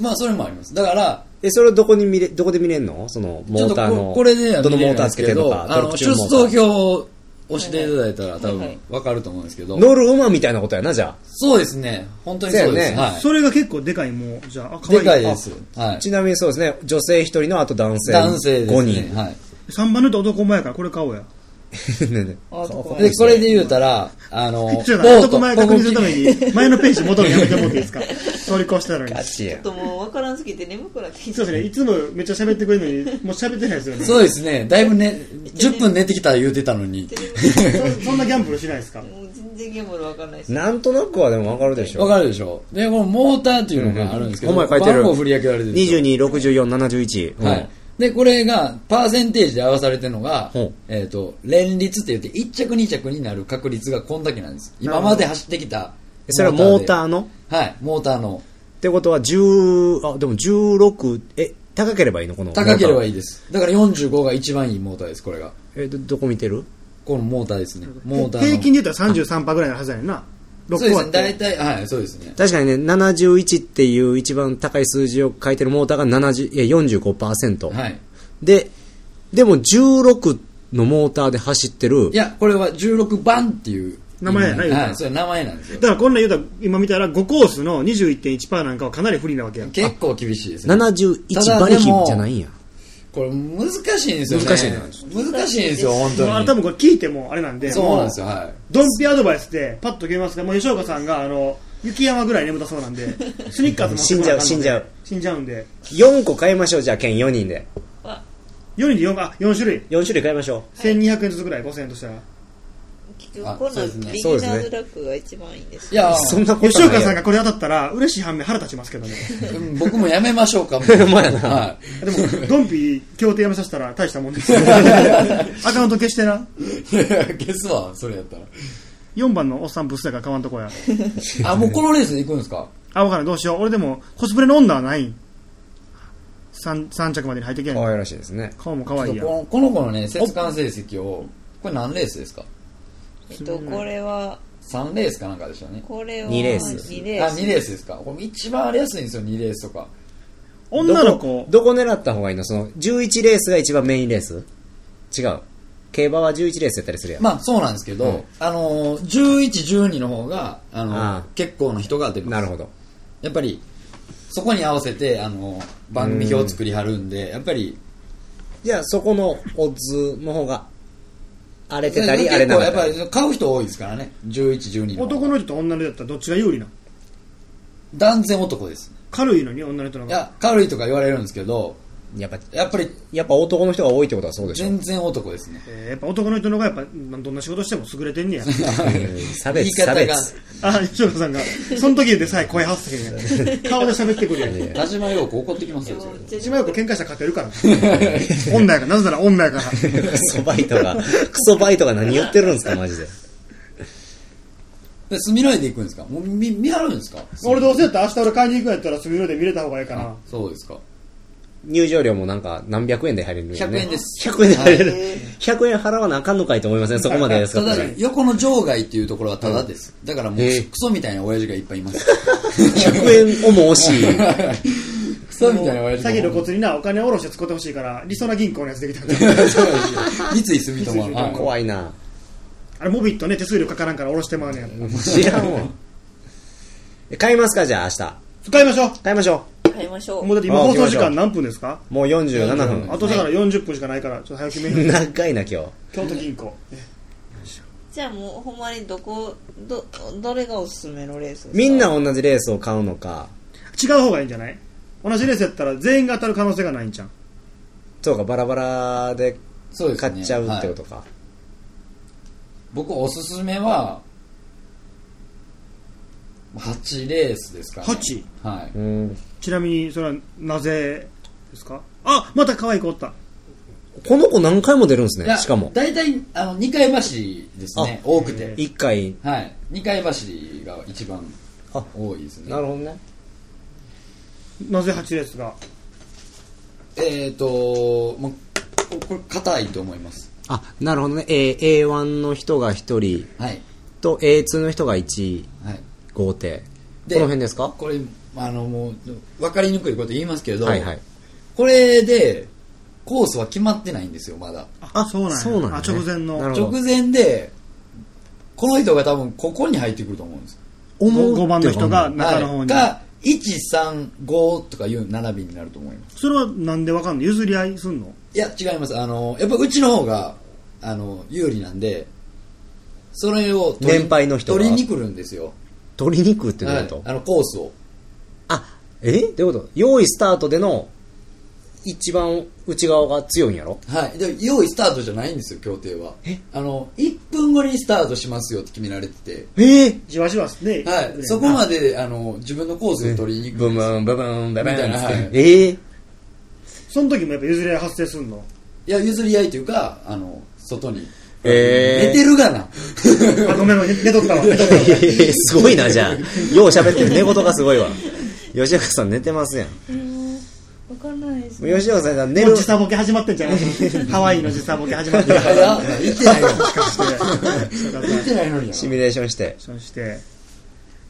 [SPEAKER 4] まあ、それもあります。だから、
[SPEAKER 1] え、それどこに見れ、どこで見れんのその、モ
[SPEAKER 4] ちょっ
[SPEAKER 1] ー
[SPEAKER 4] と
[SPEAKER 1] ター
[SPEAKER 4] こ
[SPEAKER 1] の。
[SPEAKER 4] これでは
[SPEAKER 1] どの
[SPEAKER 4] 見
[SPEAKER 1] モ
[SPEAKER 4] れ
[SPEAKER 1] ー
[SPEAKER 4] な
[SPEAKER 1] タ
[SPEAKER 4] い
[SPEAKER 1] ーつ
[SPEAKER 4] んす
[SPEAKER 1] けてるのか、
[SPEAKER 4] あの、
[SPEAKER 1] ト
[SPEAKER 4] 出
[SPEAKER 1] ルクチューンモー
[SPEAKER 4] 走
[SPEAKER 1] ター
[SPEAKER 4] 表を押していただいたら、多
[SPEAKER 3] はいは
[SPEAKER 4] 分
[SPEAKER 3] い、
[SPEAKER 4] わかると思うんですけど、
[SPEAKER 1] 乗る馬みたいなことやな、じゃあ。
[SPEAKER 4] そうですね。本当にそうです。
[SPEAKER 1] そうやね
[SPEAKER 4] はい。
[SPEAKER 2] それが結構でかいもうじゃああ可愛
[SPEAKER 4] でかいです。はい。
[SPEAKER 1] ちなみにそうですね、女性1人のあと男性
[SPEAKER 4] 男性です、
[SPEAKER 1] 5
[SPEAKER 4] ね。
[SPEAKER 1] 人。
[SPEAKER 4] はい。
[SPEAKER 2] 3番の人男前やからこれ買おうや
[SPEAKER 1] ねね
[SPEAKER 3] あ男前
[SPEAKER 4] で、これで言うたら、あの、ボ
[SPEAKER 2] ちょっと待って
[SPEAKER 4] ー
[SPEAKER 2] 男
[SPEAKER 4] ト、
[SPEAKER 2] 前確認するために前のページ戻るのやめてもらっていいですか通り越したのに
[SPEAKER 1] ガチ
[SPEAKER 3] ちょ
[SPEAKER 1] や
[SPEAKER 3] っ。ともう分からんすぎて眠くなってき
[SPEAKER 2] そうですねいつもめっちゃ喋ってくれるのにもう喋ってないですよね
[SPEAKER 4] そうですね。だい ぶね、10分寝てきた言うてたのに。
[SPEAKER 2] そそんなギャンブルしないですか
[SPEAKER 3] もう全然ゲーム分かんないです
[SPEAKER 1] なんとなくはでもわかるでしょ。
[SPEAKER 4] わかるでしょで、このモーターっていうのがあるんですけど、
[SPEAKER 1] お前書いてる。
[SPEAKER 4] 番号振り上げられてるんですよ。
[SPEAKER 1] 22、64、71。うん
[SPEAKER 4] はい。。で、これが、パーセンテージで合わされてるのが
[SPEAKER 1] ほう、
[SPEAKER 4] えっと、連率って言って、1着2着になる確率がこんだけなんです。今まで走ってきた。
[SPEAKER 1] それはモーターの
[SPEAKER 4] ー。はい、モーターの。
[SPEAKER 1] ってことは、10、あ、でも16、え、高ければいいのこの。
[SPEAKER 4] 高ければいい
[SPEAKER 1] い。
[SPEAKER 4] です。だから45が一番いいモーターです、これが。
[SPEAKER 1] え、ど、どこ見てる
[SPEAKER 4] このモーターですね。モーターの。
[SPEAKER 2] 平均で言ったら33%ぐらいのはずやねんな6
[SPEAKER 4] そうで
[SPEAKER 2] 個あ
[SPEAKER 4] す
[SPEAKER 2] っ
[SPEAKER 4] ね。
[SPEAKER 2] て
[SPEAKER 4] 大体、はい、そうですね。
[SPEAKER 1] 確かにね、71っていう一番高い数字を書いてるモーターが70、いや、45%。
[SPEAKER 4] はい。
[SPEAKER 1] で、でも16のモーターで走ってる
[SPEAKER 4] い、や、これは16番っていう。
[SPEAKER 2] 名前やな言うたら
[SPEAKER 4] はい、それ名前なんですよ。
[SPEAKER 2] だからこんなん言うたら今見たら5コースの21.1%なんかはかなり不利なわけやん
[SPEAKER 4] 結構厳しいですね。
[SPEAKER 1] 71
[SPEAKER 4] た
[SPEAKER 1] 馬
[SPEAKER 4] だでも
[SPEAKER 1] 力じゃないんや。
[SPEAKER 4] これ難しいんですよね。
[SPEAKER 1] 難しいな
[SPEAKER 4] 難しいんですよ、本
[SPEAKER 2] まあ、
[SPEAKER 4] 当
[SPEAKER 2] 多
[SPEAKER 4] に。
[SPEAKER 2] 分これ聞いてもあれなんで
[SPEAKER 4] そうなんです
[SPEAKER 2] よ
[SPEAKER 4] よ、はい。
[SPEAKER 2] ドンピアドバイスでパッと決めますがもう吉岡さんがあの雪山ぐらい眠たそうなんで スニッカーズも
[SPEAKER 1] 死んじゃう死んじゃう
[SPEAKER 2] 死んじゃうんで
[SPEAKER 1] 4個買いましょう、じゃあ、県4人で。
[SPEAKER 2] 4人で 4, あ4種類
[SPEAKER 1] 4種類買いましょ
[SPEAKER 2] 1200円ずつぐらい5000円としたら
[SPEAKER 3] 結局こ
[SPEAKER 4] あそうです
[SPEAKER 3] の
[SPEAKER 4] ね
[SPEAKER 3] ビギナーズラックが一番いいんです
[SPEAKER 4] いや
[SPEAKER 1] う。、そんなこと
[SPEAKER 2] 吉
[SPEAKER 1] ない
[SPEAKER 2] 岡さん
[SPEAKER 1] や
[SPEAKER 2] がこれ当たったら嬉しい反面腹立ちますけどね
[SPEAKER 4] うん 僕もやめましょうか、も う。
[SPEAKER 1] ほんまやな
[SPEAKER 4] は
[SPEAKER 2] でもドンピ協定やめさせたら大したもん
[SPEAKER 4] 。
[SPEAKER 2] ですよアカウント消してない
[SPEAKER 4] いや、消すわ、それやった
[SPEAKER 2] 4番のおっさんブスだから買わんとこや
[SPEAKER 4] ら。 あ、もうこのレースで行くんですか
[SPEAKER 2] あ、わからん、どうしよう。俺でも、コスプレの女はないん。三、三着までに入ってけん。
[SPEAKER 1] 可愛らしいですね。
[SPEAKER 2] 顔も可愛いや
[SPEAKER 4] ち
[SPEAKER 2] ん。
[SPEAKER 4] ょっとこのこの子のね、節間成績を、これ何レースですか
[SPEAKER 3] えっとこれは
[SPEAKER 4] ?3 レースかなんかでしたよね。
[SPEAKER 3] これは
[SPEAKER 1] 二レース
[SPEAKER 3] 二レー
[SPEAKER 4] あ、
[SPEAKER 3] ス
[SPEAKER 4] 2レースですか。これ一番ありやすいんですよ、2レースとか。
[SPEAKER 2] 女の
[SPEAKER 1] どこ
[SPEAKER 2] 子、
[SPEAKER 1] どこ狙った方がいいのその、11レースが一番メインレース違う。競馬は11レースやったりするやん。
[SPEAKER 4] まあそうなんですけど、
[SPEAKER 1] うん
[SPEAKER 4] あのー、11、12の方が、あのー
[SPEAKER 1] ああ
[SPEAKER 4] 結構な人が出ます。
[SPEAKER 1] なるほど。
[SPEAKER 4] やっぱり、そこに合わせて、あのー、番組表を作りはるんで、やっぱり、
[SPEAKER 1] じゃあ、そこのオッズの方が、荒れてたり、荒れ
[SPEAKER 4] 結
[SPEAKER 1] な
[SPEAKER 4] 構
[SPEAKER 1] か
[SPEAKER 4] や
[SPEAKER 1] っ
[SPEAKER 4] ったぱ
[SPEAKER 1] り。
[SPEAKER 4] り買う人多いですからね。11、12の方が
[SPEAKER 2] 男の人と女の人だったらどっちが有利なの
[SPEAKER 4] 断然男です。
[SPEAKER 2] 軽いのに女の人の
[SPEAKER 4] い
[SPEAKER 2] 方が。
[SPEAKER 4] や、軽いとか言われるんですけど、
[SPEAKER 1] やっぱ、
[SPEAKER 4] やっぱり
[SPEAKER 1] やっぱ男の人が多いってことはそうでしょ。
[SPEAKER 4] 全然男ですね。
[SPEAKER 2] えーやっぱ男の人の方がやっぱ、どんな仕事しても優れてんねや。
[SPEAKER 1] うん 差
[SPEAKER 4] 言い
[SPEAKER 1] 別、差
[SPEAKER 4] 方が
[SPEAKER 1] 別。
[SPEAKER 2] あ、吉岡さんが、その時でさえ声発せへんやん。 顔で喋ってくるやん。
[SPEAKER 4] 田島陽子怒ってきますよ、それ
[SPEAKER 2] 一番よく喧嘩したら勝てるから。女やから、なぜなら女やから。
[SPEAKER 1] クソバイトが、クソバイトが何言ってるんですか、マジで。
[SPEAKER 4] で、住みないで行くんですかもう見見張るんですか
[SPEAKER 2] 俺どうせやったら明日俺買いに行くんやったら、スミレで見れた方がいいかな。
[SPEAKER 4] そうですか。
[SPEAKER 1] 入場料もなんか何百円で入れるんやね。
[SPEAKER 4] 100円です
[SPEAKER 1] 100円で入れる。100円払わなあかんのかいと思いません、そこまで安
[SPEAKER 4] た
[SPEAKER 1] かった
[SPEAKER 4] だ
[SPEAKER 1] ら。、
[SPEAKER 4] 横の場外っていうところはただです。だからもう、
[SPEAKER 1] ええ
[SPEAKER 4] クソみたいな親父がいっぱい います。
[SPEAKER 1] 100円をも惜しい。
[SPEAKER 4] クソみたいな親父が
[SPEAKER 2] 詐欺露骨にな、お金を下ろして使ってほしいから、理想な銀行のやつできたん だ
[SPEAKER 4] そうですよ三井住友
[SPEAKER 2] 三井住友
[SPEAKER 4] はい
[SPEAKER 1] 怖いな。
[SPEAKER 2] あれ、モビットね、手数料かからんから下ろしてまうねん。
[SPEAKER 1] 知らんわ。え買いますか、じゃあ明日。
[SPEAKER 2] 使いましょ
[SPEAKER 1] 買いましょ
[SPEAKER 3] 買いましょう
[SPEAKER 2] もうだって今
[SPEAKER 1] あ
[SPEAKER 2] 放送時
[SPEAKER 1] 行きましょう
[SPEAKER 2] 間何分ですか
[SPEAKER 1] う。もう47
[SPEAKER 4] 47
[SPEAKER 1] 分。
[SPEAKER 2] あとだから40分しかないから、ちょっと早く決めよ う。
[SPEAKER 1] 長いな、今日。
[SPEAKER 2] 京都銀行。
[SPEAKER 3] じゃあもうほんまにどこどどれがおすすめのレースですか
[SPEAKER 1] みんな同じレースを買うのか、
[SPEAKER 2] 違う方がいいんじゃない同じレースやったら全員が当たる可能性がないんじゃん。
[SPEAKER 1] そうか、バラバラで
[SPEAKER 4] そうですね
[SPEAKER 1] 買っちゃうってことか。
[SPEAKER 4] 僕おすすめは8レースですかね
[SPEAKER 2] 八
[SPEAKER 4] は
[SPEAKER 1] うーん
[SPEAKER 2] ちなみに、それはなぜですかあまた可愛い子おった。
[SPEAKER 1] この子何回も出るんです
[SPEAKER 4] いい
[SPEAKER 1] ね、
[SPEAKER 4] や
[SPEAKER 1] しかも。
[SPEAKER 4] 大体あの2回走りですね多くて
[SPEAKER 1] 1回。
[SPEAKER 4] はい2回走りが一番
[SPEAKER 1] あ
[SPEAKER 4] 多いですね
[SPEAKER 1] なるほどね。
[SPEAKER 2] なぜ8レースが。
[SPEAKER 4] えっ、ー、ともうここれ硬いと思います
[SPEAKER 1] あ、なるほどね。えー A1 の人が1人
[SPEAKER 4] はい
[SPEAKER 1] と A2 の人が1
[SPEAKER 4] はい
[SPEAKER 1] 号艇。こ
[SPEAKER 4] で
[SPEAKER 1] の辺ですか
[SPEAKER 4] これあのもう分かりにくいこと言いますけど、
[SPEAKER 1] はいはい。
[SPEAKER 4] これでコースは決まってないんですよまだ
[SPEAKER 2] あ、そうなんや。
[SPEAKER 1] そうなんやね
[SPEAKER 2] あ、直前
[SPEAKER 1] なるほ
[SPEAKER 2] の。
[SPEAKER 1] ど
[SPEAKER 4] 直前でこの人が多分ここに入ってくると思うんです
[SPEAKER 1] 思う
[SPEAKER 2] 5番の人が
[SPEAKER 1] って
[SPEAKER 2] 中の方に。
[SPEAKER 4] はい、が135とかいう並びになると思います
[SPEAKER 2] それはなんでわかんの譲り合いすんの
[SPEAKER 4] いや違いますあのやっぱうちの方があの有利なんでそれを取り
[SPEAKER 1] 年配の人が
[SPEAKER 4] 取りに来るんですよ
[SPEAKER 1] 取りに行くってどういう
[SPEAKER 4] は
[SPEAKER 1] こ
[SPEAKER 4] い
[SPEAKER 1] と、
[SPEAKER 4] あのコースを
[SPEAKER 1] あ、えどういうこと用意スタートでの一番内側が強いんやろ
[SPEAKER 4] はいで用意スタートじゃないんですよ協定はあの1分後にスタートしますよって決められてて
[SPEAKER 1] ええ
[SPEAKER 2] じわじわね。
[SPEAKER 4] はい、そこまであの自分のコースを取りに行く
[SPEAKER 1] ブ
[SPEAKER 4] ん
[SPEAKER 1] ン
[SPEAKER 4] ですよ
[SPEAKER 1] ブン、ブブン、ブブン
[SPEAKER 4] みたいなはい
[SPEAKER 1] ええ
[SPEAKER 2] その時もやっぱ譲り合い発生すんの
[SPEAKER 4] いや譲り合いというかあの外に、
[SPEAKER 1] え
[SPEAKER 4] 寝てるがな
[SPEAKER 2] あ、ごめんごめん、寝とったわ。寝とったわ
[SPEAKER 1] えすごいな、じゃあ。よう喋ってる寝言がすごいわ。吉岡さん寝てますやん。
[SPEAKER 3] 分かんないですね
[SPEAKER 1] 吉岡さん寝
[SPEAKER 2] もう
[SPEAKER 1] る
[SPEAKER 2] 時。差ボケ始まってんじゃないハワイの時差ボケ始まってんじゃない
[SPEAKER 4] や、行ってないのに。行っ
[SPEAKER 2] して
[SPEAKER 4] ない のにや。
[SPEAKER 1] シミュレーションして。
[SPEAKER 2] そして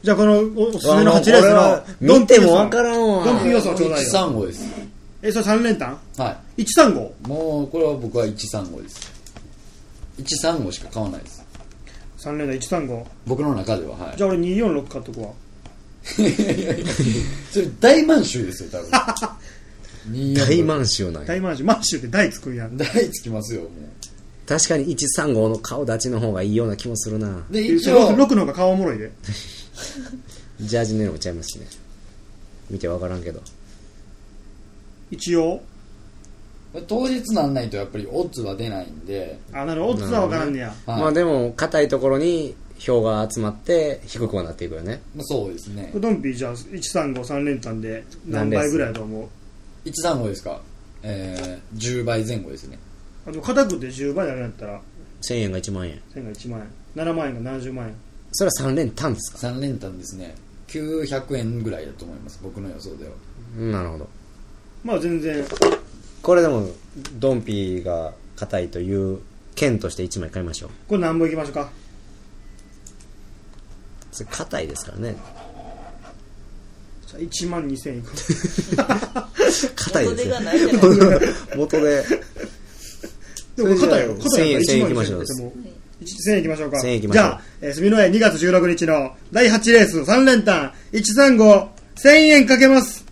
[SPEAKER 2] じゃあこのおおすすめの
[SPEAKER 1] あの
[SPEAKER 2] 8レース
[SPEAKER 1] 俺
[SPEAKER 2] の
[SPEAKER 1] は
[SPEAKER 2] ドン
[SPEAKER 1] 見
[SPEAKER 2] ピ
[SPEAKER 1] て
[SPEAKER 2] ニオ
[SPEAKER 1] も
[SPEAKER 2] さん
[SPEAKER 1] わからんわ
[SPEAKER 2] ドンピニオさんちょうだいよ
[SPEAKER 4] 135です。
[SPEAKER 2] えそれ3連単
[SPEAKER 4] は
[SPEAKER 2] ?135
[SPEAKER 4] い。もう、これは僕は135です。135しか買わないです。
[SPEAKER 2] 3連単135
[SPEAKER 4] 僕の中では、はい。
[SPEAKER 2] じゃあ俺246買っとくわ
[SPEAKER 4] それ大満州ですよ、多分。
[SPEAKER 1] 大満州なんや。
[SPEAKER 2] 大満州満州って大つくんやん
[SPEAKER 4] 大つきますよ、も
[SPEAKER 1] 確かに135の顔立ちの方がいいような気もするな
[SPEAKER 4] う。。で、一応、
[SPEAKER 2] 6の方が顔おもろいで
[SPEAKER 1] ジャージの色もちゃいますしね。見てわからんけど。
[SPEAKER 2] 一応
[SPEAKER 4] 当日なんないとやっぱりオッズは出ないんで、
[SPEAKER 2] あなるほどオッズは分からんねや
[SPEAKER 4] はい
[SPEAKER 1] まあでも、硬いところに票が集まって低くはなっていくよね。
[SPEAKER 4] まあそうですね。
[SPEAKER 2] ドンピーじゃあ1353連単で何倍ぐらいだと思う
[SPEAKER 4] 135ですか。えー、10倍前後ですね。
[SPEAKER 2] あでも硬くて10倍だけだったら
[SPEAKER 1] 1000円が1万円。
[SPEAKER 2] 1000が1万円7万円が70万円
[SPEAKER 1] それは3連単ですか
[SPEAKER 4] 3連単ですね。900円ぐらいだと思います、僕の予想では。
[SPEAKER 1] うんなるほど。
[SPEAKER 2] まあ全然
[SPEAKER 1] これでも、ドンピーが硬いという剣として1枚買いましょう。
[SPEAKER 2] これ何本いきましょうか
[SPEAKER 1] それ硬いですからね。
[SPEAKER 2] じゃあ1万2000い く
[SPEAKER 1] 硬いです
[SPEAKER 3] 元手
[SPEAKER 1] よ
[SPEAKER 3] が。ないじゃないですか
[SPEAKER 1] 元で。
[SPEAKER 2] でも肩よ
[SPEAKER 1] そ
[SPEAKER 2] 肩
[SPEAKER 1] れ
[SPEAKER 2] や
[SPEAKER 1] じゃあ1000
[SPEAKER 2] っ
[SPEAKER 1] 円
[SPEAKER 2] ぱ
[SPEAKER 1] 1000円いきまし
[SPEAKER 2] 1万2000円
[SPEAKER 1] ょう
[SPEAKER 2] ってもう1000円いきましょうか
[SPEAKER 1] 1000円いきま
[SPEAKER 2] じ
[SPEAKER 1] しょう
[SPEAKER 2] ゃあ、えー、住之江2月16日の第8レース3連単135 1000円かけます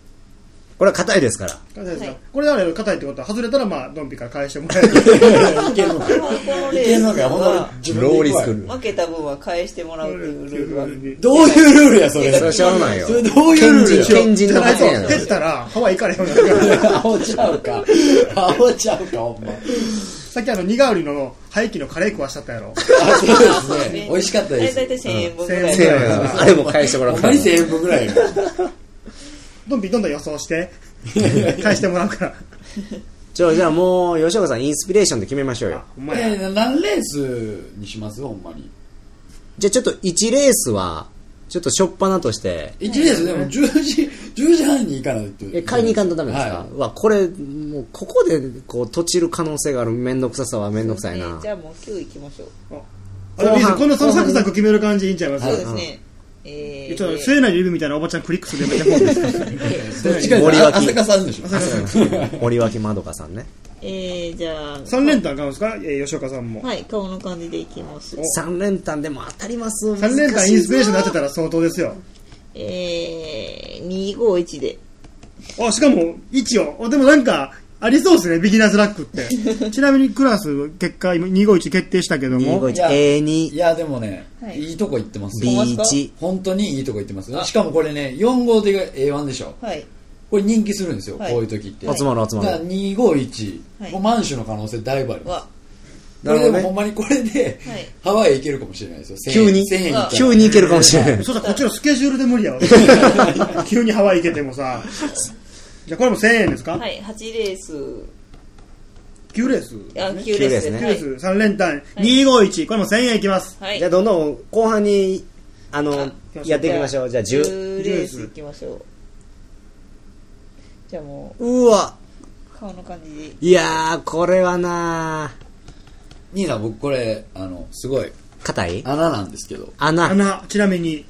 [SPEAKER 1] これは硬いですから。
[SPEAKER 2] 硬いですか
[SPEAKER 3] はい
[SPEAKER 2] これだから硬いってことは外れたらまあドンピーから返してもらえ る
[SPEAKER 4] いけるのか。い
[SPEAKER 3] この
[SPEAKER 4] け
[SPEAKER 3] レ
[SPEAKER 4] る
[SPEAKER 3] ー
[SPEAKER 4] の
[SPEAKER 3] ス
[SPEAKER 4] か、ほん
[SPEAKER 3] は
[SPEAKER 4] と
[SPEAKER 1] ローリスクル。
[SPEAKER 3] 負けた分は返してもらうっていうルールは
[SPEAKER 4] どういうルールや、それ。
[SPEAKER 1] それしゃあないよ
[SPEAKER 4] それどういうルールや。
[SPEAKER 1] 賢人
[SPEAKER 2] じ
[SPEAKER 1] の
[SPEAKER 2] ゃない
[SPEAKER 1] 発
[SPEAKER 2] と
[SPEAKER 1] 言やな。
[SPEAKER 2] 減ったらハワイ行かれへんようになるから
[SPEAKER 4] アホちゃうか。アホちゃうか、ほんま。
[SPEAKER 2] さっきあの苦織の廃棄のカレー食わしちゃったやろ
[SPEAKER 4] あ、そうです ね。美味しかったで
[SPEAKER 3] 大
[SPEAKER 4] す。
[SPEAKER 3] 体1000円分ぐらい
[SPEAKER 2] 1000円
[SPEAKER 1] あれも返してもら
[SPEAKER 4] ほ
[SPEAKER 1] うんか
[SPEAKER 4] ま
[SPEAKER 1] ら
[SPEAKER 4] に1000。円分ぐらい や。
[SPEAKER 2] どんどんどんどん予想して返してもらうから
[SPEAKER 1] じゃあ、じゃあもう、吉岡さん、インスピレーションで決めましょうよ
[SPEAKER 2] あ。ほんま
[SPEAKER 4] え
[SPEAKER 2] や
[SPEAKER 4] ー、何レースにしますほんまに。
[SPEAKER 1] じゃあ、ちょっと1レースは、ちょっと初っ端として、
[SPEAKER 4] 1レースでも10時、10時半に行かないと。
[SPEAKER 1] え、買いに行かんとダメですか、
[SPEAKER 4] はいう
[SPEAKER 1] わ、これ、もう、ここで、こう、閉じる可能性があるめんどくささはめんどくさい な
[SPEAKER 3] じ。ゃあもう9行きましょう
[SPEAKER 2] あでもいいですよこんなそのサクサク決める感じいいんちゃいます、
[SPEAKER 3] そうですねえー
[SPEAKER 2] ちょっと末永指みたいなおばちゃんクリックするやめてもらっていいですか
[SPEAKER 4] どっちかって
[SPEAKER 1] 森
[SPEAKER 4] あ
[SPEAKER 1] 脇
[SPEAKER 4] 浅香さんでしょ。
[SPEAKER 1] 森脇まどかさんね。
[SPEAKER 3] えーじゃあ
[SPEAKER 2] 三連単買うんですか、えー吉岡さんも、
[SPEAKER 3] はい顔の感じでいきます
[SPEAKER 1] 3連単でも当たります。
[SPEAKER 2] 三連単インスピレーションになってたら相当ですよ
[SPEAKER 3] えー251で
[SPEAKER 2] あしかも一応おでもなんかありそうですねビギナーズラックってちなみにクラス結果今251決定したけども
[SPEAKER 4] いや
[SPEAKER 1] A2
[SPEAKER 4] い、や、でもね、
[SPEAKER 3] はい
[SPEAKER 4] いいとこ行ってますよ。
[SPEAKER 1] B1。
[SPEAKER 4] 本当にいいとこ行ってます。しかもこれね、4号でが A1 でしょ。
[SPEAKER 3] はい
[SPEAKER 4] これ人気するんですよ、
[SPEAKER 3] はい
[SPEAKER 4] こういう時って。
[SPEAKER 3] はい
[SPEAKER 1] 集まる集ま
[SPEAKER 4] だから
[SPEAKER 1] る。
[SPEAKER 4] 251、
[SPEAKER 3] はい
[SPEAKER 4] もう満州の可能性だいぶあります
[SPEAKER 3] わ
[SPEAKER 4] これで
[SPEAKER 1] な
[SPEAKER 4] も
[SPEAKER 1] る
[SPEAKER 4] ほんまにこれで、
[SPEAKER 3] はい
[SPEAKER 4] ハワイ行けるかもしれないですよ
[SPEAKER 1] 急に
[SPEAKER 4] 1000円
[SPEAKER 1] 急に行けるかもしれない。
[SPEAKER 2] そうだこっちのスケジュールで無理やわ急にハワイ行けてもさじゃあこれも1000円ですか、
[SPEAKER 3] はい8レース
[SPEAKER 2] 9レース
[SPEAKER 3] あ9レース
[SPEAKER 1] 九レースね
[SPEAKER 2] 9レース
[SPEAKER 3] ね
[SPEAKER 2] 3連単251これも1000円いきます
[SPEAKER 3] はい
[SPEAKER 1] じゃあ、どんどん後半に、あの、やっていきましょう。じゃあ、10。
[SPEAKER 3] 10レースいきましょうじゃあも
[SPEAKER 1] うわ。
[SPEAKER 3] う顔の感じで
[SPEAKER 1] いやー、これはな
[SPEAKER 4] ニーナ僕これあのすごい
[SPEAKER 1] ー、硬い
[SPEAKER 4] 穴なんですけど
[SPEAKER 1] 穴。
[SPEAKER 2] 穴ちなみに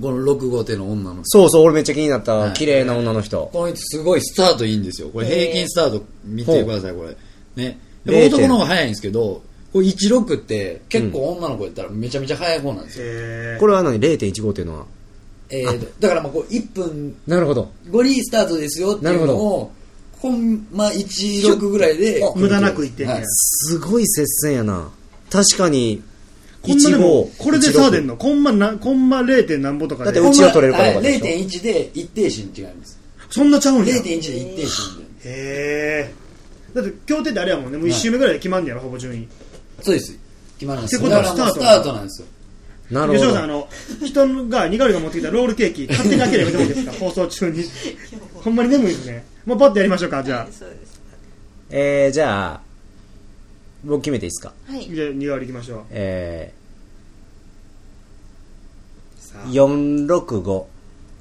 [SPEAKER 4] この6号手の女の人
[SPEAKER 1] そうそう、俺めっちゃ気になっ
[SPEAKER 4] は
[SPEAKER 1] た。
[SPEAKER 4] い
[SPEAKER 1] 綺麗な女の人。
[SPEAKER 4] この人すごいスタートいいんですよこれ平均スタート見てくださいこれねでも
[SPEAKER 1] 0.7
[SPEAKER 4] 男の方が早いんですけどこれ16って結構女の子やったらめちゃめちゃ早い方なんですよ、
[SPEAKER 2] え
[SPEAKER 1] これは何 ?0.15 っていうのは。
[SPEAKER 4] えーだからまあこう1分
[SPEAKER 1] なるほど。
[SPEAKER 4] 後にスタートですよっていうのをほんま16ぐらいで
[SPEAKER 2] 無駄なくいってんねや
[SPEAKER 4] はい
[SPEAKER 1] すごい接戦やな。確かに、
[SPEAKER 2] こんなでも
[SPEAKER 1] 15
[SPEAKER 2] これで差出ん
[SPEAKER 1] 16
[SPEAKER 2] のコンマなコンマ 0. 何ぼとか
[SPEAKER 1] だって
[SPEAKER 2] で
[SPEAKER 1] うちは取れるかどうか
[SPEAKER 4] は
[SPEAKER 1] で
[SPEAKER 4] い
[SPEAKER 1] しょ
[SPEAKER 4] 0.1で一定心違います
[SPEAKER 2] そんなちゃうんや
[SPEAKER 4] 0.1で一定心違い
[SPEAKER 2] へ
[SPEAKER 4] ま
[SPEAKER 2] えだって協定ってあれやもんねもう1周目ぐらいで決まんねやろほぼ順位
[SPEAKER 4] すそうです決まります
[SPEAKER 2] ってことは
[SPEAKER 4] だからもう
[SPEAKER 2] ス
[SPEAKER 4] ス
[SPEAKER 2] タ
[SPEAKER 4] タ
[SPEAKER 2] ート
[SPEAKER 4] ートなんですよ
[SPEAKER 1] なる
[SPEAKER 2] 吉
[SPEAKER 1] ほ
[SPEAKER 2] 野さんあ
[SPEAKER 1] ど。
[SPEAKER 2] の人がにがりが持ってきたロールケーキ勝手に開ければどうですか放送中にほんまに眠いですねもうパッとやりましょうかじゃあ
[SPEAKER 3] そうです
[SPEAKER 1] えー、じゃあ、僕決めていいですか
[SPEAKER 3] はい
[SPEAKER 2] じゃあにがりいきましょう
[SPEAKER 1] え
[SPEAKER 2] さ
[SPEAKER 1] ー、465。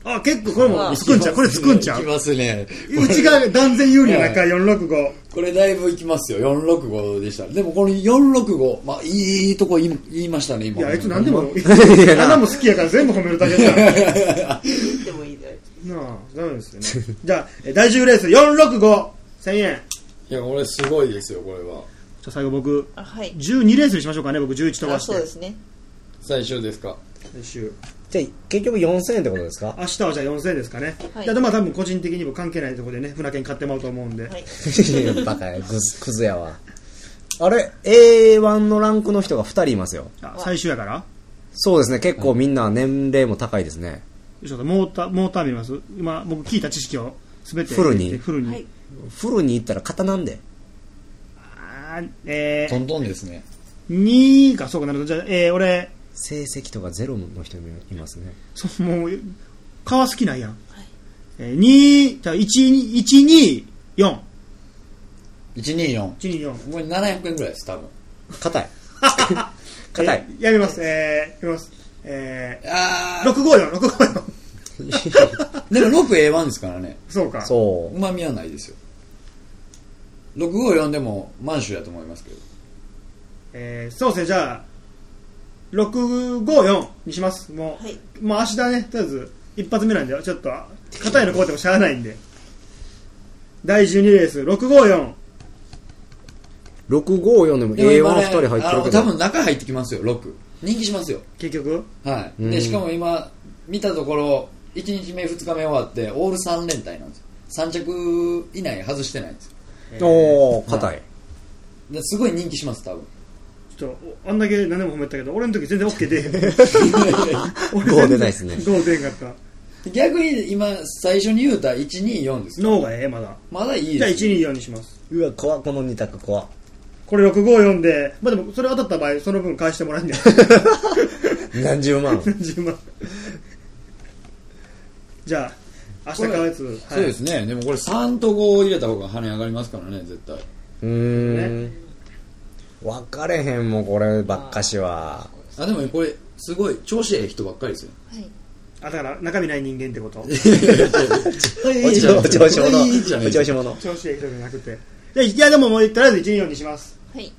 [SPEAKER 2] ああ、結構これ
[SPEAKER 3] う
[SPEAKER 2] も
[SPEAKER 3] ん
[SPEAKER 2] つくんちゃうこれつくんちゃ
[SPEAKER 4] いうきますね。
[SPEAKER 2] うちが断然有利な中、465。
[SPEAKER 4] これだいぶいきますよ。465でした。でもこの465、まあいいとこ言い言いましたね、今。
[SPEAKER 2] いや、あ いつ何でも、7も好きやから全部褒めるだけじゃん。 な
[SPEAKER 3] でもいいだよ
[SPEAKER 2] あ、ダメですよね。 じゃあ、え第10レース、465、1000円。
[SPEAKER 4] いや、これすごいですよ、これは。
[SPEAKER 2] じゃあ最後僕、
[SPEAKER 3] あはい
[SPEAKER 2] 12レースにしましょうかね、僕11飛ば
[SPEAKER 3] あ
[SPEAKER 2] して。
[SPEAKER 3] そうですね
[SPEAKER 4] 最終ですか。
[SPEAKER 2] 来週
[SPEAKER 1] じゃあ、結局4000円ってことですか
[SPEAKER 2] 明日はじゃあ4000円ですかね。
[SPEAKER 3] はい
[SPEAKER 2] じゃあ、まあ多分個人的にも関係ないところでね、船券買ってもらうと思うんで。
[SPEAKER 3] はい
[SPEAKER 1] バカや、クズ、クズやわ。あれ、A1 のランクの人が2人いますよ。
[SPEAKER 2] あ最終やから
[SPEAKER 1] そうですね、結構みんな年齢も高いですね。
[SPEAKER 2] ちょっとモーター、モーター見ます今、僕聞いた知識を全て。
[SPEAKER 1] フルに
[SPEAKER 2] フルに。
[SPEAKER 3] はい
[SPEAKER 1] フルに行ったら型なんで。
[SPEAKER 2] あーえ
[SPEAKER 4] トントンですね。
[SPEAKER 2] ー、2か、そうかなると、じゃあ、えー、俺、
[SPEAKER 1] 成績とかゼロの人もいますね。
[SPEAKER 2] そもう、川好きなんやん。えー、2、じゃあ、1、1、2、4。
[SPEAKER 4] 124。
[SPEAKER 2] 1、2、4。
[SPEAKER 4] これ700円ぐらいです、多分。
[SPEAKER 1] 硬い。 硬い。
[SPEAKER 2] えーやめます。えー、やめます。え
[SPEAKER 4] あ
[SPEAKER 2] ー、654、654。
[SPEAKER 4] ー、でも 6A1 ですからね。
[SPEAKER 2] そうか。
[SPEAKER 1] そう
[SPEAKER 4] まみはないですよ。654でも満州やと思いますけど。
[SPEAKER 2] えー、そうですね、じゃあ、654にします。もう、
[SPEAKER 3] はい
[SPEAKER 2] もう明日ね、とりあえず、一発目なんで、ちょっと、硬いのこうてもしゃあないんで。第12レース、654。
[SPEAKER 1] う。654でも A1
[SPEAKER 4] 今
[SPEAKER 1] 2
[SPEAKER 4] ね
[SPEAKER 1] 人入って
[SPEAKER 4] あ
[SPEAKER 1] る
[SPEAKER 4] の
[SPEAKER 1] け
[SPEAKER 4] 多
[SPEAKER 1] ど
[SPEAKER 4] 分。中入ってきますよ、6。人気しますよ。
[SPEAKER 2] 結局、
[SPEAKER 4] はい。
[SPEAKER 1] うん
[SPEAKER 4] で、しかも今、見たところ、1日目、2日目終わって、オール3連隊なんですよ。3着以内外してないんですよ。
[SPEAKER 1] おー、硬い。
[SPEAKER 4] ですごい人気します、多分。
[SPEAKER 2] ちょっと、あんだけ何でも褒めてたけど、俺の時全然 OK で。俺
[SPEAKER 1] ゴー出ないですね
[SPEAKER 2] ゴー出んかった。
[SPEAKER 4] で逆に今、最初に言うた124ですよ。
[SPEAKER 2] 脳がええ、まだ。
[SPEAKER 4] まだいい
[SPEAKER 2] じゃあ、
[SPEAKER 4] ですよ。
[SPEAKER 2] 124にします。
[SPEAKER 1] うわ、怖っこの2択怖っ
[SPEAKER 2] これ654で、まあでも、それ当たった場合、その分返しても らえんねん。
[SPEAKER 1] 何十万。
[SPEAKER 2] 10万。じゃあ、明日買うやつ。はい
[SPEAKER 4] そうですね。でもこれ3と5を入れた方が跳ね上がりますからね、絶対。
[SPEAKER 1] うーん。分かれへんもん、こればっかしは。
[SPEAKER 4] あ、でもこれ、すごい、調子ええ人ばっかりですよ。
[SPEAKER 2] あだから中身ない人間って こと
[SPEAKER 1] お調お調子者。
[SPEAKER 4] いいじゃない
[SPEAKER 1] お調子者。
[SPEAKER 2] 調子がいい人じゃなくてじゃあいやでももうとりあえず124にします
[SPEAKER 3] はい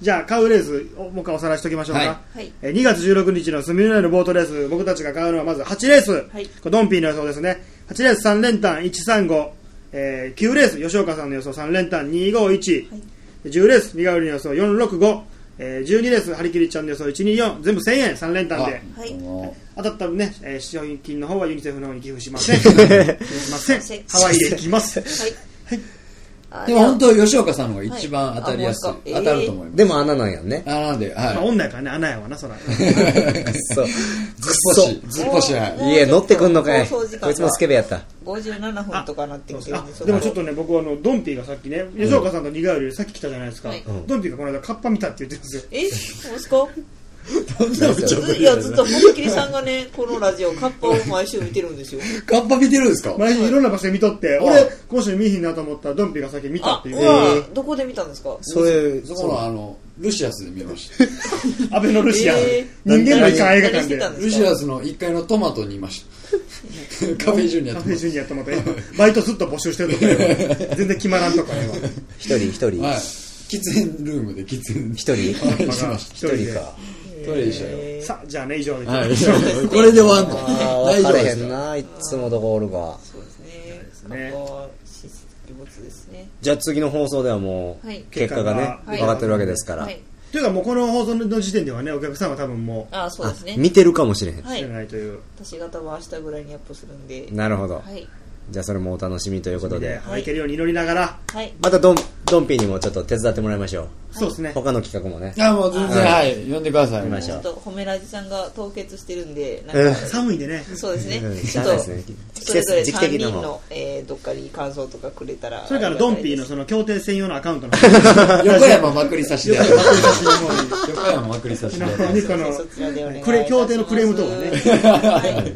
[SPEAKER 2] じゃあ買うレースをもう一回おさらいしておきましょうか、
[SPEAKER 4] はい
[SPEAKER 3] はい
[SPEAKER 2] えー2月16日のスミューネのボートレース僕たちが買うのはまず8レース、
[SPEAKER 3] はい
[SPEAKER 2] これドンピーの予想ですね8レース3連単135、えー9レース吉岡さんの予想3連単251、
[SPEAKER 3] はい
[SPEAKER 2] 10レース三河の予想465、えー12レース張り切りちゃんの予想124全部1000円3連単で
[SPEAKER 4] あ
[SPEAKER 3] はい
[SPEAKER 4] この
[SPEAKER 2] 当たったらね、えー、商品金の方はユニセフの方に寄付しません。寄付しませ
[SPEAKER 3] せ
[SPEAKER 2] ん。ハワイで行きます。
[SPEAKER 3] はいあ
[SPEAKER 4] でも本当、吉岡さんの方が一番当たりやすい。
[SPEAKER 3] はいあもう一個
[SPEAKER 4] 当たると思います。
[SPEAKER 1] でも穴なんやんね。
[SPEAKER 4] あなんで、はい。
[SPEAKER 2] まあ、女やからね、穴やわな、そら。
[SPEAKER 1] そう。
[SPEAKER 4] ずっぽし、ずっぽしはい。
[SPEAKER 1] いいえ、乗ってくんのかい。
[SPEAKER 3] 放送時間が
[SPEAKER 1] こいつもスケベやった。
[SPEAKER 3] 57分とかなってきてるん
[SPEAKER 2] あでもちょっ
[SPEAKER 3] と
[SPEAKER 2] とね、僕はあの、ドンピーがさっきね、吉岡さんと苦いよりさっき来たじゃないですか。
[SPEAKER 3] はい
[SPEAKER 2] ドンピーがこの間、カッパ見たって言ってるんですよ。
[SPEAKER 3] え息子
[SPEAKER 1] ちょっと
[SPEAKER 3] いやずっと本切さんがねこのラジオカッパを毎週見てる んですよ
[SPEAKER 4] カッパ見てるんですか
[SPEAKER 2] 毎日いろんな場所で見とって、俺、今週見ひんなと思ったら、ドンピーがさっき見たっ
[SPEAKER 3] あ
[SPEAKER 2] ていうう。
[SPEAKER 3] わどこで見たんですか
[SPEAKER 1] それ、
[SPEAKER 4] そこのあの、ルシアスで見ました。
[SPEAKER 2] アベノルシアン。
[SPEAKER 3] え
[SPEAKER 2] 人間のいかん映画
[SPEAKER 3] 何
[SPEAKER 2] 館
[SPEAKER 3] して
[SPEAKER 2] で。
[SPEAKER 3] たん
[SPEAKER 2] カ
[SPEAKER 3] ですか
[SPEAKER 4] ルシアスの1階のトマトにいました。カフェジュニアと
[SPEAKER 2] フェジュニアと思ったらバイトずっと募集してるとか言うわ全然決まらんとか言うわ
[SPEAKER 1] 一人一人。
[SPEAKER 4] はい。喫煙ルームで喫煙。
[SPEAKER 1] 一人
[SPEAKER 4] はい しまし
[SPEAKER 2] 一
[SPEAKER 1] 一人か。
[SPEAKER 4] た。トイレでしたよ。
[SPEAKER 2] でさあじゃあね以上で、
[SPEAKER 4] はい。これで終わんの。
[SPEAKER 1] ああ、 分
[SPEAKER 4] 大丈
[SPEAKER 1] か
[SPEAKER 4] 夫
[SPEAKER 1] れ
[SPEAKER 4] で
[SPEAKER 1] へ
[SPEAKER 4] す
[SPEAKER 1] ん
[SPEAKER 4] か
[SPEAKER 1] な。いつもどこおるか。
[SPEAKER 3] そうですね
[SPEAKER 2] ね
[SPEAKER 3] カッパは親切な物ですね
[SPEAKER 1] じゃあ次の放送ではもう
[SPEAKER 3] はい、
[SPEAKER 1] 結果がね、
[SPEAKER 2] 結
[SPEAKER 3] 果が
[SPEAKER 1] 分かってるわけですから
[SPEAKER 3] は。い
[SPEAKER 2] というかもうこの放送の時点ではねお客さんは多分もう
[SPEAKER 3] あそうですね
[SPEAKER 1] 見てるかもしれへん。
[SPEAKER 3] は
[SPEAKER 2] 知
[SPEAKER 3] い
[SPEAKER 2] らないという、
[SPEAKER 3] 私方は明日ぐらいにアップするんで
[SPEAKER 1] なるほど
[SPEAKER 3] は。い
[SPEAKER 1] じゃあそれもお楽しみということ
[SPEAKER 2] で
[SPEAKER 1] で。
[SPEAKER 2] はけるように祈りながら、
[SPEAKER 3] はい
[SPEAKER 1] またドン、ドンピーにもちょっと手伝ってもらいましょ
[SPEAKER 2] そうです
[SPEAKER 1] う。
[SPEAKER 2] ね
[SPEAKER 1] 他の企画もね。
[SPEAKER 4] いや、もう全然、はい。呼んでください。
[SPEAKER 1] 見まし
[SPEAKER 3] ち
[SPEAKER 1] ょ
[SPEAKER 3] ょ
[SPEAKER 1] う
[SPEAKER 3] っと褒めラジさんが凍結してるんで
[SPEAKER 1] う
[SPEAKER 3] なんんか
[SPEAKER 2] 寒いんでね
[SPEAKER 3] そうです
[SPEAKER 1] うん
[SPEAKER 3] ね。
[SPEAKER 1] し
[SPEAKER 3] ち
[SPEAKER 1] ゃ
[SPEAKER 3] ょ
[SPEAKER 1] あ
[SPEAKER 3] っ
[SPEAKER 1] ない
[SPEAKER 3] と
[SPEAKER 1] ですね
[SPEAKER 3] それぞれ
[SPEAKER 1] 季節時期
[SPEAKER 3] 3
[SPEAKER 1] 的な
[SPEAKER 3] 人
[SPEAKER 1] もん
[SPEAKER 3] の、えーどっかに感想とかくれたら。
[SPEAKER 2] それからドンピーの
[SPEAKER 3] あ
[SPEAKER 2] その協定専用のアカウントの 方
[SPEAKER 4] 横山まくりさしで。
[SPEAKER 2] 横 山まくり差しの方に
[SPEAKER 4] 横山ま
[SPEAKER 3] りがたいです
[SPEAKER 2] 何こ
[SPEAKER 4] くりさしで。
[SPEAKER 3] そうそちらでお願いいたします
[SPEAKER 2] のクレ協定のクレームと かね
[SPEAKER 3] はい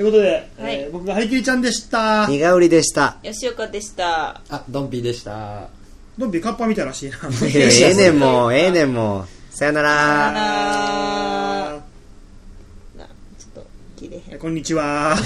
[SPEAKER 2] ということで、
[SPEAKER 3] はい
[SPEAKER 2] えー僕がハリキリちゃんでした
[SPEAKER 1] 日が売りでした。
[SPEAKER 3] 吉岡でした。
[SPEAKER 4] あ、ドンピーでした。
[SPEAKER 2] ドンピーカッパ見たらしいな
[SPEAKER 1] いやええねんもう、ええねんもう。さよなら。
[SPEAKER 3] あ らーなちょっと、切れへん。
[SPEAKER 2] こんにちは。